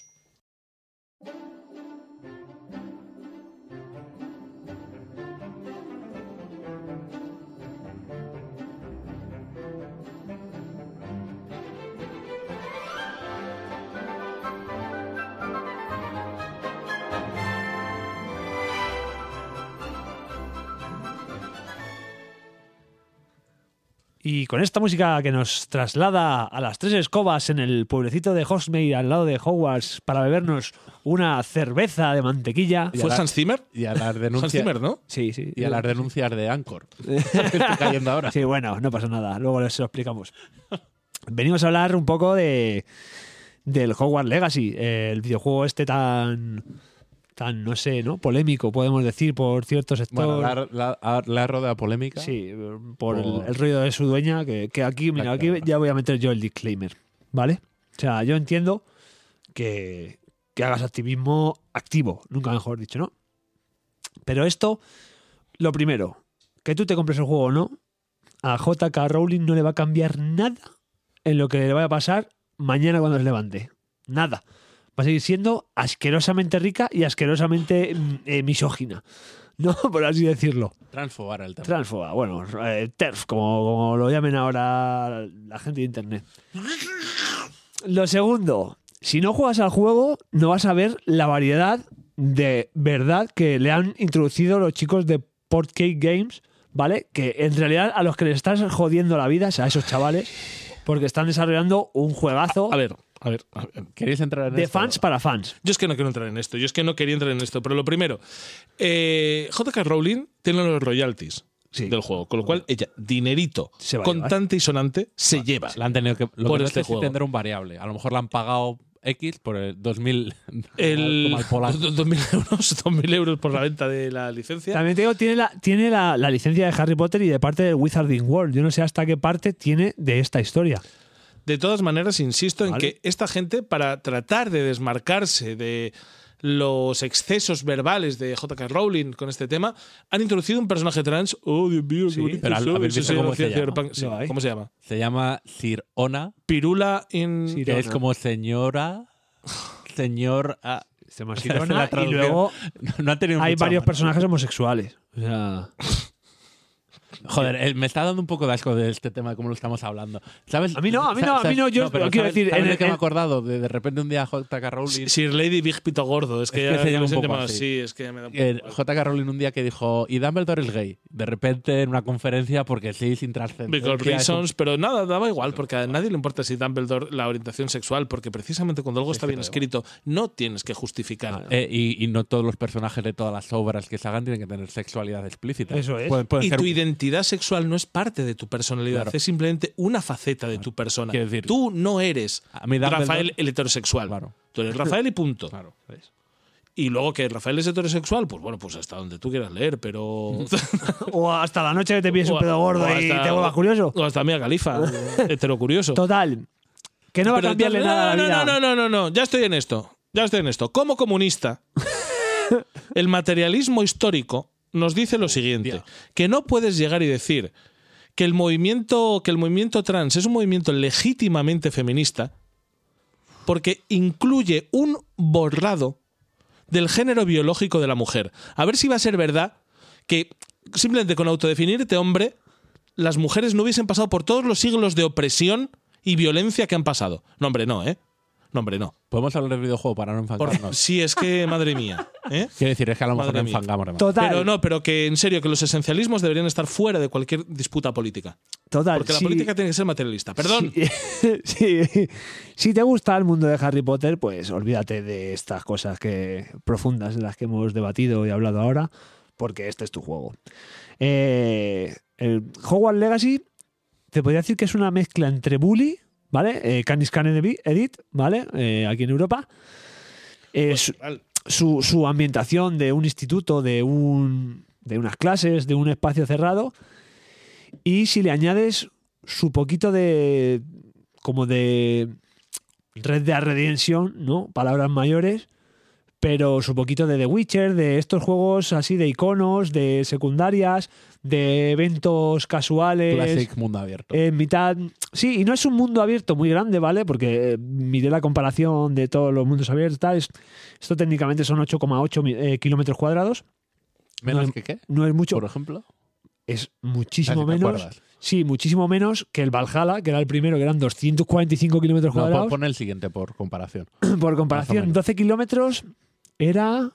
Y con esta música que nos traslada a las tres escobas en el pueblecito de Hogsmeade al lado de Hogwarts para bebernos una cerveza de mantequilla.
¿Fue
ahora-
Hans Zimmer?
Y a las
Hans
denuncias,
Zimmer, ¿no?
Sí, sí.
y a las denuncias de Anchor. que estoy cayendo ahora.
Sí, bueno, no pasa nada. Luego les- se lo explicamos. Venimos a hablar un poco de del Hogwarts Legacy, eh, el videojuego este tan tan no sé, ¿no? polémico, podemos decir por cierto sector.
Bueno, la, la, la, la rodea polémica.
Sí, por el,
Por-
el ruido de su dueña, que, que aquí, mira, aquí
Exactamente.
ya voy a meter yo el disclaimer, ¿vale? O sea, yo entiendo que, que hagas activismo activo, nunca mejor dicho, ¿no? Pero esto, lo primero, que tú te compres el juego o no, a JK Rowling no le va a cambiar nada en lo que le vaya a pasar mañana cuando se levante. Nada. Va a seguir siendo asquerosamente rica y asquerosamente mm, eh, misógina, ¿no? Por así decirlo.
Transfobar el tema.
Transfoba, bueno, eh, TERF, como, como lo llamen ahora la gente de internet. Lo segundo, si no juegas al juego, no vas a ver la variedad de verdad que le han introducido los chicos de Portcake Games, ¿vale? Que en realidad a los que les estás jodiendo la vida es a esos chavales, porque están desarrollando un juegazo
A ver, a ver, a ver.
¿Queréis entrar en
de
esto?
fans para fans.
Yo es que no quiero entrar en esto, yo es que no quería entrar en esto, pero lo primero, eh, JK Rowling tiene los royalties
Sí.
del juego, con lo cual ella, dinerito,
Se va a
contante y sonante, se lleva.
La han tenido que. Lo
Por
que no
este
sé es si
juego.
tendrá un variable. A lo mejor la han pagado X por el 2000.
El
como al Polar.
2.000 euros, 2.000 euros por la venta de la licencia.
También te digo, tiene, la, tiene la, la licencia de Harry Potter y de parte del Wizarding World. Yo no sé hasta qué parte tiene de esta historia.
De todas maneras, insisto en
Vale.
que esta gente, para tratar de desmarcarse de los excesos verbales de J.K. Rowling con este tema, han introducido un personaje trans. Oh, Dios mío, qué
Sí,
bonito
pero a- a
soy,
ver,
soy
dice
la
cómo se
ciencia
llama.
del pan- sí,
No hay.
¿Cómo se llama?
Se llama Sir Ona,
Pirula in... eh,
Sí,
que es
Sirona.
como señora. Señor. ah,
Se llama
Esa es
Sirona,
la
y
traducción.
luego
no ha tenido
hay
mucha
varios
mano.
personajes homosexuales. O sea,
Joder, eh, me está dando un poco de asco de este tema, de cómo lo estamos hablando. ¿Sabes?
A mí no, a mí no,
Sa-
a mí
sabes-
no, yo
pero
quiero
¿sabes-
decir,
¿sabes
en
de
el-
qué me
en-
he acordado? De, de repente un día J.K. Rowling.
Sir Lady Big Pito Gordo. Es que,
Es que
ya
se llama
no sé
un poco
tema-
así.
Sí, es que me da un
Eh,
poco-
J.K. Rowling un día que dijo, y Dumbledore es gay. De repente en una conferencia, porque sí, sin trascendencia.
Because
es un-
reasons, pero nada, daba igual, porque a nadie le importa si Dumbledore la orientación sexual, porque precisamente cuando algo está bien escrito, no tienes que justificar.
Eh, y, y no todos los personajes de todas las obras que se hagan tienen que tener sexualidad explícita.
Eso es.
Pueden, pueden
Y
ser-
tu identidad sexual no es parte de tu personalidad,
Claro.
es simplemente una faceta de tu persona.
Quiero decir-
Tú no eres
A mí Dumbledore-
Rafael el heterosexual.
Claro.
Tú eres Rafael y punto.
Claro, ¿ves?
Y luego que Rafael es heterosexual, pues bueno, pues hasta donde tú quieras leer, pero...
o hasta la noche que te pides
O
un
a-
pedo gordo
o
y
hasta-
te vuelvas curioso.
O hasta Mía Califa, hetero curioso.
Total, que no va
Pero
a cambiarle
entonces-
nada a la
no,
vida.
No, no, no, no, no, ya estoy en esto. Ya estoy en esto. Como comunista, el materialismo histórico nos dice lo siguiente, que no puedes llegar y decir que el movimiento que el movimiento trans es un movimiento legítimamente feminista porque incluye un borrado del género biológico de la mujer. A ver si va a ser verdad que simplemente con autodefinirte hombre, las mujeres no hubiesen pasado por todos los siglos de opresión y violencia que han pasado. No, hombre, no, ¿eh? No, hombre, no.
Podemos hablar de videojuego para no
Por-
enfangarnos.
si es que, madre mía, ¿eh?
Quiero decir, es que a lo mejor
Madre
no
mía.
enfangamos. además.
Total.
Pero no, pero que en serio, que los esencialismos deberían estar fuera de cualquier disputa política.
total.
Porque la
sí.
política tiene que ser materialista. Perdón.
Sí. Sí. Si te gusta el mundo de Harry Potter, pues olvídate de estas cosas que profundas en las que hemos debatido y hablado ahora, porque este es tu juego. Eh, el Hogwarts Legacy te podría decir que es una mezcla entre Bully, ¿vale? Eh, Candy Scan Edit, ¿vale? Eh, aquí en Europa. Eh, su-
Vale.
su, su ambientación de un instituto, de, un, de unas clases, de un espacio cerrado. Y si le añades su poquito de. como de. red de redención, ¿no? Palabras mayores. Pero su poquito de The Witcher, de estos juegos así de iconos, de secundarias, de eventos casuales.
Classic mundo abierto.
En mitad. Sí, y no es un mundo abierto muy grande, ¿vale? Porque eh, miré la comparación de todos los mundos abiertos. tal, es- Esto técnicamente son 8,8 mi- eh, kilómetros cuadrados.
Menos
no-
que qué,
No es mucho.
por ejemplo.
Es muchísimo
Ah, si te
menos.
acuerdas.
Sí, muchísimo menos que el Valhalla, que era el primero, que eran 245 kilómetros
No, pon-
cuadrados.
pon el siguiente por comparación.
Por
Más o
comparación,
menos.
12 kilómetros era.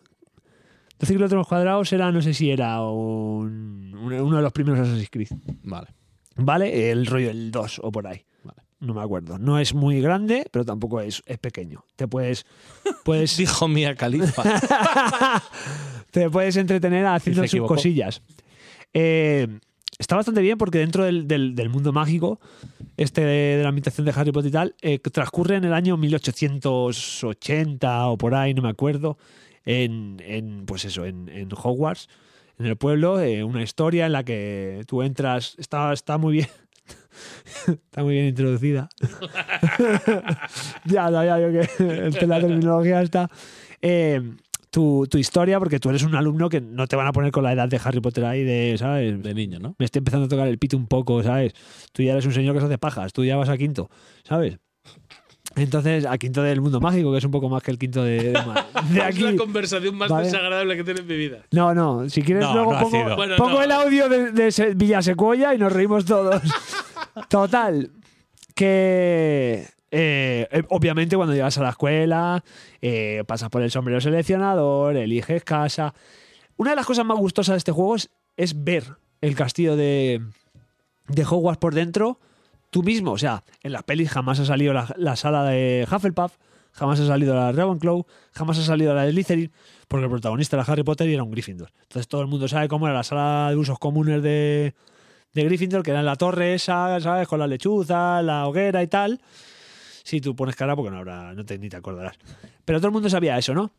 12 kilómetros cuadrados era, no sé si era un- uno de los primeros Assassin's Creed.
Vale.
¿Vale? El rollo del 2 o por ahí.
Vale.
No me acuerdo. No es muy grande, pero tampoco es, es pequeño. Te puedes, puedes,
Dijo Mía Califa.
te puedes entretener haciendo
Y se
sus
equivocó.
cosillas. Eh, está bastante bien porque dentro del, del- del mundo mágico, este de, de la ambientación de Harry Potter y tal, eh, transcurre en el año 1880 o por ahí, no me acuerdo, en, en, pues eso, en, en Hogwarts, en el pueblo, eh, una historia en la que tú entras, está, está muy bien. Está muy bien introducida. ya, ya, ya, yo que en la terminología está. Eh, tu, tu historia, porque tú eres un alumno que no te van a poner con la edad de Harry Potter ahí, de, ¿sabes?
De niño, ¿no?
me estoy empezando a tocar el pito un poco, ¿sabes? Tú ya eres un señor que se hace pajas, tú ya vas a quinto, ¿sabes? Entonces, a quinto del mundo mágico, que es un poco más que el quinto de, de ma- de
Es la
aquí.
conversación más
Vale.
desagradable que tiene en mi vida.
No, no, si quieres
No,
luego
no ha
pongo,
sido.
Bueno,
pongo
no.
el audio de, de Se- Villasecuoya y nos reímos todos. Total, que eh, eh, obviamente cuando llegas a la escuela, eh, pasas por el sombrero seleccionador, eliges casa. Una de las cosas más gustosas de este juego es, es ver el castillo de, de Hogwarts por dentro tú mismo. O sea, en las pelis jamás ha salido la, la sala de Hufflepuff, jamás ha salido la de Ravenclaw, jamás ha salido la de Slytherin, porque el protagonista era Harry Potter y era un Gryffindor. Entonces todo el mundo sabe cómo era la sala de usos comunes de, de Gryffindor, que era en la torre esa, ¿sabes? Con las lechuzas, la hoguera y tal. Si tú pones cara, porque no habrá, no te, ni te acordarás. Pero todo el mundo sabía eso, ¿no?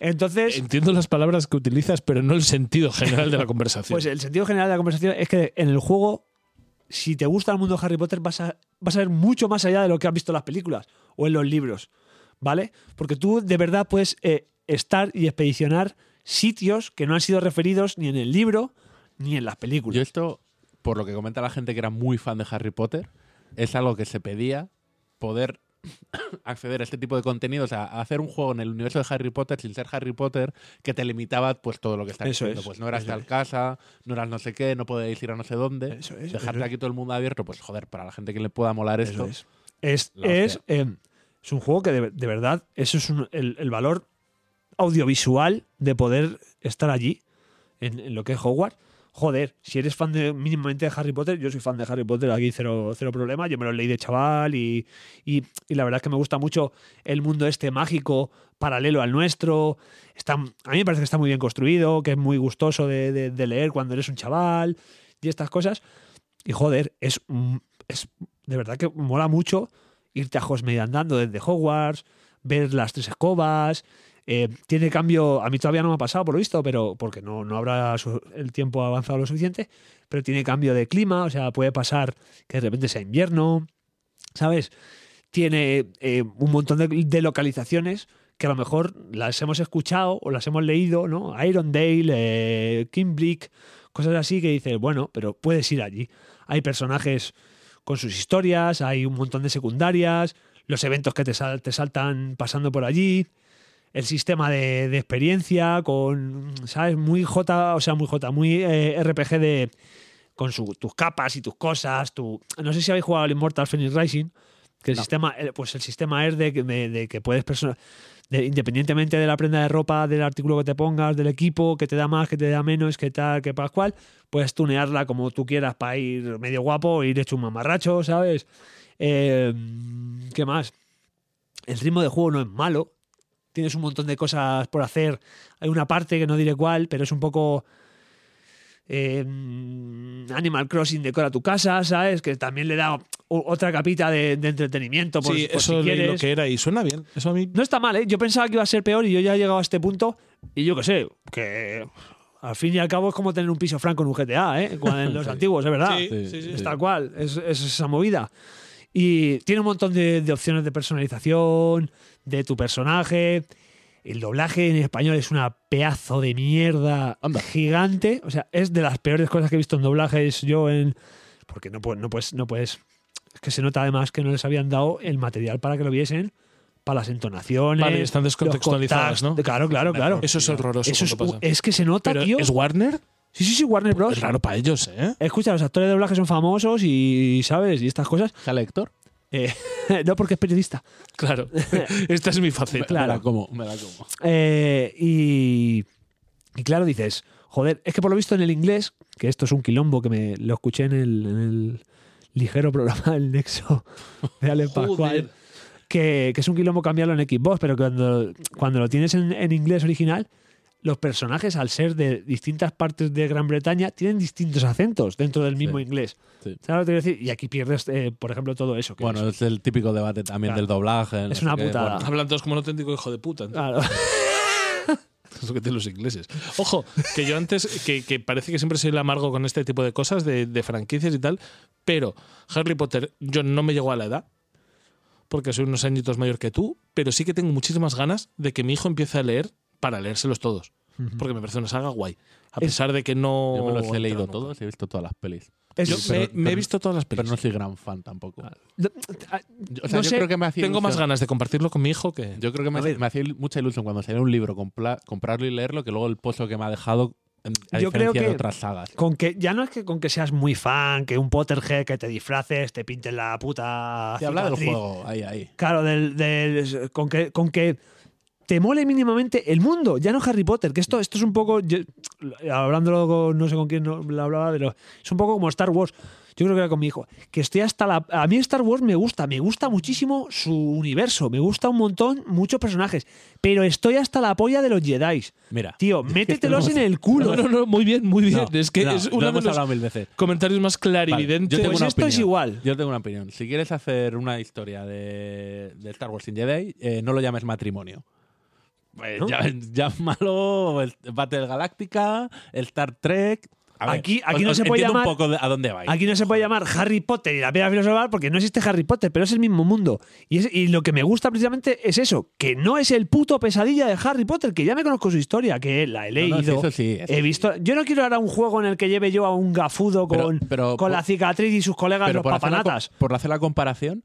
Entonces.
Entiendo las palabras que utilizas, pero no el sentido general de la conversación.
Pues el sentido general de la conversación es que en el juego, si te gusta el mundo de Harry Potter, vas a, vas a ver mucho más allá de lo que has visto en las películas o en los libros, ¿vale? Porque tú de verdad puedes eh, estar y expedicionar sitios que no han sido referidos ni en el libro ni en las películas.
Yo esto, por lo que comenta la gente que era muy fan de Harry Potter, es algo que se pedía poder acceder a este tipo de contenido, o sea, a hacer un juego en el universo de Harry Potter sin ser Harry Potter, que te limitaba pues todo lo que está
Eso
diciendo.
es,
Pues no eras
eso
tal
es.
casa, no eras no sé qué, no podéis ir a no sé dónde.
Eso es,
Dejarte
eso es.
aquí todo el mundo abierto, pues joder, para la gente que le pueda molar
Eso
esto.
es. Es,
La
es, eh, es un juego que de, de verdad, eso es un- el, el valor audiovisual de poder estar allí, en, en lo que es Hogwarts. Joder, si eres fan de, mínimamente de Harry Potter, yo soy fan de Harry Potter, aquí cero, cero problema, yo me lo leí de chaval y, y- y la verdad es que me gusta mucho el mundo este mágico paralelo al nuestro. Está, a mí me parece que está muy bien construido, que es muy gustoso de- de- de leer cuando eres un chaval y estas cosas. Y joder, es, un- es de verdad que mola mucho irte a Hogsmeade andando desde Hogwarts, ver las tres escobas. eh, tiene cambio, a mí todavía no me ha pasado por lo visto, pero porque no, no habrá su- el tiempo avanzado lo suficiente, pero tiene cambio de clima, o sea, puede pasar que de repente sea invierno, ¿sabes? Tiene eh, un montón de, de localizaciones que a lo mejor las hemos escuchado o las hemos leído, ¿no? Irondale, eh, Kimblick, cosas así que dices, bueno, pero puedes ir allí. Hay personajes con sus historias, hay un montón de secundarias, los eventos que te, sal- te saltan pasando por allí. el sistema de, de experiencia, con, ¿sabes? Muy J, o sea, muy J, muy eh, RPG de... con su- tus capas y tus cosas. Tu, no sé si habéis jugado al Immortal Phoenix Rising, que el sistema, el- pues el sistema es de, que- de- de que puedes persona- de- independientemente de la prenda de ropa, del artículo que te pongas, del equipo, que te da más, que te da menos, que tal, que pascual, puedes tunearla como tú quieras para ir medio guapo, ir hecho un mamarracho, ¿sabes? Eh, ¿Qué más? El ritmo de juego no es malo. Tienes un montón de cosas por hacer. Hay una parte que no diré cuál, pero es un poco eh, Animal Crossing decora tu casa, ¿sabes? Que también le da o- otra capita de, de entretenimiento. Por,
sí,
por si
eso es
quieres.
lo que era y suena bien. Eso a mí
No está mal, ¿eh? Yo pensaba que iba a ser peor y yo ya he llegado a este punto. Y yo qué sé, que al fin y al cabo es como tener un piso franco en un GTA, ¿eh? Como en los antiguos, es verdad.
Sí, sí, sí,
es
sí.
tal cual, es, es esa movida. Y tiene un montón de, de opciones de personalización, de tu personaje. El doblaje en español es una pedazo de mierda
Anda.
gigante. O sea, es de las peores cosas que he visto en doblajes yo en. Porque no, pu- no, puedes, no puedes. Es que se nota además que no les habían dado el material para que lo viesen, para las entonaciones.
Vale, están descontextualizadas,
los
¿no?
contact- Claro, claro, claro.
Eso es horroroso
Eso es,
cuando pasa.
es que se nota,
Pero
tío.
¿es Warner?
sí, sí, sí, Warner Bros.
Es raro para ellos, ¿eh?
Escucha, los actores de doblaje son famosos y, ¿sabes? Y estas cosas.
¿Sale Héctor?
Eh, no porque es periodista.
Claro. Esta es mi faceta.
Me
Claro.
la como, me la como.
Eh, y, y claro, dices, joder, es que por lo visto en el inglés, que esto es un quilombo que me lo escuché en el, en el ligero programa del Nexo de Ale Pascual, que, que es un quilombo cambiarlo en Xbox, pero cuando, cuando lo tienes en, en inglés original, los personajes, al ser de distintas partes de Gran Bretaña, tienen distintos acentos dentro del mismo inglés.
sí.
¿Sabes lo que te quiero decir? Y aquí pierdes, eh, por ejemplo, todo eso. que
Bueno,
es-
es el típico debate también
Claro.
del doblaje. no
Es
sé
una
qué,
putada.
bueno.
Hablan todos como un auténtico hijo de puta. entonces.
Claro.
Es lo que tienen los ingleses. Ojo, que yo antes, que, que parece que siempre soy el amargo con este tipo de cosas, de, de franquicias y tal, pero Harry Potter, yo no me llegó a la edad, porque soy unos añitos mayor que tú, pero sí que tengo muchísimas ganas de que mi hijo empiece a leer para leérselos todos, porque me parece una saga guay, a
Es-
pesar de que no...
Yo me los
entra
he leído
nunca.
todos, he visto todas las pelis.
Es-
Yo me, me he visto todas las
Pero
pelis.
no soy gran fan tampoco.
no-
Yo- o sea,
no
yo
sé,
creo que me hacía
Tengo más
ilusión-
ganas de compartirlo con mi hijo que...
Yo creo que
A
me,
ver.
me hacía il- mucha ilusión cuando saliera un libro, compla- comprarlo y leerlo, que luego el pozo que me ha dejado en, a
Yo creo
diferencia de
que-
otras sagas.
Con que ya no es que con que seas muy fan, que un Potterhead que te disfraces, te pinten la puta.
Te habla del
cicatriz.
juego, ahí, ahí.
Claro, del, del- con que con que te mole mínimamente el mundo, ya no Harry Potter, que esto, esto es un poco, yo- hablándolo con, no sé con quién no, lo hablaba, pero es un poco como Star Wars, yo creo que era con mi hijo, que estoy hasta la... A mí Star Wars me gusta, me gusta muchísimo su universo, me gusta un montón, muchos personajes, pero estoy hasta la polla de los Jedi.
Mira.
Tío, métetelos en el culo.
No, no, no, muy bien, muy bien.
No,
es que
no,
es
lo
uno de
hemos
los
hablado mil veces.
comentarios más clarividentes.
Vale, yo tengo
Pues
una
esto es
opinión.
igual.
Yo tengo una opinión. Si quieres hacer una historia de, de Star Wars sin Jedi, eh, no lo llames matrimonio. Pues
¿No?
ya- llámalo el Battle Galáctica, Star Trek. A ver,
Aquí- aquí
os-
no
os
se puede
entiendo
llamar-
un poco de- a dónde vais.
Aquí no se puede llamar Harry Potter y la piedra filosofal porque no existe Harry Potter, pero es el mismo mundo. Y, es- y lo que me gusta precisamente es eso, que no es el puto pesadilla de Harry Potter, que ya me conozco su historia, que la he
No,
leído.
no, sí, eso sí, eso
he visto. Yo no quiero ahora un juego en el que lleve yo a un gafudo
Pero-
con,
pero-
con la cicatriz y sus colegas los
por hacer la co-
papanatas.
por hacer la comparación,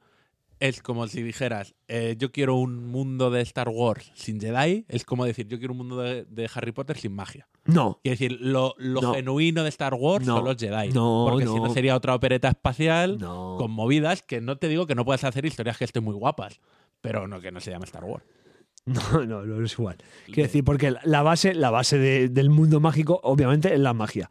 es como si dijeras, eh, yo quiero un mundo de Star Wars sin Jedi, es como decir, yo quiero un mundo de, de Harry Potter sin magia.
No.
Quiero decir, lo, lo
No.
genuino de Star Wars
No.
son los Jedi.
No,
porque si
no.
no sería otra opereta espacial
No.
con movidas que no te digo que no puedas hacer historias que estén muy guapas, pero no que no se llame Star Wars.
No, no, no es igual. Quiero decir, porque la base, la base de- del mundo mágico, obviamente, es la magia.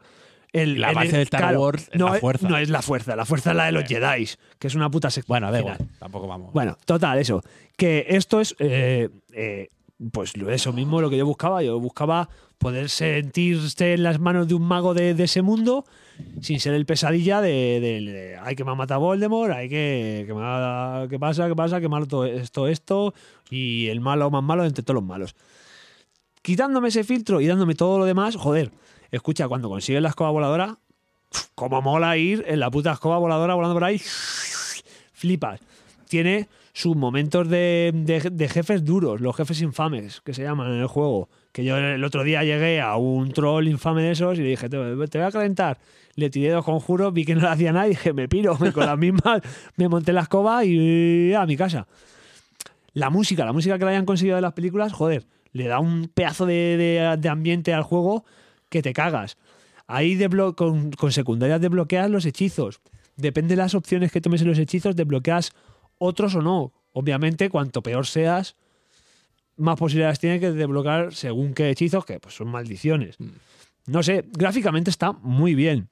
El-
La
el-
base de Star Wars es
no
la fuerza. Eh.
No es la fuerza, la fuerza es la de los Jedi, que es una puta secta.
Bueno, da
final.
igual, tampoco vamos.
Bueno, total, eso. Que esto es, eh, eh, pues lo- eso mismo lo que yo buscaba. Yo buscaba poder sentirse en las manos de un mago de, de ese mundo sin ser el pesadilla de, del, eh, ay que me ha matado Voldemort, ay que, que me ha- que pasa, que pasa, que malo todo esto, esto y el malo más malo entre todos los malos. Quitándome ese filtro y dándome todo lo demás, joder, escucha, cuando consigues la escoba voladora, como mola ir en la puta escoba voladora volando por ahí, flipas. Tiene sus momentos de, de- de jefes duros, los jefes infames, que se llaman en el juego. Que yo el otro día llegué a un troll infame de esos y le dije, te, te voy a calentar. Le tiré dos conjuros, vi que no le hacía nada y dije, me piro, me con las mismas, me monté la escoba y a mi casa. La música, la música que la hayan conseguido de las películas, joder, le da un pedazo de, de- de ambiente al juego que te cagas. Ahí desblo- con, con secundarias desbloqueas los hechizos. Depende de las opciones que tomes en los hechizos, desbloqueas otros o no. Obviamente, cuanto peor seas, más posibilidades tienes que desbloquear según qué hechizos, que pues son maldiciones. No sé, gráficamente está muy bien.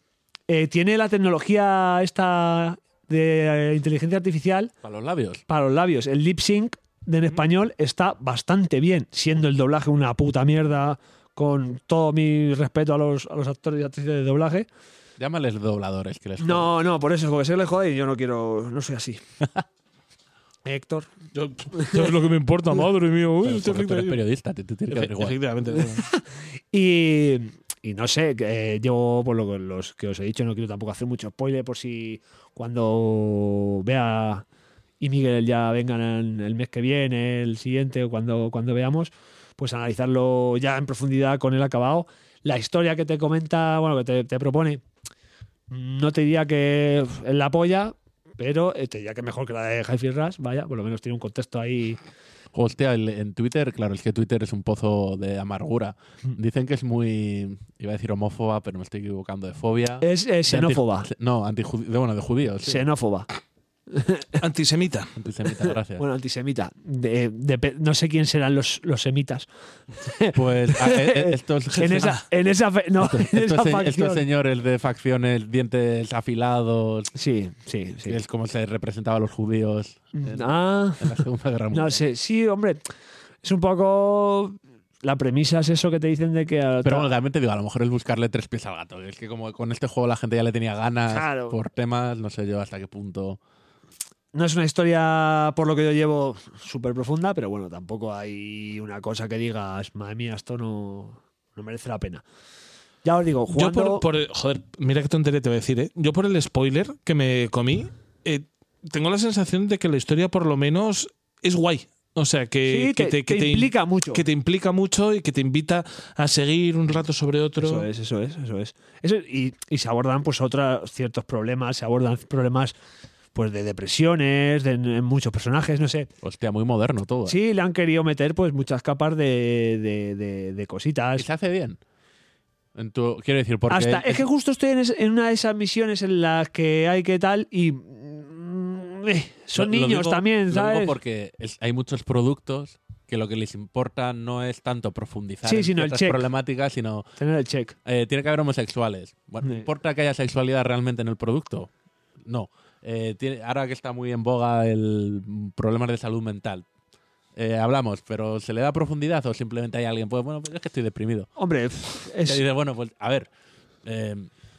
Eh, tiene la tecnología esta de eh, inteligencia artificial
Para los labios.
para los labios. El lip sync de en español está bastante bien, siendo el doblaje una puta mierda, con todo mi respeto a los, a los actores y actrices de doblaje.
Llámales dobladores que les jodan.
No, no, por eso, porque se le jode y yo no quiero, no soy así. Héctor.
Yo, yo es lo que me importa, madre mía. Uy,
Pero,
este
porque
efecto
tú eres
ahí.
periodista, te, te tienes que
Efe-
averiguar.
Efectivamente.
Y, y no sé, que, eh, yo por lo que, los que os he dicho, no quiero tampoco hacer mucho spoiler por si cuando vea y Miguel ya vengan en el mes que viene, el siguiente o cuando, cuando veamos, pues analizarlo ya en profundidad con el acabado. La historia que te comenta, bueno, que te, te propone, no te diría que uf, es la polla, pero eh, te diría que mejor que la de Hi-Fi Rush, vaya, por lo menos tiene un contexto ahí.
Hostia, el- en Twitter, claro, es que Twitter es un pozo de amargura. Dicen que es muy, iba a decir homófoba, pero me estoy equivocando, de fobia.
Es, eh,
De anti-
xenófoba.
No, antiju- de, bueno, de judíos. sí.
Xenófoba.
Antisemita.
Antisemita, gracias.
Bueno, antisemita. De- depe- no sé quién serán los, los semitas.
Pues a- e- e- estos,
En esa, en esa, fe- no, en esa
estos, se-
facción.
estos señores de facciones, dientes afilados,
Sí, sí, sí.
que es como se representaba a los judíos en,
Ah,
en la Segunda Guerra Mundial.
no sé. Sí, hombre. Es un poco. La premisa es eso que te dicen de que. a-
Pero bueno, también te digo, a lo mejor es buscarle tres pies al gato. Es que como con este juego la gente ya le tenía ganas
Claro.
por temas, no sé yo hasta qué punto.
No es una historia, por lo que yo llevo, súper profunda, pero bueno, tampoco hay una cosa que digas, madre mía, esto no, no merece la pena. Ya os digo,
Yo
jugando.
por, por el- Joder, mira qué tontería te voy a decir, ¿eh? Yo por el spoiler que me comí, eh, tengo la sensación de que la historia por lo menos es guay. O sea, que,
Sí,
eh, que
te-
que
te
im-
implica mucho.
Que te implica mucho y que te invita a seguir un rato sobre otro.
Eso es, eso es, eso es. Eso- y, y se abordan pues otros ciertos problemas, se abordan problemas pues de depresiones, de, en muchos personajes, no sé.
Hostia, muy moderno todo. ¿eh?
Sí, le han querido meter pues muchas capas de, de- de- de
Y
cositas.
se hace bien. En tu- quiero decir, porque.
Hasta,
el-
es que justo estoy en, es- en una de esas misiones en las que hay que tal y... mm, eh, son
lo- lo
niños
digo-
también,
lo
¿sabes?
digo porque es- hay muchos productos que lo que les importa no es tanto profundizar
Sí,
en
sino el
ciertas
check.
problemáticas, sino
Tener el check.
eh, tiene que haber homosexuales. Bueno,
Sí.
¿Importa que haya sexualidad realmente en el producto? No. Eh, tiene- ahora que está muy en boga el problema de salud mental. eh, hablamos, pero ¿se le da profundidad o simplemente hay alguien? Pues bueno, pues es que estoy deprimido.
Hombre, pff,
Y
es,
dice, bueno, pues a ver. eh,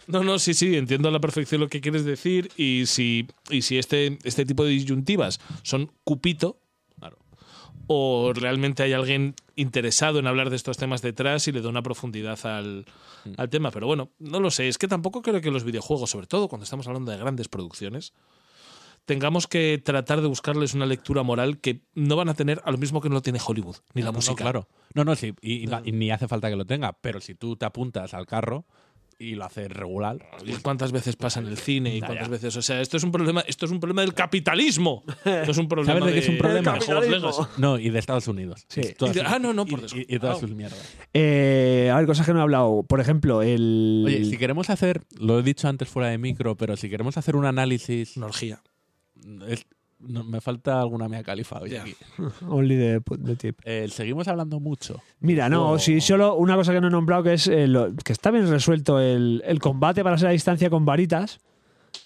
No, no, sí, sí, entiendo a la perfección lo que quieres decir y si, y si este, este tipo de disyuntivas son cupito, o realmente hay alguien interesado en hablar de estos temas detrás y le da una profundidad al,
Mm.
al tema. Pero bueno, no lo sé, es que tampoco creo que los videojuegos, sobre todo cuando estamos hablando de grandes producciones, tengamos que tratar de buscarles una lectura moral que no van a tener a lo mismo que no lo tiene Hollywood, ni la
No, no,
música.
claro. No, no, sí. Y, y no- y ni hace falta que lo tenga. Pero si tú te apuntas al carro y lo haces regular.
¿Y cuántas veces pasa en el cine y cuántas veces o sea esto es un problema esto es un problema del capitalismo no es un problema
¿Sabes de qué es un problema?
de juegos
Capitalismo.
Legacy.
No, y de Estados Unidos.
Sí.
Y todas
Oh. Y de-
sus-
ah, no, no, por
y- y- Y,
descontado.
todas sus mierdas.
eh, a ver, cosas que no he hablado. Por ejemplo, el...
Oye, si queremos hacer, lo he dicho antes fuera de micro, pero si queremos hacer un análisis,
Una orgía.
es- no, me falta alguna mea califa hoy
Ya.
aquí.
Only the- the tip.
Eh, seguimos hablando mucho.
Mira, no,
Oh.
sí, solo una cosa que no he nombrado que es eh, lo- que está bien resuelto el, el combate para ser a distancia con varitas.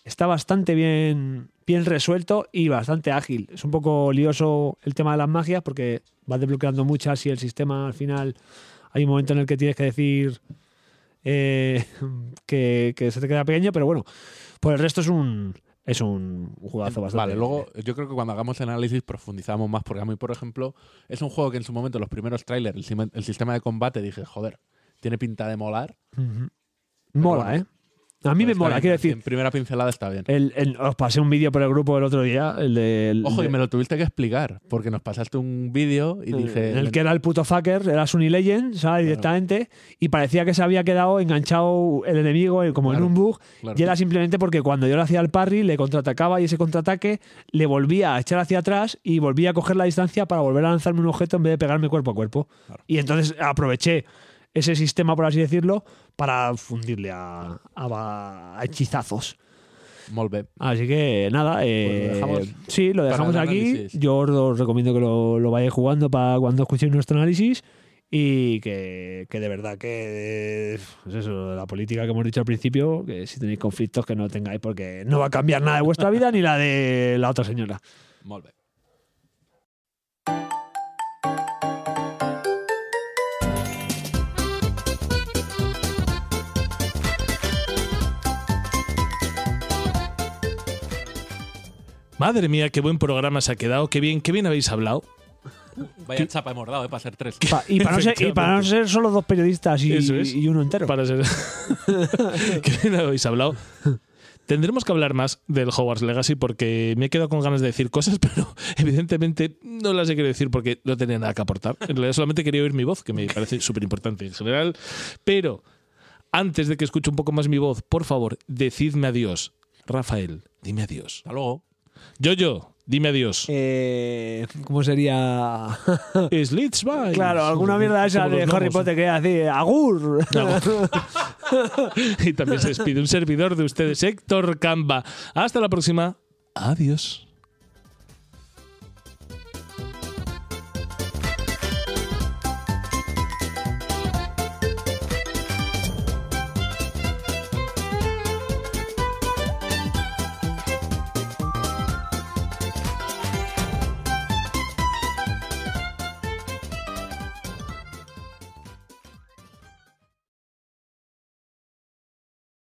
Está bastante bien, bien resuelto y bastante ágil. Es un poco lioso el tema de las magias porque vas desbloqueando muchas y el sistema al final hay un momento en el que tienes que decir eh, que, que se te queda pequeño, pero bueno, por el resto es un es un jugazo bastante.
Vale, luego yo creo que cuando hagamos el análisis profundizamos más, porque a mí, por ejemplo, es un juego que en su momento, los primeros trailers, el, sima- el sistema de combate, dije, joder, tiene pinta de molar.
Ujú. Mola,
Pero bueno,
¿eh? A mí me
Está
mola,
bien,
quiero
En
decir.
primera pincelada está bien.
el- el- os pasé un vídeo por el grupo el otro día, el del.
Ojo, y me lo tuviste que explicar, porque nos pasaste un vídeo y dije...
en el que era el puto fucker, era Sunny Legend, ¿sabes? Directamente, y parecía que se había quedado enganchado el enemigo eh, como en
Claro,
un bug,
claro.
y era simplemente porque cuando yo le hacía el parry, le contraatacaba y ese contraataque le volvía a echar hacia atrás y volvía a coger la distancia para volver a lanzarme un objeto en vez de pegarme cuerpo a cuerpo. Y entonces aproveché ese sistema, por así decirlo, para fundirle a, a ba- a hechizazos.
Molt bé.
Así que nada, eh,
Pues lo dejamos
sí, lo
para
dejamos
el
aquí.
análisis.
Yo os recomiendo que lo, lo vayáis jugando para cuando escuchéis nuestro análisis y que, que de verdad que eh, pues eso, la política que hemos dicho al principio, que si tenéis conflictos que no tengáis porque no va a cambiar nada de vuestra vida ni la de la otra señora.
Molt bé.
Madre mía, qué buen programa se ha quedado, qué bien, qué bien habéis hablado.
Vaya chapa hemos dado, eh, para ser tres.
Pa- y, para no ser, y para no ser solo dos periodistas y,
Eso es.
y uno entero.
Para ser... qué bien habéis hablado. Tendremos que hablar más del Hogwarts Legacy porque me he quedado con ganas de decir cosas, pero evidentemente no las he querido decir porque no tenía nada que aportar. En realidad solamente quería oír mi voz, que me parece súper importante en general. Pero antes de que escuche un poco más mi voz, por favor, decidme adiós. Rafael, dime adiós.
Hasta luego.
Yoyo, dime adiós.
Eh, ¿Cómo sería?
Slits by.
Eh, claro, alguna mierda esa
Como
de
los
Harry
gnomos.
¿eh?
Potter que hace Agur.
Y también se despide un servidor de ustedes, Héctor Camba. Hasta la próxima. Adiós.